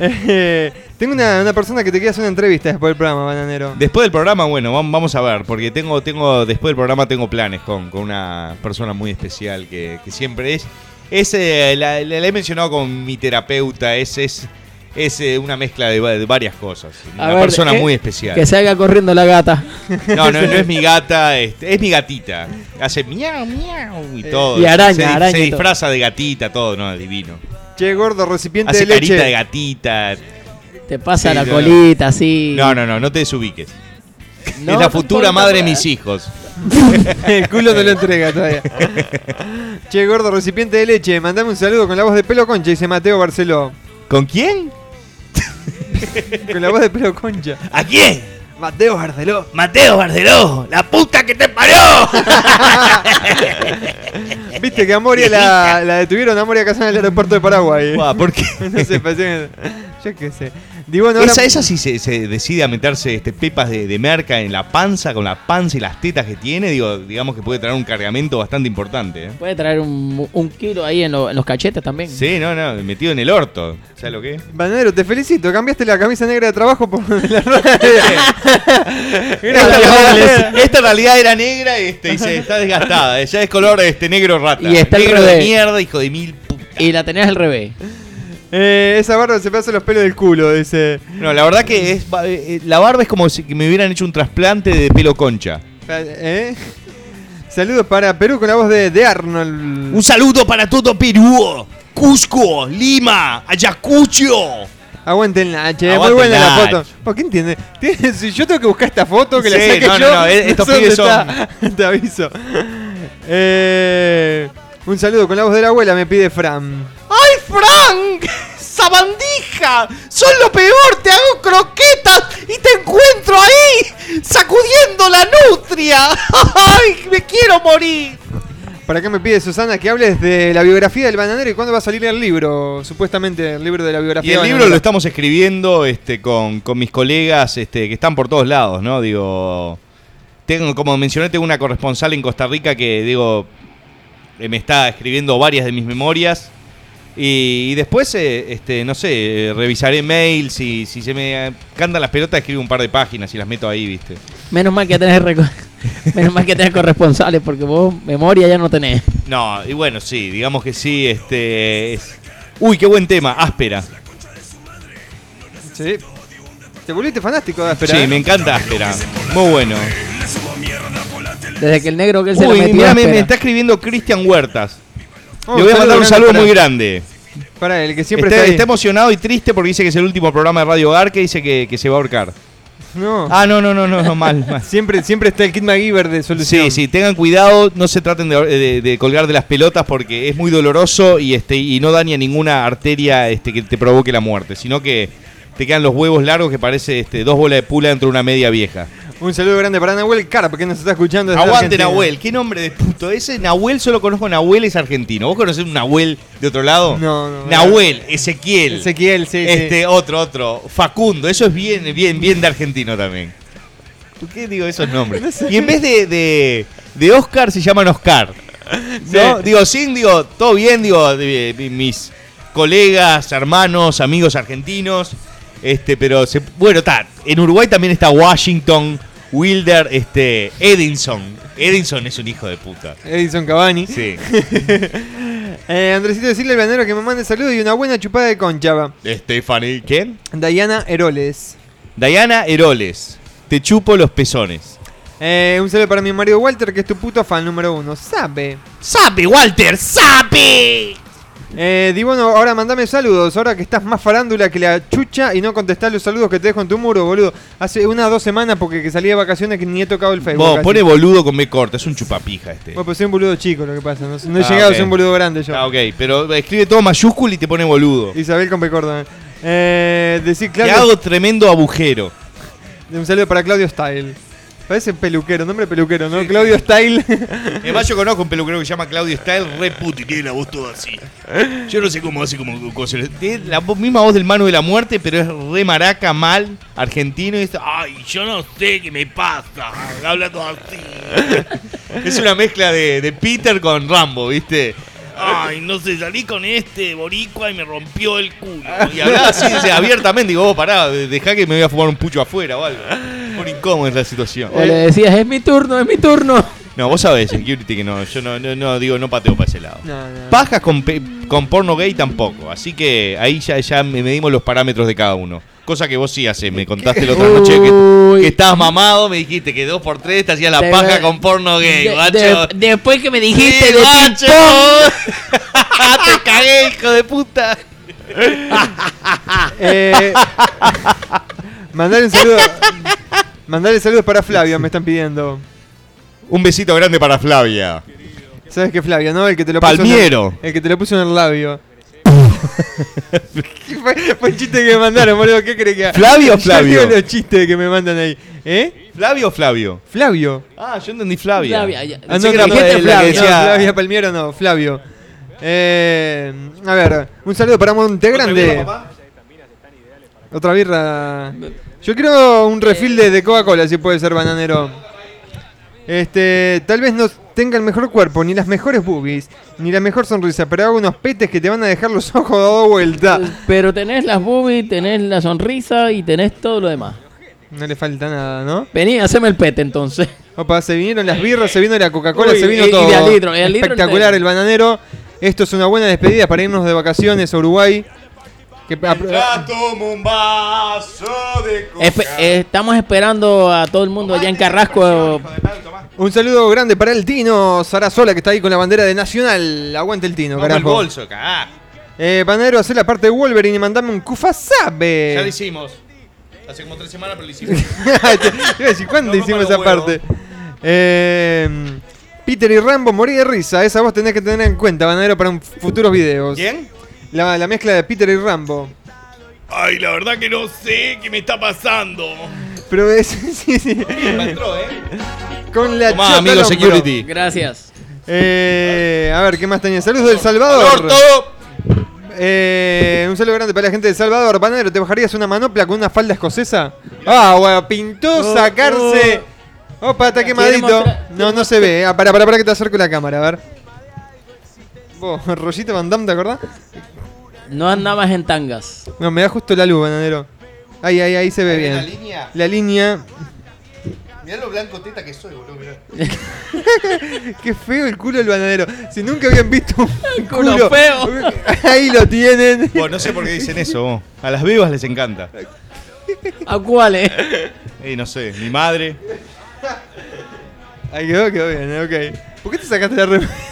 Speaker 4: Eh, tengo una, una persona que te quiere hacer una entrevista después del programa, bananero.
Speaker 3: Después del programa, bueno, vam- vamos a ver, porque tengo, tengo, después del programa tengo planes con, con una persona muy especial que, que siempre es. Es eh, la, la- la he mencionado con mi terapeuta, es, es, es, eh, una mezcla de, va- de varias cosas. Una
Speaker 6: A ver,
Speaker 3: persona
Speaker 6: eh,
Speaker 3: muy especial.
Speaker 6: Que salga corriendo la gata.
Speaker 3: No, no, no es mi gata, este, es mi gatita. Hace miau, miau y todo.
Speaker 6: Eh, Y araña,
Speaker 3: se, di-
Speaker 6: araña
Speaker 3: Se
Speaker 6: y todo.
Speaker 3: disfraza de gatita, todo, no, divino.
Speaker 4: Che, gordo, recipiente
Speaker 3: Hace
Speaker 4: de leche.
Speaker 3: carita de gatita.
Speaker 6: Te pasa
Speaker 3: Sí,
Speaker 6: la
Speaker 3: no,
Speaker 6: colita, así.
Speaker 3: No, no, no, no te desubiques.
Speaker 6: No,
Speaker 3: es la
Speaker 6: no
Speaker 3: futura
Speaker 6: importa,
Speaker 3: madre de
Speaker 6: pues.
Speaker 3: mis hijos.
Speaker 4: El culo no lo entrega todavía. che, gordo, recipiente de leche. Mandame un saludo con la voz de pelo concha, dice Mateo Barceló.
Speaker 3: ¿Con quién?
Speaker 4: con la voz de pelo concha.
Speaker 3: ¿A quién?
Speaker 4: Mateo Barceló.
Speaker 3: Mateo Barceló, la puta que te parió.
Speaker 4: Viste que a Moria la, la detuvieron a Moria Casana en el aeropuerto de Paraguay.
Speaker 3: ¿Por qué?
Speaker 4: no sé, pasé. Yo qué sé. Di, bueno, ahora-
Speaker 3: esa, esa sí se, se decide a meterse este, pepas de, de merca en la panza, con la panza y las tetas que tiene, digo, digamos que puede traer un cargamento bastante importante. ¿eh?
Speaker 6: Puede traer un, un kilo ahí en, lo- en los cachetes también.
Speaker 3: Sí, no, no, metido en el orto. ¿Sabes lo que es?
Speaker 4: Banero, te felicito. Cambiaste la camisa negra de trabajo por la roja
Speaker 3: Esta, realidad- esta realidad era negra este, y se está desgastada. eh, Ya es color este, negro rata.
Speaker 6: Y está el
Speaker 3: negro
Speaker 6: revés.
Speaker 3: de mierda, hijo de mil puta.
Speaker 6: Y la tenías al revés.
Speaker 4: Eh, esa barba se pasa los pelos del culo, dice.
Speaker 3: No, la verdad que es, ba- eh, eh, la barba es como si que me hubieran hecho un trasplante de pelo concha.
Speaker 4: ¿Eh? Saludos para Perú con la voz de, de Arnold.
Speaker 3: Un saludo para todo Perú. Cusco, Lima, Ayacucho.
Speaker 4: Aguanten la che, muy
Speaker 3: Aguante
Speaker 4: buena
Speaker 3: el
Speaker 4: la
Speaker 3: Nach.
Speaker 4: foto. ¿Por qué entiende? Tiene- si yo tengo que buscar esta foto que la
Speaker 3: Sí,
Speaker 4: saque
Speaker 3: no, no,
Speaker 4: yo.
Speaker 3: no, e- estos
Speaker 4: sé dónde
Speaker 3: pibes son-
Speaker 4: está. Te aviso. Eh, un saludo con la voz de la abuela me pide Fran.
Speaker 6: ¡Ay, Frank!
Speaker 11: sabandija! ¡Son lo peor! ¡Te hago croquetas y te encuentro ahí! ¡Sacudiendo la nutria! ¡Ay, me quiero morir!
Speaker 4: ¿Para qué me pide Susana que hables de la biografía del bananero y cuándo va a salir el libro? Supuestamente el libro de la biografía
Speaker 3: Y el
Speaker 4: del
Speaker 3: libro lo estamos escribiendo este, con, con mis colegas este, que están por todos lados, ¿no? Digo, tengo, como mencioné, tengo una corresponsal en Costa Rica que, digo, eh, me está escribiendo varias de mis memorias. Y, y después, eh, este, no sé, eh, revisaré mails y si se me cantan las pelotas, escribo un par de páginas y las meto ahí, ¿viste?
Speaker 6: Menos mal que tenés, reco- menos mal que tenés corresponsales, porque vos memoria ya no tenés.
Speaker 3: No, y bueno, sí, digamos que sí, este... es- Uy, qué buen tema, áspera.
Speaker 4: Sí. Te volviste fanático de Áspera.
Speaker 3: sí,
Speaker 4: ¿eh?
Speaker 3: me encanta áspera. Muy bueno.
Speaker 6: Desde que el negro que él se le
Speaker 3: Uy,
Speaker 6: metió.
Speaker 3: mirá, me, me
Speaker 6: espera.
Speaker 3: está escribiendo Cristian Huertas.
Speaker 4: Oh,
Speaker 3: Le voy a mandar un saludo
Speaker 4: para-
Speaker 3: muy grande.
Speaker 4: Para el que siempre
Speaker 3: Está,
Speaker 4: está, ahí.
Speaker 3: está emocionado y triste porque dice que es el último programa de Radio Hogar que dice que, que se va a ahorcar.
Speaker 4: No.
Speaker 3: Ah, no, no, no, no, no, mal,
Speaker 4: Siempre, siempre está el Kid MacGyver de solución.
Speaker 3: Sí, sí, tengan cuidado, no se traten de, de- de colgar de las pelotas porque es muy doloroso y este y no daña ninguna arteria este, que te provoque la muerte, sino que te quedan los huevos largos que parece este, dos bolas de pula dentro de una media vieja.
Speaker 4: Un saludo grande para Nahuel Carp, que nos está escuchando. desde
Speaker 3: Aguante
Speaker 4: Argentina.
Speaker 3: Nahuel, qué nombre de puto. Ese Nahuel solo conozco Nahuel es argentino. ¿Vos conocés un Nahuel de otro lado?
Speaker 4: No, no.
Speaker 3: Nahuel, Ezequiel.
Speaker 4: Ezequiel, sí,
Speaker 3: Este
Speaker 4: sí.
Speaker 3: otro, otro. Facundo, eso es bien, bien, bien de argentino también. ¿Por qué digo esos nombres?
Speaker 4: No sé.
Speaker 3: Y en vez de, de, de Oscar se llaman Oscar. ¿No?
Speaker 4: Sí.
Speaker 3: Digo, sin, digo, todo bien, digo, de- de- mis colegas, hermanos, amigos argentinos. Este, pero se- bueno, está. En Uruguay también está Washington, Wilder, este, Edinson. Edinson es un hijo de puta.
Speaker 4: Edison Cavani.
Speaker 3: Sí.
Speaker 4: Eh, Andresito, decirle al banero que me mande saludos y una buena chupada de concha. va.
Speaker 3: Stephanie, ¿quién?
Speaker 4: Dayana Heroles.
Speaker 3: Diana Heroles. Te chupo los pezones.
Speaker 4: Eh, un saludo para mi marido Walter, que es tu puto fan número uno. Sabe.
Speaker 11: ¡Sabe, Walter! ¡Sabe!
Speaker 4: Eh, Dibono, ahora mandame saludos. Ahora que estás más farándula que la chucha y no contestás los saludos que te dejo en tu muro, boludo. Hace unas dos semanas porque que salí de vacaciones que ni he tocado el Facebook.
Speaker 3: Vos,
Speaker 4: casi.
Speaker 3: pone boludo con B corta, es un chupapija este.
Speaker 4: Bueno, pues soy un boludo chico lo que pasa. No, no he
Speaker 3: Ah,
Speaker 4: llegado
Speaker 3: ok.
Speaker 4: a ser un boludo grande yo.
Speaker 3: Ah, ok, pero escribe todo mayúsculo y te pone boludo.
Speaker 4: Isabel con B corta. Eh, decir
Speaker 3: Te
Speaker 4: Claudio.
Speaker 3: hago tremendo agujero.
Speaker 4: Un saludo para Claudio Style. Parece peluquero, nombre peluquero, ¿no? Claudio Style.
Speaker 3: Además, yo conozco un peluquero que se llama Claudio Style, re puto y tiene la voz toda así. Yo no sé cómo hace como cosas. Tiene la vo- misma voz del Mano de la Muerte, pero es re maraca, mal, argentino y está. ¡Ay, yo no sé qué me pasa! Habla todo así. Es una mezcla de, de Peter con Rambo, ¿viste? Ay, no sé, salí con este boricua y me rompió el culo. Y hablaba así, o sea, abiertamente. Digo, vos pará, dejá que me voy a fumar un pucho afuera o algo. Por incómodo es la situación.
Speaker 6: O le decías, es mi turno, es mi turno.
Speaker 3: No, vos sabés, Security, que no, yo no, no, no, digo, no pateo para ese lado.
Speaker 4: No, no.
Speaker 3: Pajas con, pe- con porno gay tampoco, así que ahí ya, ya me medimos los parámetros de cada uno. Cosa que vos sí haces, me contaste la otra noche que, que estabas mamado, me dijiste que dos por tres te hacías la
Speaker 6: De-
Speaker 3: paja con porno gay,
Speaker 6: de-
Speaker 3: guacho.
Speaker 6: de- después que me dijiste
Speaker 3: Sí,
Speaker 6: de
Speaker 3: guacho.
Speaker 6: ping-pong.
Speaker 3: ¡Ah, te cagué, hijo de puta.
Speaker 4: Eh, mandale un saludo. Mandale saludos para Flavio, me están pidiendo.
Speaker 3: Un besito grande para Flavia.
Speaker 4: ¿Sabes qué, Flavio, no? El que te lo
Speaker 3: Palmiero.
Speaker 4: puso. en el- El que te lo puso en el labio. ¿Qué fue, fue el chiste que me mandaron, boludo. ¿Qué crees que haga?
Speaker 3: ¿Flavio o
Speaker 4: Ya
Speaker 3: Flavio?
Speaker 4: digo los chistes que me mandan ahí. ¿Eh?
Speaker 3: ¿Flavio o Flavio?
Speaker 4: Flavio.
Speaker 3: Ah, yo entendí Flavia.
Speaker 6: Flavia, ya.
Speaker 4: Ah,
Speaker 3: Pensé
Speaker 4: no,
Speaker 3: que era
Speaker 4: no,
Speaker 3: Flavia
Speaker 4: no,
Speaker 3: la que
Speaker 4: no,
Speaker 3: decía-
Speaker 4: Flavia Palmiero no, Flavio. Eh, a ver, un saludo para Monte Grande. Otra birra. Yo quiero un refil de, de Coca-Cola, si puede ser bananero. Este, tal vez no tenga el mejor cuerpo, ni las mejores boobies, ni la mejor sonrisa, pero hago unos petes que te van a dejar los ojos dado vuelta.
Speaker 6: Pero tenés las boobies, tenés la sonrisa y tenés todo lo demás.
Speaker 4: No le falta nada, ¿no?
Speaker 6: Vení, haceme el pete entonces.
Speaker 4: Opa, se vinieron las birras, se vino la Coca-Cola,
Speaker 6: Uy,
Speaker 4: se vino
Speaker 6: y- y
Speaker 4: todo.
Speaker 6: de al litro, y al litro
Speaker 4: Espectacular
Speaker 6: entero.
Speaker 4: el bananero. Esto es una buena despedida para irnos de vacaciones a Uruguay. Que- apro-
Speaker 3: tomo un vaso de
Speaker 6: Espe- eh, estamos esperando a todo el mundo allá en Carrasco.
Speaker 4: un saludo grande para el Tino Sarasola que está ahí con la bandera de Nacional. Aguante el Tino,
Speaker 3: Como el
Speaker 4: carajo.
Speaker 3: bolso, cagá.
Speaker 4: Eh, bananero, hace la parte de Wolverine y mandame un cufasabe.
Speaker 3: Ya lo hicimos. Hace como tres semanas, pero lo hicimos.
Speaker 4: Te- te iba a decir, ¿Cuándo
Speaker 3: No,
Speaker 4: hicimos
Speaker 3: rompa
Speaker 4: esa
Speaker 3: los huevos.
Speaker 4: parte? Eh, Peter y Rambo, morí de risa. Esa vos tenés que tener en cuenta, bananero, para un- futuros videos.
Speaker 3: ¿Quién?
Speaker 4: La, la mezcla de Peter y Rambo.
Speaker 9: Ay, la verdad que no sé qué me está pasando.
Speaker 4: Pero es. sí, sí.
Speaker 3: ¿eh?
Speaker 4: Con la
Speaker 3: Tomá,
Speaker 4: chota
Speaker 3: amigo
Speaker 4: al hombro.
Speaker 3: security.
Speaker 6: Gracias.
Speaker 4: Eh, a ver, ¿qué más tenía? Saludos del Salvador. Eh, un saludo grande para la gente del Salvador. Panadero, ¿te bajarías una manopla con una falda escocesa? Ah, bueno, pintó
Speaker 8: Oh,
Speaker 4: sacarse. Opa, está quemadito.
Speaker 8: mostrar-
Speaker 4: No, no se ve. Ah, para, para, para que te acerco la cámara, a ver. Vos, rollito Van Damme, ¿te acordás?
Speaker 6: No andabas en tangas.
Speaker 4: No, me da justo la luz, Panadero. Ahí, ahí, ahí se ve bien.
Speaker 3: la línea?
Speaker 4: La línea.
Speaker 3: Mirá lo blanco teta que soy, boludo. mirá.
Speaker 4: Qué feo el culo del bananero. Si nunca habían visto un
Speaker 3: culo
Speaker 4: culo,
Speaker 3: feo.
Speaker 4: Ahí lo tienen.
Speaker 3: Vos, no sé por qué dicen eso. vos. A las vivas les encanta.
Speaker 6: ¿A cuáles?
Speaker 3: Eh, no sé, mi madre.
Speaker 4: Ahí quedó, quedó bien, eh, ok. ¿Por qué te sacaste la remera?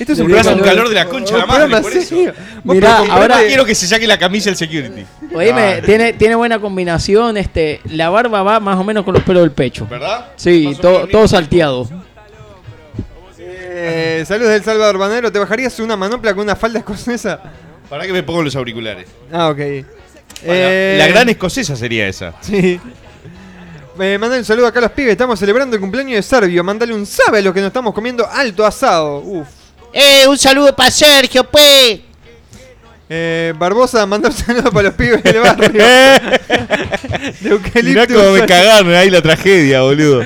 Speaker 4: Esto
Speaker 3: Porque hace un calor de la concha de la madre, por eso.
Speaker 6: Mirá, ahora-
Speaker 3: ahora quiero que se saque la camisa el security.
Speaker 6: Oíme,
Speaker 3: Ah.
Speaker 6: tiene, tiene buena combinación. Este, la barba va más o menos con los pelos del pecho.
Speaker 3: ¿Verdad?
Speaker 6: Sí, todo, todo salteado.
Speaker 4: Eh, saludos del Salvador Bananero. ¿Te bajarías una manopla con una falda escocesa?
Speaker 3: Para que me pongo los auriculares.
Speaker 4: Ah, ok.
Speaker 3: Bueno,
Speaker 4: Eh,
Speaker 3: La gran escocesa sería esa.
Speaker 4: Sí. Eh, mandale un saludo acá a los pibes. Estamos celebrando el cumpleaños de Servio. Mandale un sabe a los que nos estamos comiendo alto asado. Uf.
Speaker 8: ¡Eh! ¡Un saludo para Sergio, pues!
Speaker 4: Eh, Barbosa, manda un saludo para los pibes del barrio. de
Speaker 3: Mirá
Speaker 4: eucalipto.
Speaker 3: cómo me cagaron ahí la tragedia, boludo.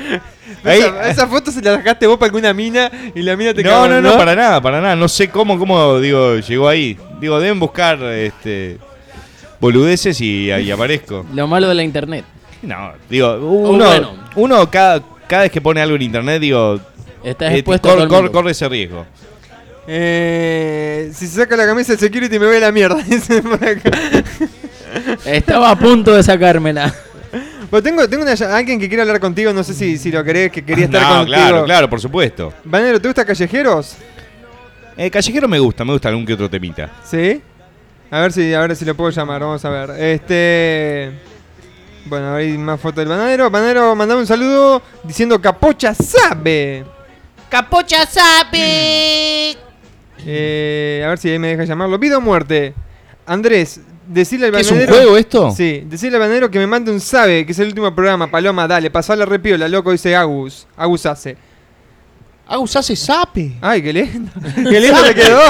Speaker 3: Ahí-
Speaker 4: Esa, esa foto se la sacaste vos para alguna mina y la mina te
Speaker 3: No,
Speaker 4: cagó,
Speaker 3: no, no, para nada, para nada. No sé cómo, cómo, digo, llegó ahí. Digo, deben buscar este boludeces y ahí aparezco.
Speaker 6: Lo malo de la internet.
Speaker 3: No, Digo, uno,
Speaker 6: Oh, bueno.
Speaker 3: uno cada, cada vez que pone algo en internet, digo,
Speaker 6: Estás
Speaker 3: eh,
Speaker 6: expuesto a
Speaker 3: cor-
Speaker 6: todo el
Speaker 3: cor-
Speaker 6: mundo.
Speaker 3: corre ese riesgo.
Speaker 4: Eh, si se saca la camisa de security me ve la mierda. dice por acá.
Speaker 6: Estaba a punto de sacármela.
Speaker 4: Bueno, tengo, tengo una ll- alguien que quiere hablar contigo, no sé si, si lo querés, que quería estar
Speaker 3: no,
Speaker 4: contigo.
Speaker 3: claro, claro, por supuesto.
Speaker 4: Vanero, ¿te gusta Callejeros?
Speaker 3: Eh, callejero me gusta, me gusta algún que otro temita.
Speaker 4: Sí. A ver si, a ver si lo puedo llamar, vamos a ver. Este. Bueno, hay más fotos del bananero. Bananero, mandame un saludo diciendo Capocha sabe.
Speaker 8: ¡Capocha sabe!
Speaker 4: Eh, a ver si ahí me deja llamarlo. Vida o muerte. Andrés, decirle al
Speaker 3: ¿Qué es un
Speaker 4: bananero.
Speaker 3: juego esto?
Speaker 4: Sí, decirle al bananero que me mande un sabe, que es el último programa. Paloma, dale, pasó la repiola, loco, dice Agus. Agus hace.
Speaker 8: Agus hace sape.
Speaker 4: Ay, qué lindo. Qué lindo te quedó.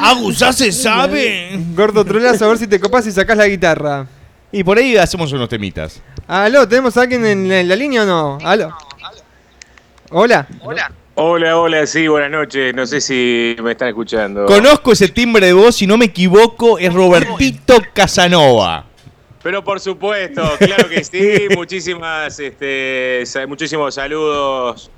Speaker 9: Agus hace sabe.
Speaker 4: Gordo trolazo, a ver si te copás y sacás la guitarra.
Speaker 3: Y por ahí hacemos unos temitas.
Speaker 4: Aló, ¿tenemos a alguien en la, en la línea o no? Aló. Hola.
Speaker 29: Hola, hola, sí, buenas noches. No sé si me están escuchando.
Speaker 3: Conozco ese timbre de voz, si no me equivoco, es Robertito Casanova.
Speaker 29: Pero por supuesto, claro que sí. Muchísimas, este, sa- muchísimos saludos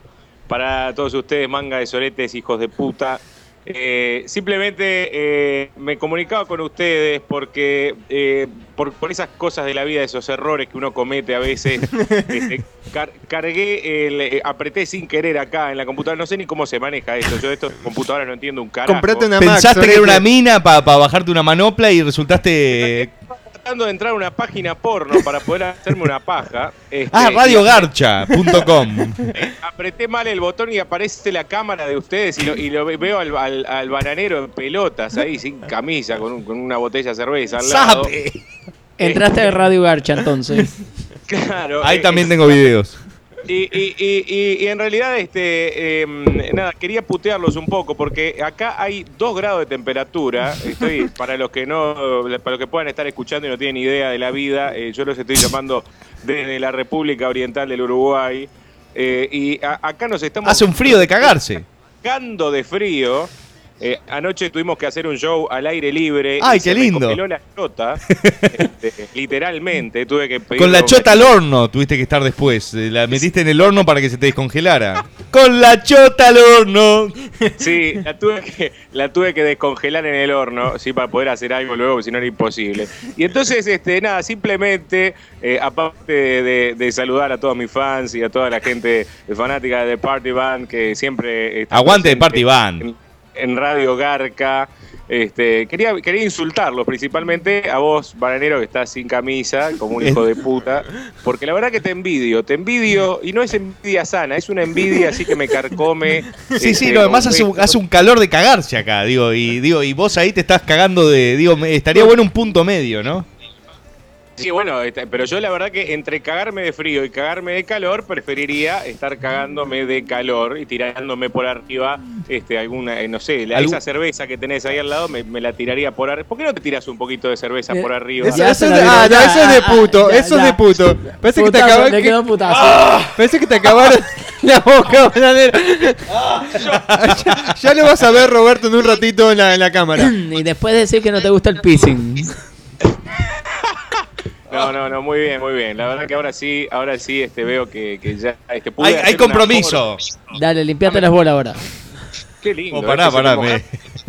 Speaker 29: para todos ustedes, manga de soletes, hijos de puta. Eh, simplemente eh, me comunicaba con ustedes porque eh, por, por esas cosas de la vida, esos errores que uno comete a veces, este, car- cargué, el, eh, apreté sin querer acá en la computadora. No sé ni cómo se maneja esto. Yo de estas computadoras no entiendo un carajo.
Speaker 3: Pensaste que era una
Speaker 29: mina
Speaker 3: mina para bajarte una manopla y resultaste.
Speaker 29: tratando de entrar a una página porno para poder hacerme una paja. este,
Speaker 3: Ah,
Speaker 29: y
Speaker 3: radiogarcha.com.
Speaker 29: Apreté mal el botón y aparece la cámara de ustedes y lo, y lo ve- veo al, al- al bananero en pelotas ahí, sin camisa, con, un- con una botella de cerveza al lado.
Speaker 6: Entraste de Radio Garcha entonces.
Speaker 29: Claro.
Speaker 3: Ahí
Speaker 29: eh,
Speaker 3: también tengo videos.
Speaker 29: Y, y- y- y- y en realidad, este, em, nada, quería putearlos un poco porque acá hay dos grados de temperatura. Estoy para los que no, para los que puedan estar escuchando y no tienen idea de la vida, eh, yo los estoy llamando desde la República Oriental del Uruguay. Eh, y a- acá nos estamos
Speaker 3: Hace un frío de cagarse.
Speaker 29: cagando de frío. Eh, anoche tuvimos que hacer un show al aire libre.
Speaker 3: ¡Ay,
Speaker 29: y se
Speaker 3: qué
Speaker 29: me
Speaker 3: lindo!
Speaker 29: congeló la chota, este, literalmente. Tuve que pedir
Speaker 3: Con la
Speaker 29: un-
Speaker 3: chota al horno tuviste que estar después. Eh, La metiste en el horno para que se te descongelara. Con la chota al horno.
Speaker 29: Sí, la tuve, que, la tuve que descongelar en el horno, sí, para poder hacer algo luego, porque si no era imposible. Y entonces, este, nada, simplemente, eh, aparte de, de- de saludar a todos mis fans y a toda la gente fanática de Party Band, que siempre... está
Speaker 3: Aguante de Party
Speaker 29: presente
Speaker 3: Van.
Speaker 29: En Radio Garca. Este, quería, quería insultarlos principalmente a vos, bananero, que estás sin camisa, como un hijo de puta, porque la verdad que te envidio, te envidio, y no es envidia sana, es una envidia así que me carcome.
Speaker 3: Sí, sí,
Speaker 29: este,
Speaker 3: no, además
Speaker 29: con
Speaker 3: hace un, hace un calor de cagarse acá, digo, y digo, y vos ahí te estás cagando de, digo, me- estaría bueno un punto medio, ¿no?
Speaker 29: Sí, bueno, este, pero yo la verdad que entre cagarme de frío y cagarme de calor, preferiría estar cagándome de calor y tirándome por arriba este, alguna, eh, no sé, la-
Speaker 3: Algú-
Speaker 29: esa cerveza que tenés ahí al lado, me, me la tiraría por arriba. ¿Por qué no te tiras un poquito de cerveza por arriba?
Speaker 4: Eso, eso es de, Eh, ah, no, eso es de puto, eso es de puto. Parece que te
Speaker 6: Putazo,
Speaker 4: acabaron.
Speaker 6: le
Speaker 4: que-
Speaker 6: quedó putazo.
Speaker 4: ¡Ah! Parece que te acabaron la boca, bananero. ya, ya lo vas a ver, Roberto, en un ratito en la, en la cámara.
Speaker 6: Y después decir que no te gusta el piercing.
Speaker 29: No, no, no, muy bien, muy bien. La verdad que ahora sí, ahora sí este, veo que, que ya este, pude
Speaker 3: Hay-
Speaker 29: hacer
Speaker 3: hay
Speaker 29: una
Speaker 3: compromiso.
Speaker 6: Dale, limpiate las bolas ahora.
Speaker 29: forma. Qué lindo.
Speaker 3: Oh, pará,
Speaker 29: ¿eh? Que se
Speaker 3: pará,
Speaker 29: te
Speaker 3: me-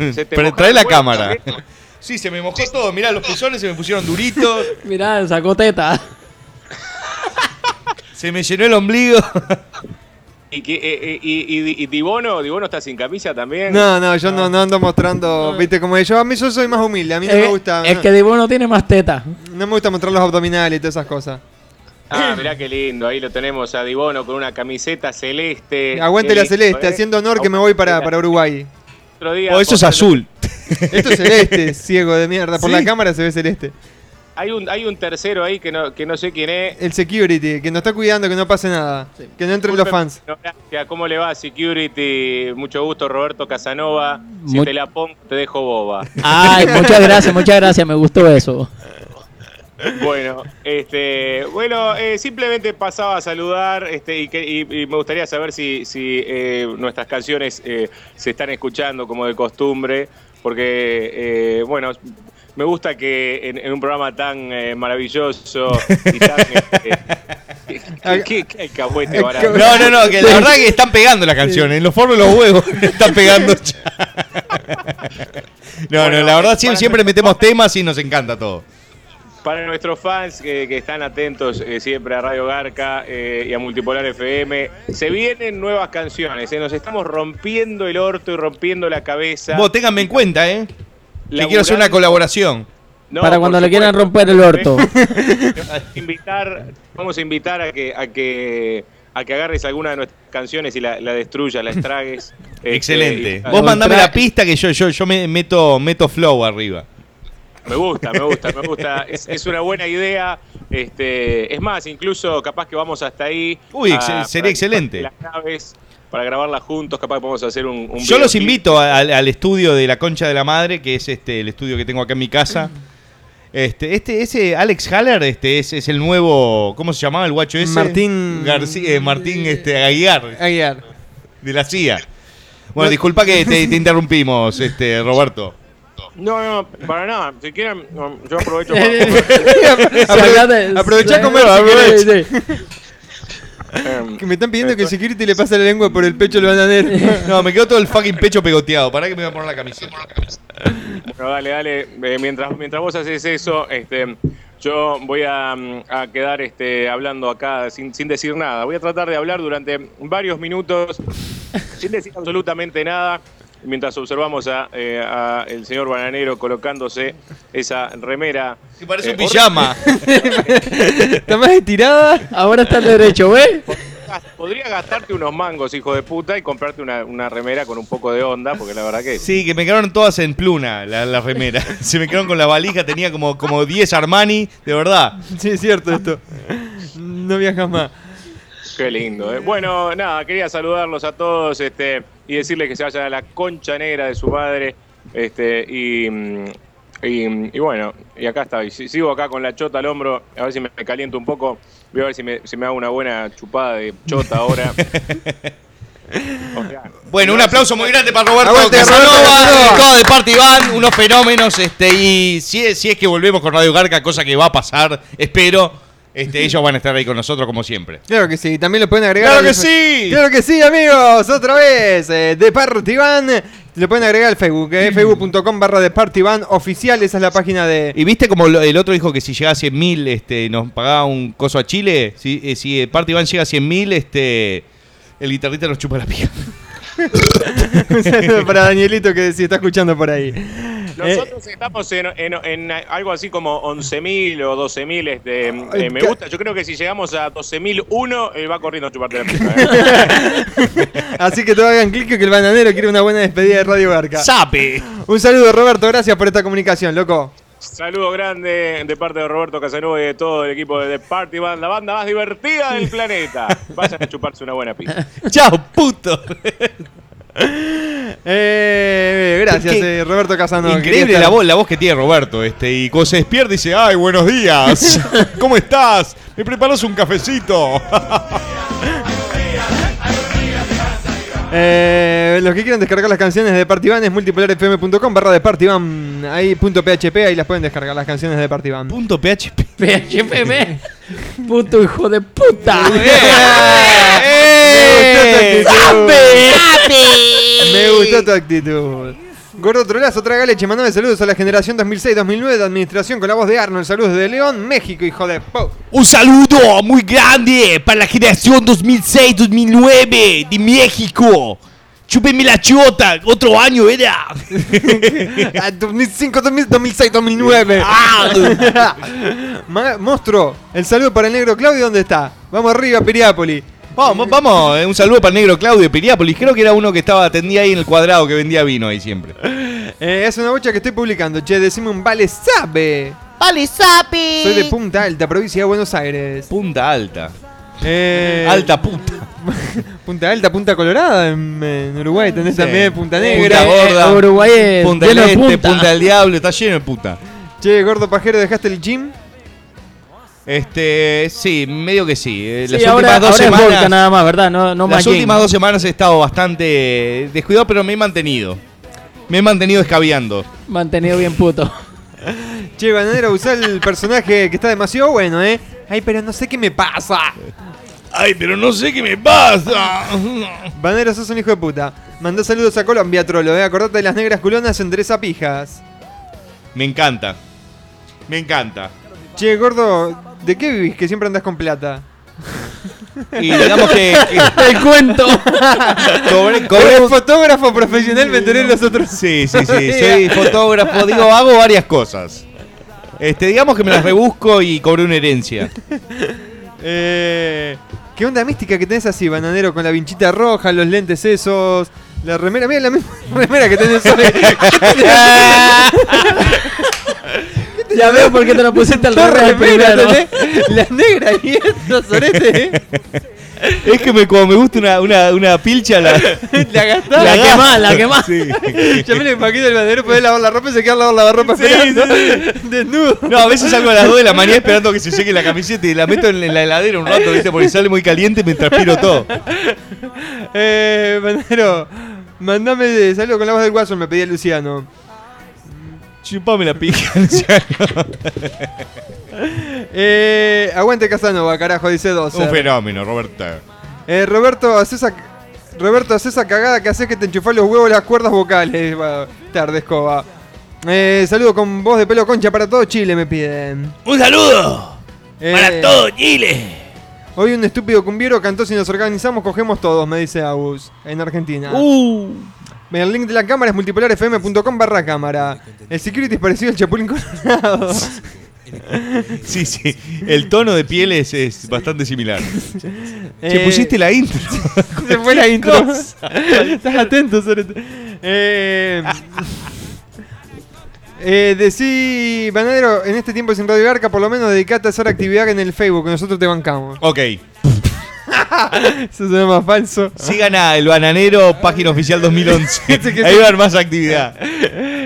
Speaker 29: moja- se te
Speaker 3: Pero
Speaker 29: moja
Speaker 3: trae la
Speaker 29: cuerpo,
Speaker 3: cámara.
Speaker 29: ¿eh?
Speaker 3: Sí, se me mojó todo, mirá, los pezones se me pusieron duritos,
Speaker 6: Mirá, sacó teta.
Speaker 3: se me llenó el ombligo.
Speaker 29: Y, que, eh, eh, y, y- y Dibono, Dibono está sin camisa también.
Speaker 4: No, no, yo no, no ando mostrando, viste, como yo, a mí yo soy más humilde, a mí no me gusta.
Speaker 6: Eh, Es
Speaker 4: no,
Speaker 6: que Dibu no tiene más teta.
Speaker 4: no me gusta mostrar los abdominales y todas esas cosas.
Speaker 29: Ah, mirá qué lindo. Ahí lo tenemos a Dibono con una camiseta celeste.
Speaker 4: Aguante
Speaker 29: Qué
Speaker 4: la
Speaker 29: lindo,
Speaker 4: celeste,
Speaker 29: ¿eh?
Speaker 4: haciendo Oh, honor que me voy para, para Uruguay.
Speaker 29: Otro día
Speaker 3: O Oh, eso es
Speaker 29: postre-
Speaker 3: azul.
Speaker 4: Esto es celeste, ciego de mierda. Por
Speaker 29: Sí.
Speaker 4: la cámara se ve celeste.
Speaker 29: Hay un, hay un tercero ahí que no, que no sé quién es.
Speaker 4: El security, que nos está cuidando, que no pase nada. Que no entren los fans.
Speaker 29: No, gracias. ¿Cómo le va, Security? Mucho gusto, Roberto Casanova. Si
Speaker 6: Mu-
Speaker 29: te la pongo, te dejo boba.
Speaker 6: Ay, muchas gracias, muchas gracias, me gustó eso.
Speaker 29: Bueno, este, bueno, eh, simplemente pasaba a saludar este, y, que- y- y me gustaría saber si, si, eh, nuestras canciones eh, se están escuchando como de costumbre, porque eh, bueno, me gusta que en, en un programa tan eh, maravilloso y tan este, ¿Qué, qué, qué alcahuete barato?
Speaker 3: No, no, no, que la verdad que están pegando las canciones, en los forros de los huevos están pegando. No, no, la verdad sí, siempre metemos temas y nos encanta todo.
Speaker 29: Para nuestros fans eh, que están atentos eh, siempre a Radio Garca eh, y a Multipolar FM, se vienen nuevas canciones. eh, nos estamos rompiendo el orto y rompiendo la cabeza.
Speaker 3: Vos ténganme en cuenta, ¿eh? Que
Speaker 29: Laburar-
Speaker 3: quiero hacer una colaboración.
Speaker 29: No,
Speaker 6: Para
Speaker 29: por
Speaker 6: cuando le quieran
Speaker 29: supuesto.
Speaker 6: romper el orto.
Speaker 29: invitar, vamos a invitar a que, a que a que agarres alguna de nuestras canciones y la, la destruyas, la estragues. Este,
Speaker 3: Excelente.
Speaker 29: y-
Speaker 3: Vos mandame la pista que yo, yo, yo me meto, meto flow arriba.
Speaker 29: Me gusta, me gusta, me gusta. Es, es una buena idea. Este, es más, incluso capaz que vamos hasta ahí.
Speaker 3: Uy,
Speaker 29: a-
Speaker 3: excel-
Speaker 29: para
Speaker 3: sería excelente.
Speaker 29: Las naves, para grabarlas juntos, capaz que podemos hacer un. un
Speaker 3: Yo los
Speaker 29: videoclip.
Speaker 3: invito a- al, al estudio de la Concha de la Madre, que es este el estudio que tengo acá en mi casa. Este, este, ese Alex Haller, este, es, es el nuevo, ¿cómo se llamaba el guacho ese?
Speaker 4: Martín-
Speaker 3: García, eh, Martín este, Aguiar.
Speaker 4: Aguiar.
Speaker 3: De la CIA. Bueno, disculpa que te, te interrumpimos, este, Roberto.
Speaker 29: No, no, para nada. Si quieren, no, yo aprovecho.
Speaker 4: Aprove- Aprovechá a comer si
Speaker 29: Sí,
Speaker 4: querés.
Speaker 3: Em,
Speaker 4: Que me están pidiendo que el security le pase la lengua por el pecho al bananero.
Speaker 3: No, me quedó todo el fucking pecho pegoteado. Pará que me voy a poner la camiseta.
Speaker 29: Bueno, dale, dale. Eh, mientras, mientras vos haces eso, este, yo voy a, mm, a quedar este, hablando acá sin, sin decir nada. Voy a tratar de hablar durante varios minutos sin decir absolutamente nada. Mientras observamos a, eh, a el señor bananero colocándose esa remera. Eh, Que
Speaker 3: parece un pijama.
Speaker 4: Está más estirada.
Speaker 6: Ahora está el derecho, ¿ves?
Speaker 29: Podría gastarte unos mangos, hijo de puta, y comprarte una, una remera con un poco de onda, porque la verdad que
Speaker 3: Sí, que me quedaron todas en pluna las la remeras. Se me quedaron con la valija, tenía como, como 10 Armani, de verdad.
Speaker 4: Sí, es cierto esto. No viajas más.
Speaker 29: Qué lindo, ¿eh? Bueno, nada, quería saludarlos a todos este, y decirles que se vayan a la concha negra de su madre. Este, y, mm, y, mm, y bueno, y acá está. sigo acá con la chota al hombro, a ver si me caliento un poco. Voy a ver si me, si me hago una buena chupada de chota ahora.
Speaker 3: Bueno, un aplauso muy grande para Roberto
Speaker 29: Aguante,
Speaker 3: Casanova,
Speaker 29: Roberto Casanova.
Speaker 3: el codo de parte Iván, unos fenómenos, este, y si es, si es que volvemos con Radio Garca, cosa que va a pasar, espero, este, ellos van a estar ahí con nosotros como siempre.
Speaker 4: Claro que sí, también lo pueden agregar.
Speaker 3: ¡Claro
Speaker 4: al-
Speaker 3: que sí!
Speaker 4: ¡Claro que sí, amigos! Otra vez, eh, de Partivan. Lo pueden agregar al Facebook, eh, facebook.com barra de Partivan oficial, esa es la página de...
Speaker 3: Y viste como lo- el otro dijo que si llegaba a 100 mil, este, nos pagaba un coso a Chile, si, eh, si eh, parte Iván llega a 100 mil, este, el guitarrista nos chupa la pija. Eh,
Speaker 4: Un saludo para Danielito que si está escuchando por ahí.
Speaker 29: Nosotros estamos en, en- en algo así como 11.000 o 12.000 este, eh, me gusta. Yo creo que si llegamos a 12.001 eh, va corriendo a chuparte la pija. ¿eh?
Speaker 4: Así que todos hagan clic que el bananero quiere una buena despedida de Radio Barca.
Speaker 9: ¡Sape!
Speaker 4: Un saludo, Roberto. Gracias por esta comunicación, loco.
Speaker 29: Saludo grande de parte de Roberto Casanova y de todo el equipo de The Party Band, la banda más divertida del planeta. Vayan a chuparse una buena pija.
Speaker 3: Chao, puto.
Speaker 4: Eh, gracias,
Speaker 3: Qué-
Speaker 4: eh, Roberto Casanova.
Speaker 3: Increíble la voz, la voz que tiene Roberto, este, y cuando se despierta dice, ay, buenos días, ¿cómo estás? ¿Me preparas un cafecito?
Speaker 4: Eh, los que quieran descargar las canciones de Partivan es multipolarfm.com barra de Partivan. Ahí punto PHP, ahí las pueden descargar las canciones de Partivan.
Speaker 3: Punto PHP.
Speaker 6: PHPB. Puto hijo de puta.
Speaker 4: Me gustó tu actitud. Gordo Trolazo, traga leche, mandame saludos a la generación 2006-2009 de administración con la voz de Arnold. Saludos de León, México, hijo de... po-
Speaker 9: Un saludo muy grande para la generación 2006-2009 de México. Chúpeme la chota, otro año era.
Speaker 4: Ah, 2005, 2000, 2006, 2009. Ma- Monstruo, el saludo para el negro Claudio, ¿dónde está? Vamos arriba, Periápoli.
Speaker 3: Vamos, vamos, eh, un saludo para el negro Claudio de Piriápolis, creo que era uno que estaba atendía ahí en el cuadrado que vendía vino ahí siempre.
Speaker 4: Eh, es una bocha que estoy publicando, che, decime un vale sabe.
Speaker 11: ¡Vale, sapi!
Speaker 4: Soy de Punta Alta, provincia de Buenos Aires.
Speaker 3: Punta Alta.
Speaker 4: Alta
Speaker 3: punta.
Speaker 4: punta Alta, Punta Colorada en, en Uruguay, tenés
Speaker 3: Sí.
Speaker 4: también Punta Negra.
Speaker 3: Punta Gorda,
Speaker 6: Eh,
Speaker 3: Punta del Este,
Speaker 4: Punta.
Speaker 3: punta. del Diablo, está lleno de puta.
Speaker 4: Che, gordo pajero, ¿dejaste el gym?
Speaker 3: Este, sí, medio que sí. eh,
Speaker 6: Sí,
Speaker 3: las
Speaker 6: ahora,
Speaker 3: últimas dos
Speaker 6: ahora es
Speaker 3: semanas.
Speaker 6: vodka nada más, ¿verdad? No, no
Speaker 3: las
Speaker 6: más
Speaker 3: últimas
Speaker 6: gin.
Speaker 3: dos semanas he estado bastante descuidado, pero me he mantenido. Me he mantenido escabeando.
Speaker 6: Mantenido bien puto.
Speaker 4: Che, Bananero, usá el personaje que está demasiado bueno, ¿eh? Ay, pero no sé qué me pasa.
Speaker 32: Ay, pero no sé qué me pasa.
Speaker 4: Bananero, sos un hijo de puta. Mandá saludos a Colombia, trolo, ¿eh? Acordate de las negras culonas entre esas pijas.
Speaker 3: Me encanta. Me encanta.
Speaker 4: Che, gordo, ¿de qué vivís que siempre andás con plata?
Speaker 3: Y digamos que- que-
Speaker 6: El cuento.
Speaker 3: Cobré-
Speaker 4: Eres
Speaker 3: cobré-
Speaker 4: fotógrafo profesional, me enteré los otros.
Speaker 3: Sí, sí, sí. Soy fotógrafo, digo, hago varias cosas. Este, digamos que me las rebusco y cobré una herencia.
Speaker 4: Eh, ¿Qué onda mística que tenés así, bananero? Con la vinchita roja, los lentes esos, la remera. Mira la misma remera que tenés hoy.
Speaker 6: Ya veo por qué te lo pusiste al
Speaker 4: Dos
Speaker 6: revés al
Speaker 4: remeras,
Speaker 6: primero.
Speaker 3: ¿eh?
Speaker 4: tenés La negra y estos sorete.
Speaker 3: Es que me, como me gusta una, una, una pilcha, la,
Speaker 4: La gastás.
Speaker 3: La quemás, la
Speaker 6: quemás.
Speaker 3: Sí.
Speaker 4: Ya me lo imagino el bananero poder lavar la ropa y se queda lavar la ropa esperando. Desnudo.
Speaker 3: No, a veces salgo a las 2 de la mañana esperando que se seque la camiseta y la meto en la heladera un rato, ¿viste? Porque sale muy caliente y me transpiro todo.
Speaker 4: Eh, bananero, mandame de saludo con la voz del guaso, me pedía Luciano.
Speaker 3: Chupame la pija, Luciano.
Speaker 4: Eh, aguante Casanova, carajo, dice dos.
Speaker 3: Un fenómeno, Roberto.
Speaker 4: Eh, Roberto, haces esa, Roberto, haz esa cagada que haces que te enchufás los huevos las cuerdas vocales. Va, Tarde, escoba. Eh, saludo con voz de pelo concha para todo Chile, me piden.
Speaker 9: Un saludo
Speaker 4: Eh,
Speaker 9: para todo Chile.
Speaker 4: Hoy un estúpido cumbiero cantó si nos organizamos, cogemos todos, me dice Agus, en Argentina.
Speaker 3: Uh.
Speaker 4: El link de la cámara es multipolarfm.com barra cámara. El security es parecido al Chapulín Colorado.
Speaker 3: Sí, sí. El tono de piel es, es bastante similar. Che,
Speaker 4: Eh,
Speaker 3: pusiste la intro.
Speaker 4: Se fue la intro.
Speaker 3: Cosa.
Speaker 4: Estás atento, Sorete. Eh, eh, decí, Banadero, en este tiempo sin Radio Garca, por lo menos dedicate a hacer actividad en el Facebook, que nosotros te bancamos.
Speaker 3: Ok.
Speaker 4: Eso suena más falso.
Speaker 3: Sigan a El Bananero, página oficial 2011.
Speaker 4: que
Speaker 3: Ahí
Speaker 4: sí.
Speaker 3: va a haber más actividad.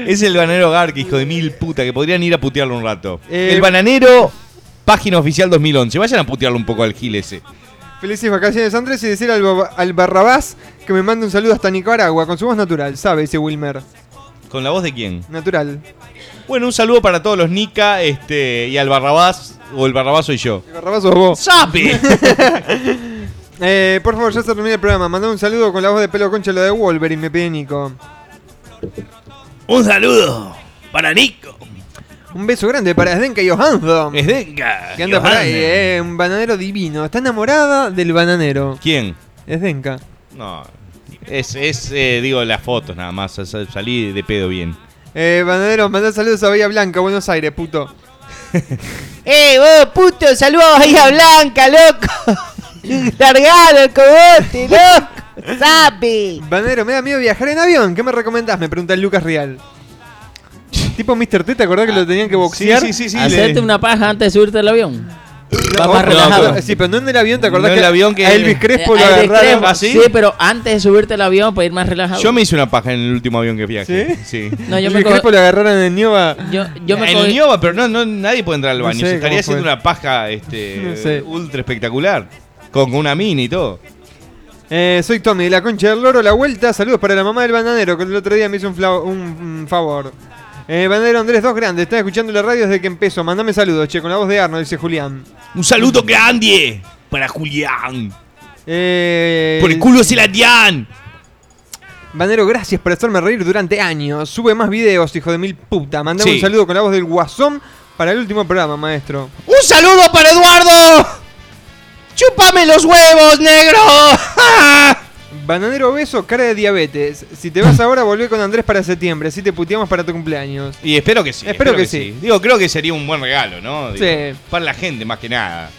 Speaker 3: Es El Bananero Garca, hijo de mil puta, que podrían ir a putearlo un rato.
Speaker 4: Eh,
Speaker 3: el Bananero, página oficial 2011. Vayan a putearlo un poco al gil ese.
Speaker 4: Felices vacaciones, Andrés, y decir al, Baba- al Barrabás que me mande un saludo hasta Nicaragua, con su voz natural, sabe, dice Wilmer.
Speaker 3: ¿Con la voz de quién?
Speaker 4: Natural.
Speaker 3: Bueno, un saludo para todos los Nica este, y al Barrabás, o el Barrabás soy yo. El
Speaker 4: Barrabás sos vos.
Speaker 3: ¡Sapi!
Speaker 4: Eh, por favor, ya se termina el programa. Mandame un saludo con la voz de pelo concha, lo de Wolverine, me pide Nico.
Speaker 9: Un saludo para Nico.
Speaker 4: Un beso grande para Sdenka y Johansson.
Speaker 3: Sdenka.
Speaker 4: Que anda por ahí,
Speaker 3: Johansson.
Speaker 4: eh, un bananero divino. Está enamorada del bananero.
Speaker 3: ¿Quién?
Speaker 4: Sdenka.
Speaker 3: No. Es, es eh, digo, las fotos nada más. sal- Salí de pedo bien.
Speaker 4: Eh, Banadero, mandá saludos a Bahía Blanca, Buenos Aires, puto.
Speaker 11: ¡Eh, vos, puto! ¡Saludos a Bahía Blanca, loco! ¡Largalo el cogote, loco! ¡Sapi!
Speaker 4: Banadero, me da miedo viajar en avión. ¿Qué me recomendás? Me pregunta el Lucas Real. Tipo Mr. T, ¿te acordás que lo tenían que boxear?
Speaker 6: Hacerte una paja antes de subirte al avión.
Speaker 4: No,
Speaker 6: Vas más
Speaker 4: no,
Speaker 6: relajado.
Speaker 4: pero- sí, pero no en el avión, ¿te acordás
Speaker 3: No en el avión que- ¿Ah,
Speaker 4: a Elvis Crespo
Speaker 6: Eh, ahí de
Speaker 4: lo agarraron
Speaker 6: Crespo.
Speaker 4: así?
Speaker 6: Sí, pero antes de subirte al avión para ir más relajado.
Speaker 3: Yo me hice una paja en el último avión que viajé. Sí.
Speaker 6: No, yo
Speaker 4: Elvis
Speaker 6: me co-
Speaker 4: Crespo lo agarraron en el Nioba.
Speaker 6: Yo, yo me
Speaker 3: en
Speaker 6: cogí-
Speaker 3: el Nioba, pero no, no, nadie puede entrar al
Speaker 4: No
Speaker 3: baño.
Speaker 4: sé
Speaker 3: Se estaría
Speaker 4: cómo
Speaker 3: haciendo
Speaker 4: fue.
Speaker 3: una paja este,
Speaker 4: No sé.
Speaker 3: ultra espectacular. Con una mini y todo.
Speaker 4: Eh, soy Tommy de la Concha del Loro, la vuelta. Saludos para la mamá del bananero, que el otro día me hizo un, fla- un- un favor. Eh, bananero Andrés, dos grandes. Están escuchando la radio desde que empezó. Mandame saludos, che, con la voz de Arno, dice Julián.
Speaker 33: Un saludo grande para Julián.
Speaker 4: Eh,
Speaker 33: Por el culo se la dian.
Speaker 4: Banero, gracias por hacerme reír durante años. Sube más videos, hijo de mil puta. Mandame
Speaker 3: Sí.
Speaker 4: un saludo con la voz del Guasón para el último programa, maestro.
Speaker 11: ¡Un saludo para Eduardo! ¡Chúpame los huevos, negro!
Speaker 4: Bananero obeso, cara de diabetes. Si te vas ahora, volvé con Andrés para septiembre. Así te puteamos para tu cumpleaños.
Speaker 3: Y espero que sí.
Speaker 4: Espero que sí.
Speaker 3: Digo, creo que sería un buen regalo, ¿no? Digo,
Speaker 4: Sí.
Speaker 3: Para la gente, más que nada.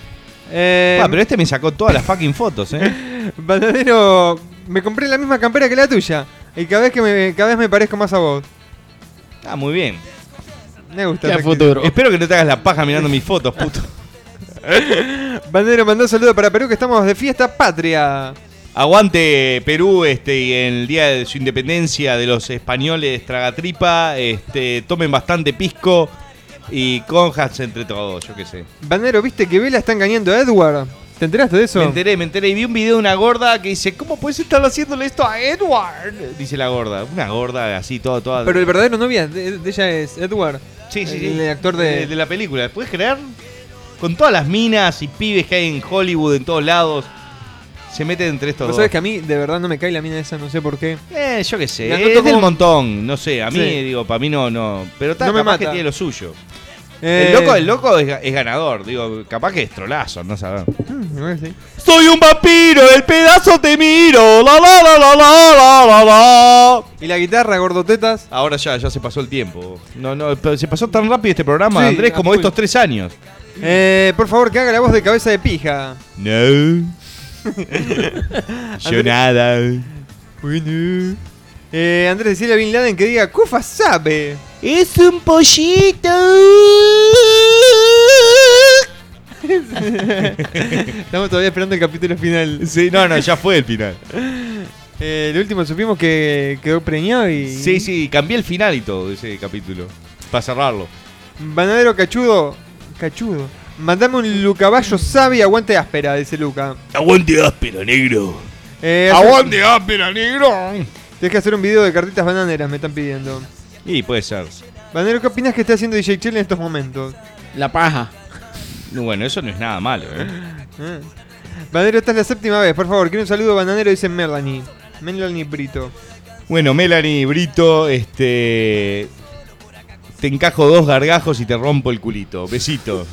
Speaker 4: Eh,
Speaker 3: Ah, pero este me sacó todas las fucking fotos, ¿eh?
Speaker 4: Bananero, me compré la misma campera que la tuya. Y cada vez que me, cada vez me parezco más a vos.
Speaker 3: Ah, muy bien.
Speaker 4: Me gusta. Eh,
Speaker 3: Qué
Speaker 4: esa actitud.
Speaker 3: futuro. Espero que no te hagas la paja mirando mis fotos, puto.
Speaker 4: Bananero, mandó un saludo para Perú que estamos de fiesta patria.
Speaker 3: Aguante Perú, este, y en el día de su independencia de los españoles tragatripa, este, tomen bastante pisco y conjas entre todos, yo qué sé.
Speaker 4: Bananero, ¿viste que Vela está engañando a Edward? ¿Te enteraste de eso?
Speaker 3: Me enteré, me enteré y vi un video de una gorda que dice, ¿cómo puedes estar haciéndole esto a Edward? Dice la gorda, una gorda así, toda, toda.
Speaker 4: Pero el verdadero novia de, de ella es Edward.
Speaker 3: Sí, sí, sí.
Speaker 4: El, actor de...
Speaker 3: de la película, ¿puedes creer? Con todas las minas y pibes que hay en Hollywood, en todos lados, se meten entre estos
Speaker 4: ¿Vos
Speaker 3: dos.
Speaker 4: sabés que a mí de verdad no me cae la mina esa? No sé por qué.
Speaker 3: Eh, yo qué sé,
Speaker 4: La
Speaker 3: es
Speaker 4: noto
Speaker 3: del
Speaker 4: como-
Speaker 3: montón, no sé, a mí,
Speaker 4: Sí.
Speaker 3: digo, para mí no, no, pero está,
Speaker 4: No me
Speaker 3: capaz que
Speaker 4: mata.
Speaker 3: tiene lo suyo.
Speaker 4: Eh,
Speaker 3: El loco, el loco es, ga- es ganador, digo, capaz que es trolazo, no sabemos.
Speaker 4: Mm, sí.
Speaker 3: Soy un vampiro, el pedazo te miro, la la la la la la la la.
Speaker 4: ¿Y la guitarra, gordotetas?
Speaker 3: Ahora ya, ya se pasó el tiempo. No, no, pero se pasó tan rápido este programa,
Speaker 4: Sí, Ah,
Speaker 3: Andrés, como
Speaker 4: a full.
Speaker 3: estos tres años.
Speaker 4: Eh, por favor, que haga la voz de cabeza de pija.
Speaker 3: No, yo Eh, nada.
Speaker 4: Bueno. Eh, Andrés, decirle a Bin Laden que diga, Kufa sabe.
Speaker 11: ¡Es un pollito!
Speaker 4: Estamos todavía esperando el capítulo final.
Speaker 3: Sí, no, no, ya fue el final.
Speaker 4: Eh, el último supimos que quedó preñado y...
Speaker 3: Sí, sí, cambié el final y todo de ese capítulo, para cerrarlo.
Speaker 4: Banadero cachudo. Cachudo. Mandame un Lucaballo sabe y aguante áspera, dice Luca.
Speaker 9: Aguante áspera, negro.
Speaker 4: Eh,
Speaker 9: Aguante áspera, negro.
Speaker 4: Tienes que hacer un video de cartitas bananeras, me están pidiendo.
Speaker 3: Y puede ser.
Speaker 4: Banadero, ¿qué opinas que está haciendo DJ Chile en estos momentos?
Speaker 6: La paja.
Speaker 3: Bueno, eso no es nada malo, ¿eh?
Speaker 4: Eh. Banadero, esta es la séptima vez, por favor. Quiero un saludo, Bananero, dice Melanie. Melanie Brito.
Speaker 3: Bueno, Melanie Brito, este. Te encajo dos gargajos y te rompo el culito. Besito.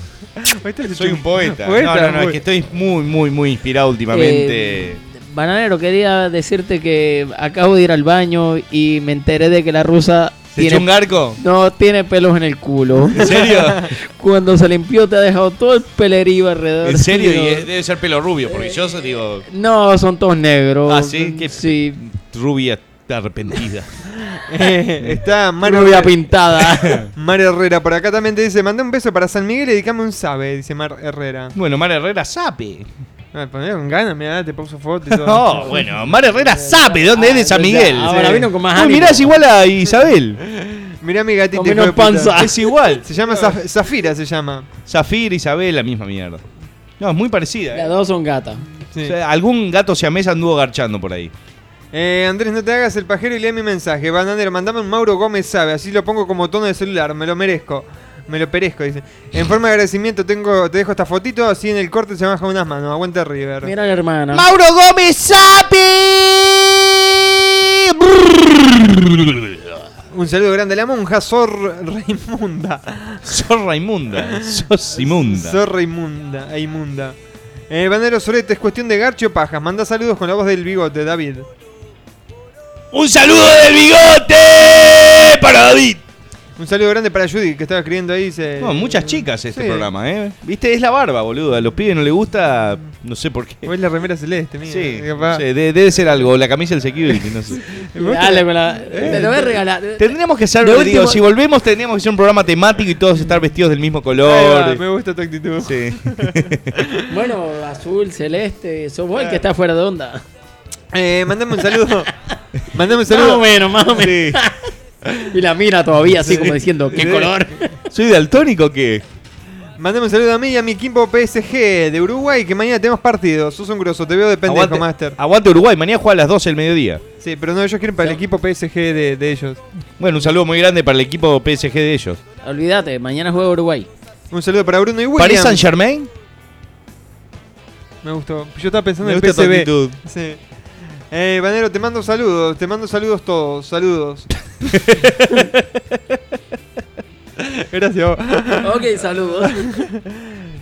Speaker 3: Soy un poeta. No, no, no, es que estoy muy, muy, muy inspirado últimamente.
Speaker 6: Eh, Bananero, quería decirte que acabo de ir al baño y me enteré de que la rusa
Speaker 3: ¿Se echó un garco?
Speaker 6: No tiene pelos en el culo.
Speaker 3: ¿En serio?
Speaker 6: Cuando se limpió te ha dejado todo el pelerío alrededor.
Speaker 3: En serio,
Speaker 6: del
Speaker 3: y
Speaker 6: dedo.
Speaker 3: es- debe ser pelo rubio, porque yo so- digo.
Speaker 6: No, son todos negros.
Speaker 3: Ah, sí, qué
Speaker 6: Sí.
Speaker 3: rubia arrepentida. Este,
Speaker 4: Eh, está Mario
Speaker 6: Rubia pintada.
Speaker 4: Mar Herrera por acá también te dice, mandé un beso para San Miguel y dedicame un sabe, dice Mar Herrera.
Speaker 3: Bueno, Mar Herrera sabe.
Speaker 4: Ah, ponelo con ganas, mirá, te puso foto y todo.
Speaker 3: No, bueno, Mar Herrera sabe dónde es de
Speaker 4: Ah,
Speaker 3: San Miguel.
Speaker 4: Ahora vino con más
Speaker 3: Uy,
Speaker 4: ánimo.
Speaker 3: mirá, es igual a Isabel.
Speaker 4: Mirá mi gatito.
Speaker 3: Con menos
Speaker 4: hijo de puta.
Speaker 3: panza. Es igual.
Speaker 4: Se llama Zaf- Zafira, se llama.
Speaker 3: Zafir, Isabel, la misma mierda. No, es muy parecida. ¿eh?
Speaker 6: Las dos son gatas.
Speaker 3: O sea, algún gato siamés anduvo garchando por ahí.
Speaker 4: Eh, Andrés, no te hagas el pajero y lee mi mensaje. Bananero, mandame un Mauro Gómez sabe, así lo pongo como tono de celular, me lo merezco. Me lo perezco, dice. En forma de agradecimiento tengo, te dejo esta fotito, así en el corte se me baja unas manos. Aguante River.
Speaker 6: Mira la hermana.
Speaker 11: ¡Mauro Gómez sabe!
Speaker 4: Un saludo grande a la monja Sor Raimunda.
Speaker 3: Zorra inmunda. Sos inmunda.
Speaker 4: Zorra inmunda, e inmunda. Eh, Banero Sorete, es cuestión de garcho o pajas. Manda saludos con la voz del bigote, David.
Speaker 9: Un saludo del bigote para David.
Speaker 4: Un saludo grande para Judy, que estaba escribiendo ahí. Se...
Speaker 3: No, muchas chicas este
Speaker 4: Sí.
Speaker 3: programa, ¿eh? Viste, es la barba, boludo. A los pibes no les gusta, no sé por qué.
Speaker 4: O es la remera celeste, eh, mía.
Speaker 3: Sí, no sé, de- debe ser algo. o La camisa del security, no sé.
Speaker 6: Dale, me la-
Speaker 4: ¿Eh?
Speaker 6: te lo voy a regalar.
Speaker 3: Tendríamos que hacer,
Speaker 6: De
Speaker 3: digo,
Speaker 6: último-
Speaker 3: si volvemos, tendríamos que hacer un programa temático y todos estar vestidos del mismo
Speaker 4: Ahí va,
Speaker 3: color.
Speaker 4: me gusta tu actitud.
Speaker 3: Sí.
Speaker 6: Bueno, azul, celeste, sos vos el que está fuera de onda.
Speaker 4: Eh, mandame un saludo. mandame un saludo.
Speaker 6: Más o menos, más o menos. Y la mira todavía así
Speaker 4: Sí.
Speaker 6: como diciendo, ¿qué
Speaker 4: Sí.
Speaker 6: color?
Speaker 3: ¿Soy daltónico o qué?
Speaker 4: Mandame un saludo a mí y a mi equipo PSG de Uruguay, que mañana tenemos partido. Sos un grosso, te veo de pendejo,
Speaker 3: Aguante,
Speaker 4: Master.
Speaker 3: aguante Uruguay, mañana juega a las 12 del mediodía.
Speaker 4: Sí, pero no, ellos quieren para el equipo PSG de, de ellos.
Speaker 3: Bueno, un saludo muy grande para el equipo PSG de ellos.
Speaker 6: Olvídate, mañana juega Uruguay.
Speaker 4: Un saludo para Bruno y William.
Speaker 3: ¿París Saint Germain?
Speaker 4: Me gustó. Yo estaba pensando en
Speaker 3: Me
Speaker 4: el
Speaker 3: gusta tu
Speaker 4: PSV.
Speaker 3: actitud.
Speaker 4: Sí. Eh, Vanero, te mando saludos. Te mando saludos todos. Saludos. Gracias. vos.
Speaker 6: Ok, saludos.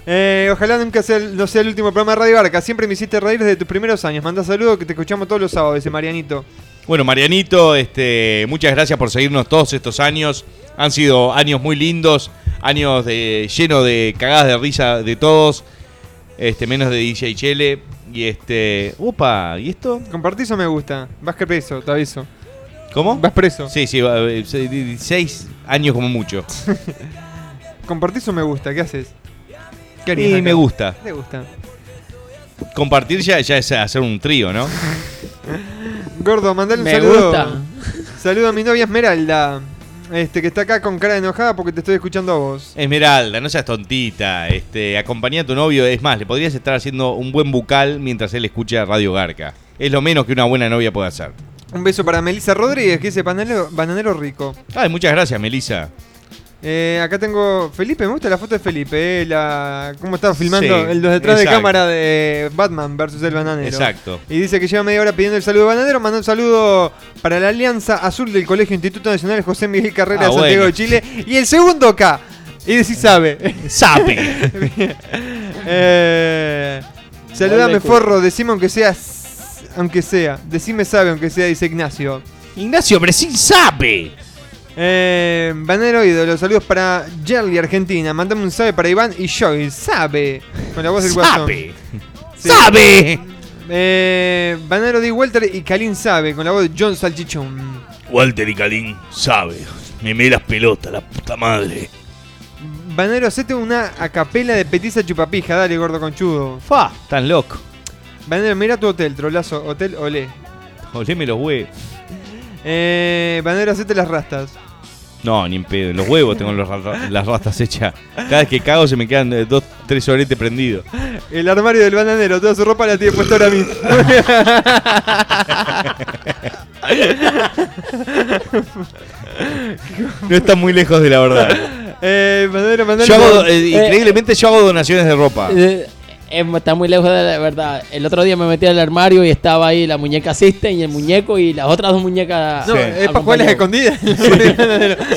Speaker 4: Eh, ojalá nunca sea el- no sea el último programa de Radio Barca. Siempre me hiciste reír desde tus primeros años. Manda saludos que te escuchamos todos los sábados, dice Marianito.
Speaker 3: Bueno, Marianito, este, muchas gracias por seguirnos todos estos años. Han sido años muy lindos, años de, lleno de cagadas de risa de todos, este, menos de DJ Chele. Y este. Upa, ¿y esto?
Speaker 4: ¿Compartís o me gusta? Vas que preso, te aviso.
Speaker 3: ¿Cómo?
Speaker 4: Vas preso.
Speaker 3: Sí, sí, va- eh, se- 16 años como mucho.
Speaker 4: ¿Compartís o me gusta? ¿Qué haces? ¿Qué harías
Speaker 3: Y
Speaker 4: acá?
Speaker 3: me gusta.
Speaker 4: Te gusta.
Speaker 3: Compartir ya, ya es hacer un trío, ¿no?
Speaker 4: Gordo, mandale un
Speaker 3: Me
Speaker 4: saludo.
Speaker 3: gusta.
Speaker 4: Saludo a mi novia Esmeralda. Este, que está acá con cara enojada porque te estoy escuchando a vos.
Speaker 3: Esmeralda, no seas tontita. Este, acompañá a tu novio. Es más, le podrías estar haciendo un buen bucal mientras él escucha Radio Garca. Es lo menos que una buena novia puede hacer.
Speaker 4: Un beso para Melissa Rodríguez, que dice bananero, bananero rico.
Speaker 3: Ay, muchas gracias, Melissa.
Speaker 4: Eh, acá tengo Felipe, me gusta la foto de Felipe, eh, la, cómo están filmando
Speaker 3: Sí,
Speaker 4: el- los detrás de
Speaker 3: exacto.
Speaker 4: cámara de Batman versus el bananero.
Speaker 3: Exacto.
Speaker 4: Y dice que lleva media hora pidiendo el saludo de bananero, mandó un saludo para la Alianza Azul del Colegio Instituto Nacional José Miguel Carrera
Speaker 3: Ah,
Speaker 4: de Santiago
Speaker 3: bueno.
Speaker 4: de Chile. Y el segundo acá, y si sabe.
Speaker 3: Sabe.
Speaker 4: eh, saludame
Speaker 3: Hola, cu-
Speaker 4: forro, decime aunque sea, aunque sea, decime sabe aunque sea, dice Ignacio.
Speaker 3: Ignacio Bresil sabe.
Speaker 4: Eh, Banero ídolo, saludos para Jerry Argentina. Mandame un sabe para Iván y Joy. Sabe. Con la voz del guasón.
Speaker 3: Sabe.
Speaker 4: Sí.
Speaker 3: Sabe.
Speaker 4: Eh, Banero D. Walter y Kalin sabe. Con la voz de John Salchichón.
Speaker 9: Walter y Calín sabe. Me me las pelotas, la puta madre.
Speaker 4: Banero, hacete una acapela de petiza chupapija. Dale, gordo conchudo.
Speaker 3: Fa, tan loco.
Speaker 4: Banero, mira tu hotel, trolazo. Hotel, olé.
Speaker 3: Oleme los huevos.
Speaker 4: Eh, Banero, hacete las rastas.
Speaker 3: No, ni en pedo. En los huevos tengo los ra- las rastas hechas. Cada vez que cago se me quedan eh, dos, tres sobretes prendidos.
Speaker 4: El armario del bananero, toda su ropa la tiene puesta ahora mismo.
Speaker 3: No está muy lejos de la verdad.
Speaker 4: Eh, bananero, bananero.
Speaker 3: Yo hago, eh, increíblemente yo hago donaciones de ropa.
Speaker 6: Eh, eh, Está muy lejos de la verdad. El otro día me metí al armario y estaba ahí la muñeca System y el muñeco y las otras dos muñecas.
Speaker 3: eh,
Speaker 4: No, es para jugar a las escondidas.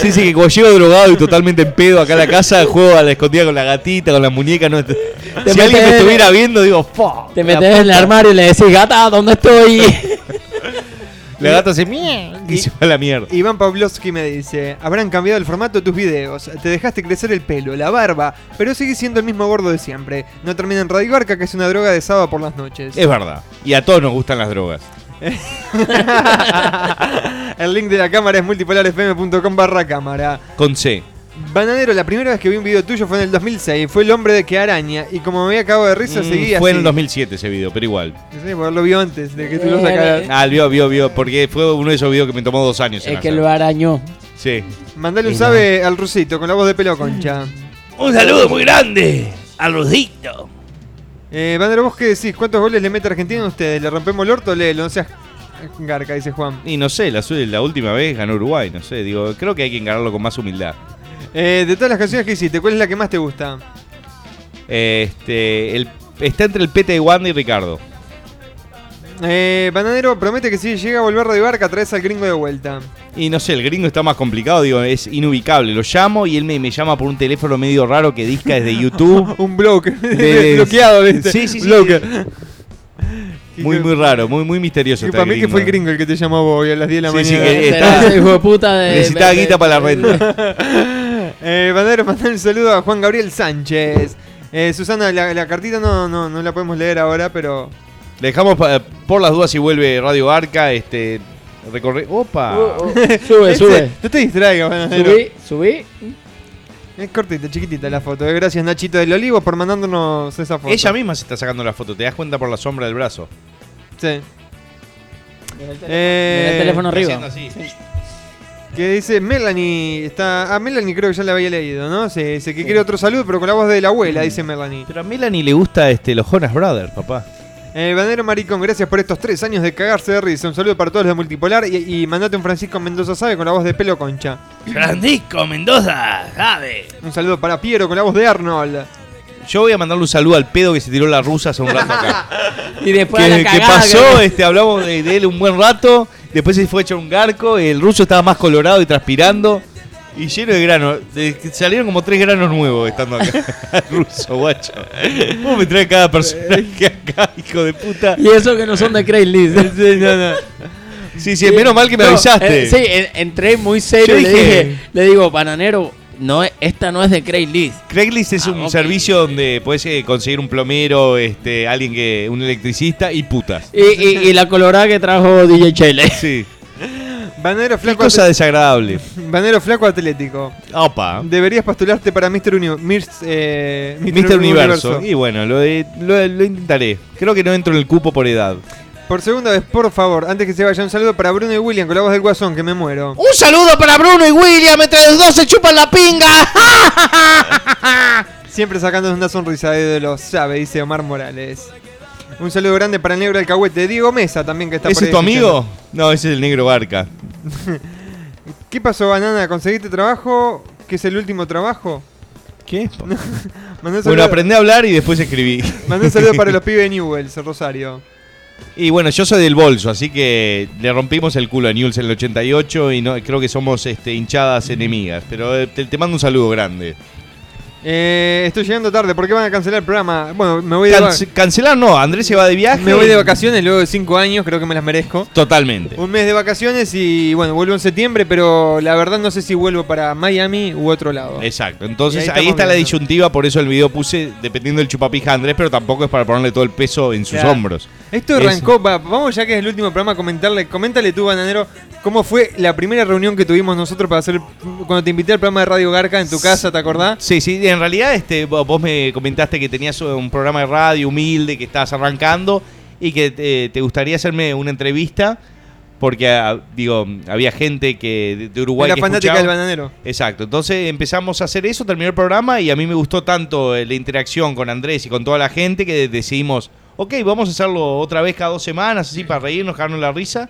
Speaker 3: Sí, sí, que como llego drogado y totalmente en pedo acá a la casa, juego a la escondida con la gatita, con la muñeca. No, si alguien me
Speaker 6: metes-
Speaker 3: estuviera viendo, digo, "Fa,
Speaker 6: Te
Speaker 3: la
Speaker 6: metes en el
Speaker 3: puta".
Speaker 6: armario y le decís, gata, ¿dónde estoy?
Speaker 3: La gata se mie y se va a la mierda.
Speaker 4: Iván Pavlovsky me dice, habrán cambiado el formato de tus videos, te dejaste crecer el pelo, la barba, pero sigues siendo el mismo gordo de siempre. No termina en Radio Arca, que es una droga de sábado por las noches.
Speaker 3: Es verdad. Y a todos nos gustan las drogas.
Speaker 4: el link de la cámara es multipolarfm.com barra cámara.
Speaker 3: Con C.
Speaker 4: Bananero, la primera vez que vi un video tuyo fue en el 2006, fue el hombre de que araña, y como me había acabado de risa,
Speaker 3: Mm,
Speaker 4: seguía
Speaker 3: fue en
Speaker 4: así.
Speaker 3: el 2007 ese video, pero igual.
Speaker 4: Sí, porque lo vio antes de que tú lo sacaras.
Speaker 3: Ah, vio, vio, vio. Porque fue uno de esos videos que me tomó dos años. en
Speaker 6: Eh, es que
Speaker 3: hacer.
Speaker 6: lo arañó.
Speaker 3: Sí.
Speaker 4: Mandale un sabe al rusito con la voz de pelo concha.
Speaker 9: Un saludo muy grande al Rudito.
Speaker 4: Eh, Bandero, vos qué decís, ¿cuántos goles le mete Argentina a ustedes? ¿Le rompemos el orto? Léelo, no seas garca, dice Juan.
Speaker 3: Y no sé, la, su- la última vez ganó Uruguay, no sé. Digo, creo que hay que encararlo con más humildad.
Speaker 4: Eh, de todas las canciones que hiciste, ¿cuál es la que más te gusta?
Speaker 3: Este, el- está entre el Pete de Wanda y Ricardo.
Speaker 4: Eh, Bananero promete que si llega a volver Radio Barca traes al gringo de vuelta.
Speaker 3: Y no sé, el gringo está más complicado, digo, es inubicable. Lo llamo y él me, me llama por un teléfono medio raro que disca desde YouTube.
Speaker 4: un bloque.
Speaker 3: De-
Speaker 4: Bloqueado, ¿viste?
Speaker 3: Sí, sí, sí.
Speaker 4: Bloque.
Speaker 3: Muy, muy raro, muy, muy misterioso.
Speaker 4: Y
Speaker 3: está
Speaker 4: para mí que
Speaker 3: gringo.
Speaker 4: fue el gringo el que te llamó vos hoy a las 10 de la
Speaker 3: Sí, sí,
Speaker 4: mañana.
Speaker 3: que estaba- Ese hijo de puta de- necesitaba de- guita para la renta.
Speaker 4: eh, Bandero, mandar un saludo a Juan Gabriel Sánchez. Eh, Susana, la, la cartita no, no, no la podemos leer ahora, pero...
Speaker 3: Le dejamos pa- eh, por las dudas si vuelve Radio Arca, este recorre.
Speaker 6: Uh,
Speaker 3: ¡Opa!
Speaker 4: Este, No te distraigas, Bananero.
Speaker 6: Subí, subí.
Speaker 4: Es cortita, chiquitita la foto. eh. Gracias, Nachito del Olivo, por mandándonos esa foto.
Speaker 3: Ella misma se está sacando la foto, te das cuenta por la sombra del brazo.
Speaker 4: Sí.
Speaker 6: Mira el teléfono arriba.
Speaker 3: Eh, Haciendo así.
Speaker 4: Que dice Melanie. Está, ah, Melanie creo que ya la había leído, ¿no? Se dice que quiere otro saludo, pero con la voz de la abuela, dice Melanie.
Speaker 3: Pero a Melanie le gusta este, los Jonas Brothers, papá.
Speaker 4: Eh, Bandero Maricón, gracias por estos tres años de cagarse de risa. Un saludo para todos los de Multipolar y, y mandate un Francisco Mendoza Sabe con la voz de Pelo Concha.
Speaker 9: Francisco Mendoza, sabe.
Speaker 4: Un saludo para Piero con la voz de Arnold.
Speaker 3: Yo voy a mandarle un saludo al pedo que se tiró la rusa hace un rato acá.
Speaker 6: y después
Speaker 3: que,
Speaker 6: a la
Speaker 3: que
Speaker 6: cagada.
Speaker 3: pasó, este, hablamos de, de él un buen rato, después se fue a echar un garco, el ruso estaba más colorado y transpirando. Y lleno de granos. De- que salieron como tres granos nuevos estando acá. El ruso, guacho. ¿Cómo me trae cada personaje acá, hijo de puta?
Speaker 6: Eh. Y eso que no son de Craigslist.
Speaker 3: Sí, sí, menos mal que me avisaste.
Speaker 6: eh, sí, en- entré muy serio
Speaker 3: Yo
Speaker 6: y le
Speaker 3: dije-
Speaker 6: dije, le digo, bananero, no, es- esta no es de Craigslist. Ah,
Speaker 3: Craigslist es un servicio donde puedes conseguir un plomero, este, alguien que. un electricista y putas.
Speaker 6: Y, y- y la colorada que trajo DJ Chele.
Speaker 3: Sí.
Speaker 4: Banero
Speaker 3: Qué
Speaker 4: flaco,
Speaker 3: cosa
Speaker 4: atle-
Speaker 3: desagradable.
Speaker 4: Banero flaco atlético.
Speaker 3: Opa.
Speaker 4: Deberías postularte para Mr. Universo. eh, Mr.
Speaker 3: Mister Universo. Y bueno, lo, de- lo- lo intentaré. Creo que no entro en el cupo por edad.
Speaker 4: Por segunda vez, por favor, antes que se vaya, un saludo para Bruno y William con la voz del guasón, que me muero.
Speaker 11: Un saludo para Bruno y William, entre los dos se chupan la pinga.
Speaker 4: Siempre sacándonos una sonrisa de lo sabe, dice Omar Morales. Un saludo grande para el negro alcahuete, Diego Mesa también que está por
Speaker 3: ¿Ese
Speaker 4: ahí
Speaker 3: es tu amigo?
Speaker 4: escuchando.
Speaker 3: No, ese es el negro barca.
Speaker 4: ¿Qué pasó, Banana? ¿Conseguiste trabajo? ¿Qué es el último trabajo?
Speaker 3: ¿Qué?
Speaker 4: Mandé un
Speaker 3: Bueno,
Speaker 4: saludo,
Speaker 3: aprendí a hablar y después escribí.
Speaker 4: mandé un saludo para los pibes de Newells, Rosario.
Speaker 3: Y bueno, yo soy del bolso, así que le rompimos el culo a Newell's en el 88 y no, creo que somos este, hinchadas enemigas. Pero eh, te, te mando un saludo grande.
Speaker 4: Eh, estoy llegando tarde, ¿por qué van a cancelar el programa? Bueno, me voy de, va-
Speaker 3: Cance- cancelar no, Andrés se va de viaje.
Speaker 4: me voy de vacaciones luego de 5 años, creo que me las merezco.
Speaker 3: Totalmente.
Speaker 4: Un mes de vacaciones y bueno, vuelvo en septiembre, pero la verdad no sé si vuelvo para Miami u otro lado.
Speaker 3: Exacto, entonces
Speaker 4: Y
Speaker 3: ahí,
Speaker 4: ahí
Speaker 3: está
Speaker 4: estamos
Speaker 3: la
Speaker 4: viendo.
Speaker 3: disyuntiva, por eso el video puse dependiendo del chupapija Andrés, pero tampoco es para ponerle todo el peso en sus
Speaker 4: Claro.
Speaker 3: hombros.
Speaker 4: Esto
Speaker 3: Es-
Speaker 4: arrancó, va- vamos ya que es el último programa, comentarle, coméntale tú, Bananero, cómo fue la primera reunión que tuvimos nosotros para hacer, cuando te invité al programa de Radio Garca en tu casa, ¿te acordás?
Speaker 3: Sí, sí, en realidad este, vo- vos me comentaste que tenías eh, un programa de radio humilde, que estabas arrancando y que eh, te, te gustaría hacerme una entrevista porque, ah, digo, había gente que de, de Uruguay
Speaker 4: Era
Speaker 3: que
Speaker 4: fanática
Speaker 3: escuchaba.
Speaker 4: del bananero.
Speaker 3: Exacto, entonces empezamos a hacer eso, terminó el programa y a mí me gustó tanto eh, la interacción con Andrés y con toda la gente que de- decidimos, ok, vamos a hacerlo otra vez cada dos semanas, así para reírnos, cagarnos la risa.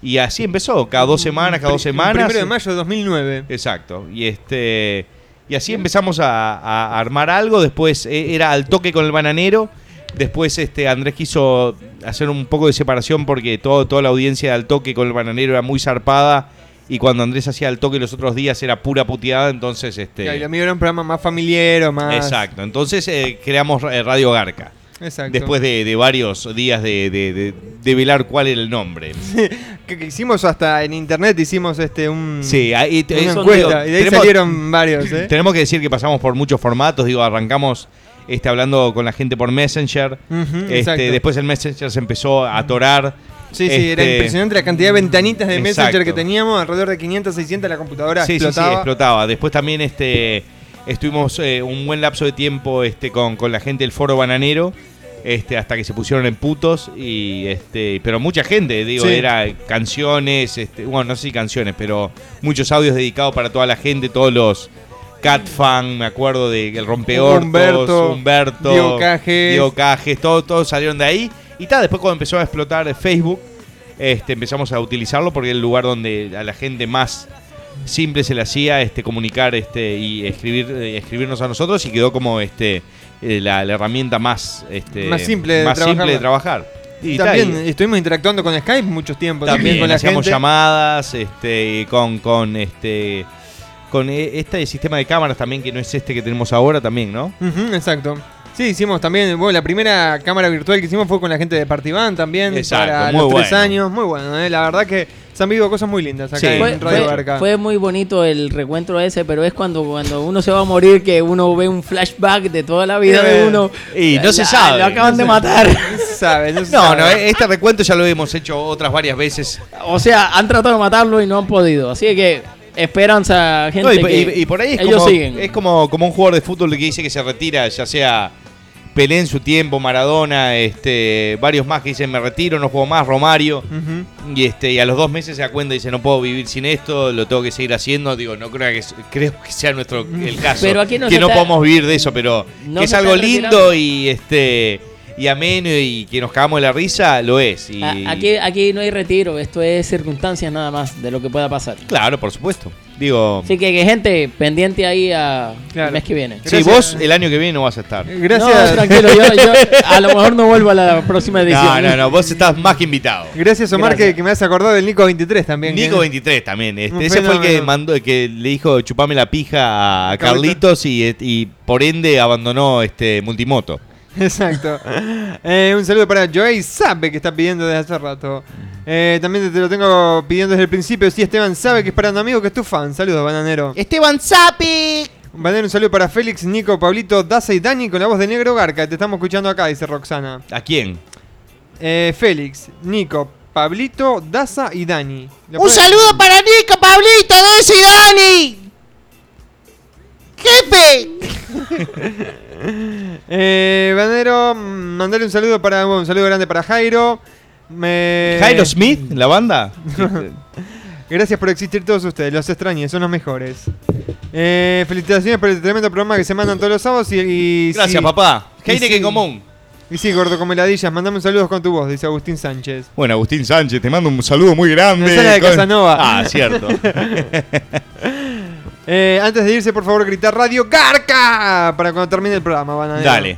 Speaker 3: Y así empezó, cada dos semanas, cada dos
Speaker 4: El
Speaker 3: semanas.
Speaker 4: primero de mayo de 2009.
Speaker 3: Exacto. Y este y así empezamos a, a armar algo. Después eh, era al toque con el bananero. Después este Andrés quiso hacer un poco de separación porque todo, toda la audiencia de al toque con el bananero era muy zarpada. Y cuando Andrés hacía al toque los otros días era pura puteada. Entonces,
Speaker 4: Y
Speaker 3: este.
Speaker 4: lo mío era un programa más familiar, más...
Speaker 3: Exacto. Entonces eh, creamos eh, Radio Garca.
Speaker 4: Exacto.
Speaker 3: Después de, de varios días de, de, de- de velar cuál era el nombre.
Speaker 4: ¿Eh? Que, que hicimos hasta en internet, hicimos este un,
Speaker 3: Sí, ahí-
Speaker 4: una
Speaker 3: eso,
Speaker 4: encuesta,
Speaker 3: digo,
Speaker 4: y de ahí
Speaker 3: tenemos-
Speaker 4: salieron varios, ¿eh?
Speaker 3: Tenemos que decir que pasamos por muchos formatos, digo, arrancamos este, hablando con la gente por Messenger,
Speaker 4: Ujú,
Speaker 3: este,
Speaker 4: exacto.
Speaker 3: después el Messenger se empezó a atorar.
Speaker 4: Sí, sí, era
Speaker 3: este,
Speaker 4: impresionante la cantidad de ventanitas de
Speaker 3: Exacto.
Speaker 4: Messenger que teníamos, alrededor de 500, 600 la computadora
Speaker 3: Sí, sí, sí,
Speaker 4: explotaba.
Speaker 3: explotaba. Después también este, estuvimos eh, un buen lapso de tiempo este, con, con la gente del foro bananero. Este, hasta que se pusieron en putos y este pero mucha gente digo
Speaker 4: Sí.
Speaker 3: era canciones este, bueno no sé si canciones pero muchos audios dedicados para toda la gente todos los Catfan, me acuerdo de El Rompeortos,
Speaker 4: Humberto,
Speaker 3: Humberto,
Speaker 4: Diego Cajes.
Speaker 3: Diego Cajes, todos todos salieron de ahí. Y tal, después cuando empezó a explotar Facebook, este, empezamos a utilizarlo porque era el lugar donde a la gente más simple se le hacía este, comunicar este, y escribir, eh, escribirnos a nosotros y quedó como este, eh, la, la herramienta más, este,
Speaker 4: más simple de,
Speaker 3: más simple de trabajar. Y tal,
Speaker 4: también
Speaker 3: y-
Speaker 4: estuvimos interactuando con Skype muchos tiempos.
Speaker 3: también
Speaker 4: con la
Speaker 3: hacíamos
Speaker 4: gente.
Speaker 3: llamadas este y con con este eh, con e- este sistema de cámaras también que no es este que tenemos ahora también no
Speaker 4: Ujú, exacto. Sí, hicimos también, bueno, la primera cámara virtual que hicimos fue con la gente de Partiban también,
Speaker 3: Exacto,
Speaker 4: para
Speaker 3: muy
Speaker 4: los tres
Speaker 3: bueno.
Speaker 4: años, muy bueno, eh, la verdad que se han vivido cosas muy lindas acá en
Speaker 6: Fue,
Speaker 4: Radio
Speaker 6: fue-
Speaker 4: Barca.
Speaker 6: fue muy bonito el recuentro ese, pero es cuando, cuando uno se va a morir que uno ve un flashback de toda la vida
Speaker 3: Eh,
Speaker 6: de uno.
Speaker 3: Y no
Speaker 6: La-
Speaker 3: se sabe.
Speaker 6: Lo acaban de matar.
Speaker 3: No, no, eh, este recuento ya lo hemos hecho otras varias veces.
Speaker 6: O sea, han tratado de matarlo y no han podido. Así que esperanza, gente.
Speaker 3: No, y,
Speaker 6: que
Speaker 3: y- y por ahí es,
Speaker 6: ellos
Speaker 3: como,
Speaker 6: siguen.
Speaker 3: es como, como un jugador de fútbol que dice que se retira, ya sea Pelé en su tiempo, Maradona, este, varios más que dicen me retiro, no juego más, Romario. Y este, y a los dos meses se da cuenta y dice no puedo vivir sin esto, lo tengo que seguir haciendo. Digo, no creo que creo que sea nuestro el caso.
Speaker 6: Pero aquí no
Speaker 3: que
Speaker 6: se
Speaker 3: no
Speaker 6: está-
Speaker 3: podemos vivir de eso, pero
Speaker 6: no
Speaker 3: que es
Speaker 6: se
Speaker 3: algo
Speaker 6: está
Speaker 3: lindo
Speaker 6: retirando.
Speaker 3: y este y ameno y que nos cagamos de la risa, lo es. Y,
Speaker 6: A- Aquí, aquí no hay retiro, esto es circunstancias nada más de lo que pueda pasar.
Speaker 3: Claro, por supuesto. Digo,
Speaker 6: Así que, que gente, pendiente ahí a el mes que viene.
Speaker 3: si vos el año que viene no vas a estar.
Speaker 6: No, tranquilo, yo, yo a lo mejor no vuelvo a la próxima edición.
Speaker 3: No, no, no, vos estás más que invitado.
Speaker 4: Gracias Omar
Speaker 3: Gracias.
Speaker 4: Que, que me has acordado del Nico 23 también. que-
Speaker 3: Nico 23 también.
Speaker 4: Un
Speaker 3: Este, ese fue el que
Speaker 4: fenómeno.
Speaker 3: mandó, que le dijo chupame la pija a
Speaker 4: Carlitos.
Speaker 3: Carlitos y, y por ende abandonó este multimoto.
Speaker 4: Exacto. Eh, un saludo para Joey Sabe que está pidiendo desde hace rato. Eh, también te lo tengo pidiendo desde el principio. Sí, Esteban sabe que es para un amigo que es tu fan. Saludos, bananero.
Speaker 11: Esteban Zapi.
Speaker 4: Bananero, un saludo para Félix, Nico, Pablito, Daza y Dani con la voz de Negro Garca. Te estamos escuchando acá, dice Roxana.
Speaker 3: ¿A quién?
Speaker 4: Eh, Félix, Nico, Pablito, Daza y Dani. ¿Le
Speaker 11: Un
Speaker 4: puede-
Speaker 11: saludo para Nico, Pablito, Desi y Dani. Jefe.
Speaker 4: Eh, Bananero, mm, mandale un saludo para un saludo grande para Jairo. Me-
Speaker 3: Jairo Smith, la banda.
Speaker 4: Gracias por existir todos ustedes, los extrañé, son los mejores. Eh, felicitaciones por el tremendo programa que se mandan todos los sábados y... y-
Speaker 3: Gracias,
Speaker 4: sí.
Speaker 3: papá.
Speaker 4: Y
Speaker 3: Heineken
Speaker 4: sí.
Speaker 3: común.
Speaker 4: Y sí, gordo como heladillas, mandame un saludo con tu voz, dice Agustín Sánchez.
Speaker 3: Bueno, Agustín Sánchez, te mando un saludo muy grande.
Speaker 4: Esa es la de
Speaker 3: Con-
Speaker 4: Casanova.
Speaker 3: Ah, cierto.
Speaker 4: Eh, antes de irse, por favor, gritar Radio Garca para cuando termine el programa, van Eh,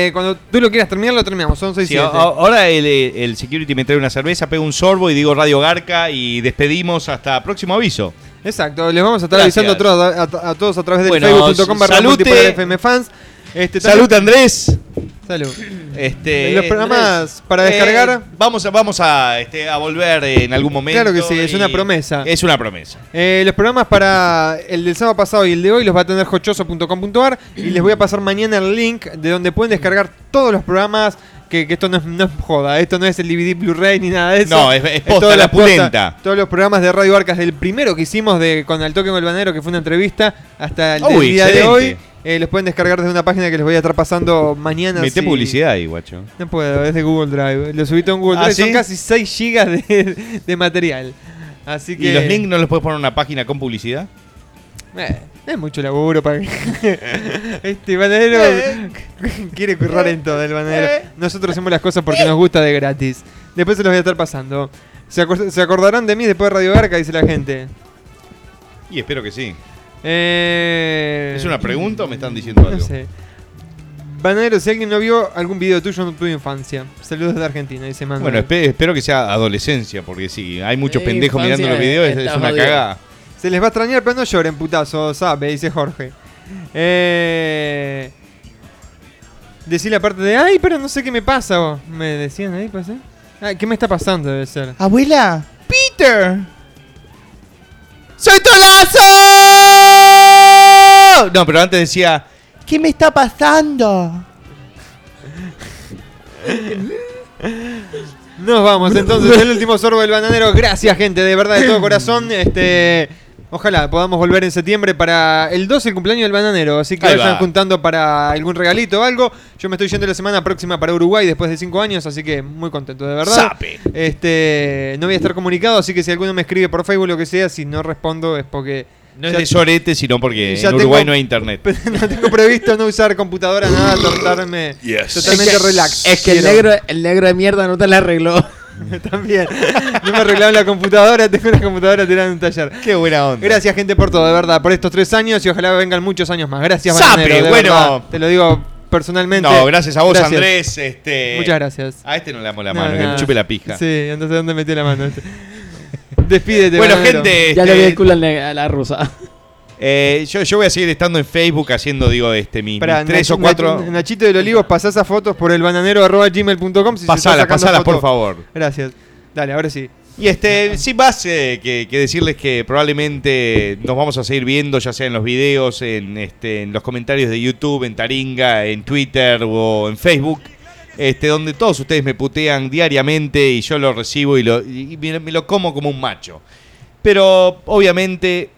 Speaker 3: Dale.
Speaker 4: cuando tú lo quieras terminar, lo terminamos, son 6
Speaker 3: Sí, a- a- ahora el, eh, el security me trae una cerveza, pego un sorbo y digo Radio Garca y despedimos hasta próximo aviso.
Speaker 4: Exacto, les vamos a estar
Speaker 3: Gracias.
Speaker 4: avisando a, todos- a- a todos a través de
Speaker 3: Bueno,
Speaker 4: facebook.com barra
Speaker 3: salute.
Speaker 4: multipolar FM fans. Este, también-
Speaker 3: Salud Andrés.
Speaker 4: Salud.
Speaker 3: Este,
Speaker 4: Los programas para
Speaker 3: eh,
Speaker 4: descargar.
Speaker 3: vamos a, vamos a, este, a volver eh, en algún momento.
Speaker 4: Claro que sí, es
Speaker 3: y-
Speaker 4: una promesa.
Speaker 3: Es una promesa.
Speaker 4: Eh, los programas para el del sábado pasado y el de hoy los va a tener jochoso.com.ar y les voy a pasar mañana el link de donde pueden descargar todos los programas. Que, que esto no es, no es joda, esto no es el DVD Blu-ray ni nada de eso.
Speaker 3: No, es- es posta,
Speaker 4: todas
Speaker 3: la
Speaker 4: las postas,
Speaker 3: pulenta.
Speaker 4: Todos los programas de Radio Arcas, del primero que hicimos de con Al Toque con el Banero, que fue una entrevista, hasta el del
Speaker 3: Ah, Uy,
Speaker 4: día de
Speaker 3: Oh,
Speaker 4: hoy.
Speaker 3: excelente.
Speaker 4: eh, los pueden descargar desde una página que les voy a estar pasando mañana.
Speaker 3: Mete
Speaker 4: si-
Speaker 3: publicidad ahí, guacho.
Speaker 4: No puedo, es de Google Drive. Lo subí todo en Google
Speaker 3: ¿Ah,
Speaker 4: Drive. Son
Speaker 3: sí?
Speaker 4: casi 6 gigas de, de material. Así que.
Speaker 3: ¿Y los links no los puedes poner en una página con publicidad?
Speaker 4: Eh, no es mucho laburo para que- este bananero quiere currar en todo el bananero. Nosotros hacemos las cosas porque nos gusta de gratis. Después se los voy a estar pasando. Se, acor- se acordarán de mí después de Radio Garca, dice la gente.
Speaker 3: Y espero que sí.
Speaker 4: Eh,
Speaker 3: ¿Es una pregunta o me están diciendo algo?
Speaker 4: No sé. Bananero, si alguien no vio algún video tuyo en tu infancia. Saludos de Argentina, dice Manuel.
Speaker 3: Bueno, espe- espero que sea adolescencia, porque sí, hay muchos
Speaker 4: Eh,
Speaker 3: pendejos
Speaker 4: infancia
Speaker 3: mirando los videos, es,
Speaker 4: está
Speaker 3: es una
Speaker 4: jodida.
Speaker 3: cagada.
Speaker 4: Se les va a extrañar, pero no lloren, putazo, sabe, dice Jorge. Eh... Decí la parte de, ay, pero no sé qué me pasa, vos. Me decían ahí, pasé. Ah, ¿Qué me está pasando, debe ser?
Speaker 11: Abuela. Peter. Soy Tolazo.
Speaker 3: No, pero antes decía,
Speaker 11: ¿Qué me está pasando?
Speaker 3: Eh.
Speaker 4: Nos vamos, entonces, el último sorbo del bananero. Gracias, gente, de verdad, de todo corazón. Este... Ojalá podamos volver en septiembre para el 12, el cumpleaños del bananero. Así que
Speaker 3: Ahí
Speaker 4: vayan
Speaker 3: va.
Speaker 4: juntando para algún regalito o algo. Yo me estoy yendo la semana próxima para Uruguay después de 5 años, así que muy contento, de verdad.
Speaker 3: Sape.
Speaker 4: Este, no voy a estar comunicado, así que si alguno me escribe por Facebook lo que sea, si no respondo es porque
Speaker 3: No
Speaker 4: ya
Speaker 3: es de sorete, sino porque
Speaker 4: Ya
Speaker 3: en Uruguay
Speaker 4: tengo-
Speaker 3: no hay internet.
Speaker 4: tengo previsto no usar computadora nada, tratarme
Speaker 3: Yes.
Speaker 4: totalmente
Speaker 6: Es que-
Speaker 4: relax.
Speaker 6: Es que el
Speaker 4: Quiero-
Speaker 6: negro, el negro de mierda no te la arregló.
Speaker 4: también. No me arreglaron la computadora, tengo una computadora tirada en un taller.
Speaker 3: Qué buena onda.
Speaker 4: Gracias, gente, por todo, de verdad, por estos tres años y ojalá vengan muchos años más. Gracias,
Speaker 3: Sape,
Speaker 4: bananero, de
Speaker 3: bueno.
Speaker 4: verdad. Te lo digo personalmente.
Speaker 3: No, gracias a vos,
Speaker 4: Gracias.
Speaker 3: Andrés. Este,
Speaker 4: Muchas gracias.
Speaker 3: A este no le damos la
Speaker 4: No,
Speaker 3: mano, que
Speaker 4: nada.
Speaker 3: me chupe la pija.
Speaker 4: Sí, entonces ¿dónde metió la mano? este? Despídete.
Speaker 3: Bueno,
Speaker 4: bananero.
Speaker 3: gente,
Speaker 6: Ya le vi
Speaker 3: este-
Speaker 6: el culo al ne- a la rusa.
Speaker 3: Eh, yo, yo voy a seguir estando en Facebook haciendo, digo, este, mi- mis,
Speaker 4: Pará,
Speaker 3: tres
Speaker 4: Nach-
Speaker 3: o cuatro.
Speaker 4: Nach- Nachito del Olivo, pasás a fotos por el bananero arroba gmail.com. Si se está
Speaker 3: Pasala,
Speaker 4: sacando
Speaker 3: pasala,
Speaker 4: fotos.
Speaker 3: por favor.
Speaker 4: Gracias. Dale, ahora sí.
Speaker 3: Y este, sin más eh, que, que decirles que probablemente nos vamos a seguir viendo, ya sea en los videos, en, este, en los comentarios de YouTube, en Taringa, en Twitter o en Facebook, este, donde todos ustedes me putean diariamente y yo lo recibo y, lo, y- y me, me lo como como un macho. Pero obviamente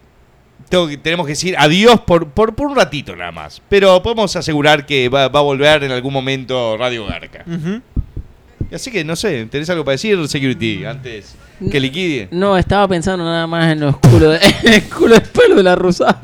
Speaker 3: tengo que- tenemos que decir adiós por, por, por un ratito nada más. Pero podemos asegurar que va, va a volver en algún momento Radio Garca. Así que no sé, ¿tenés algo para decir, Security, antes que liquide?
Speaker 6: No, estaba pensando nada más en los culos de, en el culo de pelo de la rusa.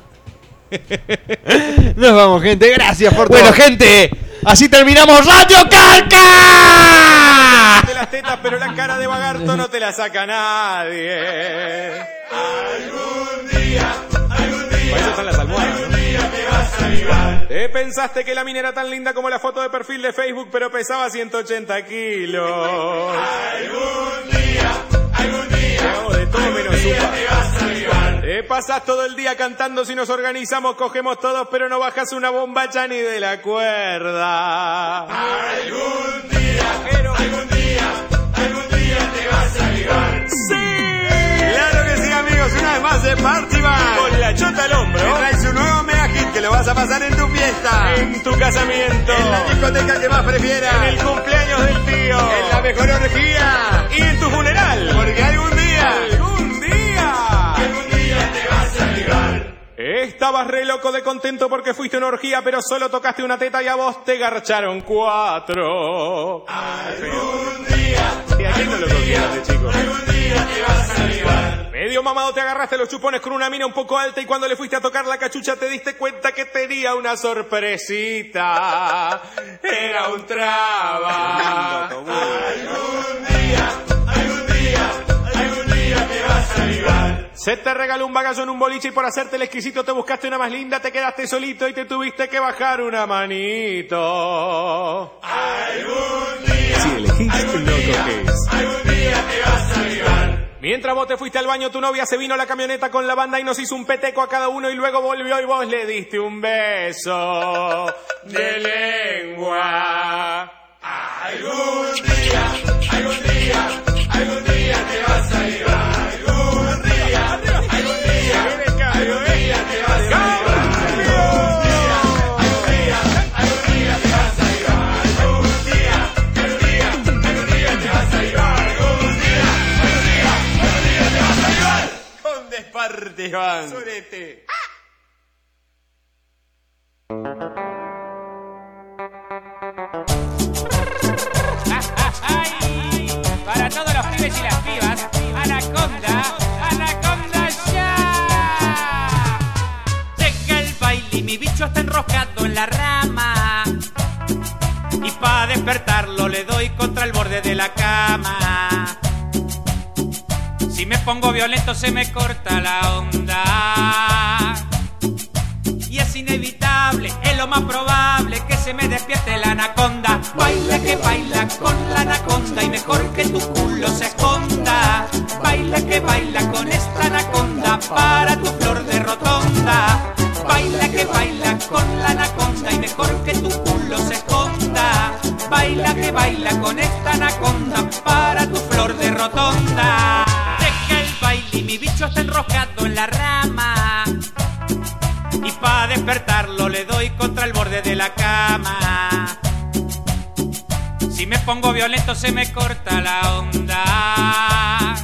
Speaker 4: Nos vamos, gente. Gracias por
Speaker 3: Bueno, gente, así terminamos Radio Calca.
Speaker 29: De las tetas, pero la cara de Bagarto no te la saca nadie. Algún día, algún día. Para eso están las almohadas. Algún día te vas a librar. Te Eh, pensaste que la mina era tan linda como la foto de perfil de Facebook, pero pesaba 180 kilos. Algún día, algún día. Te hago de todo menos día te vas a librar. Te pasas Eh, todo el día cantando, si nos organizamos cogemos todos, pero no bajas una bombacha ni de la cuerda. Algún día, algún día, algún día te vas a librar. ¡Sí! Claro que sí, amigos, una vez más de Party Band. Con la chota al hombro. Que trae su nuevo mega hit que lo vas a pasar en tu fiesta. En tu casamiento. En la discoteca que más prefieras. En el cumpleaños del tío. En la mejor orgía. Y en tu funeral. Porque algún día. Algún día. Algún día te vas a librar. Estabas re loco de contento porque fuiste a una orgía, pero solo tocaste una teta y a vos te garcharon cuatro. Algún día, algún día, algún día te vas a librar. Medio mamado te agarraste los chupones con una mina un poco alta y cuando le fuiste a tocar la cachucha te diste cuenta que tenía una sorpresita. Era un traba. Algún día, algún día, algún día te vas a librar. Se te regaló un bagazo en un boliche y por hacerte el exquisito te buscaste una más linda, te quedaste solito y te tuviste que bajar una manito. Algún día, si algún día, algún día te vas a librar. Mientras vos te fuiste al baño, tu novia se vino a la camioneta con la banda y nos hizo un peteco a cada uno y luego volvió y vos le diste un beso de lengua. Algún día, algún día, algún día te vas a librar. Algún día, algún día, algún día te vas a librar. Algún día, algún día te vas a librar. Algún día, algún día, algún día te vas a librar. Algún día, algún día, algún día te vas a librar. Con desparte, Iván. Surete.
Speaker 19: Para todos los pibes y las pibas, Anaconda, Anaconda ya. Llega el baile y mi bicho está enroscado en la rama. Y para despertarlo le doy contra el borde de la cama. Si me pongo violento se me corta la onda. Y es inevitable, es lo más probable que se me despierte la anaconda. Baila que baila con la anaconda y mejor que tu culo se esconda. Baila que baila con esta anaconda para tu flor de rotonda. Baila que baila con la anaconda y mejor que tu culo se esconda. Baila que baila con esta anaconda para tu flor de rotonda. Deja el baile y mi bicho está enroscado en la rama. Y para despertarlo le doy contra el borde de la cama. Si me pongo violento se me corta la onda.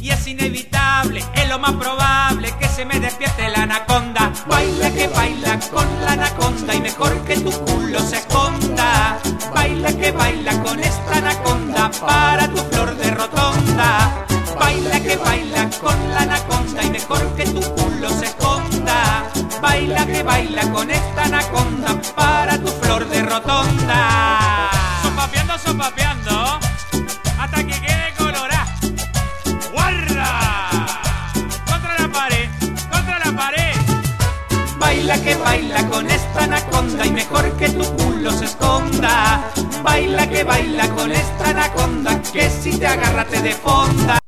Speaker 19: Y es inevitable, es lo más probable que se me despierte la anaconda. Baila que baila con la anaconda y mejor que tu culo se esconda. Baila que baila con esta anaconda para tu flor de rotonda. Baila que baila con la anaconda y mejor que tu culo se esconda. Baila que baila con esta anaconda para tu flor de rotonda. Sopapeando, sopapeando, hasta que quede colorada. ¡Guarda! Contra la pared, contra la pared. Baila que baila con esta anaconda y mejor que tu culo se esconda. Baila que baila con esta anaconda que si te agarra te defonda.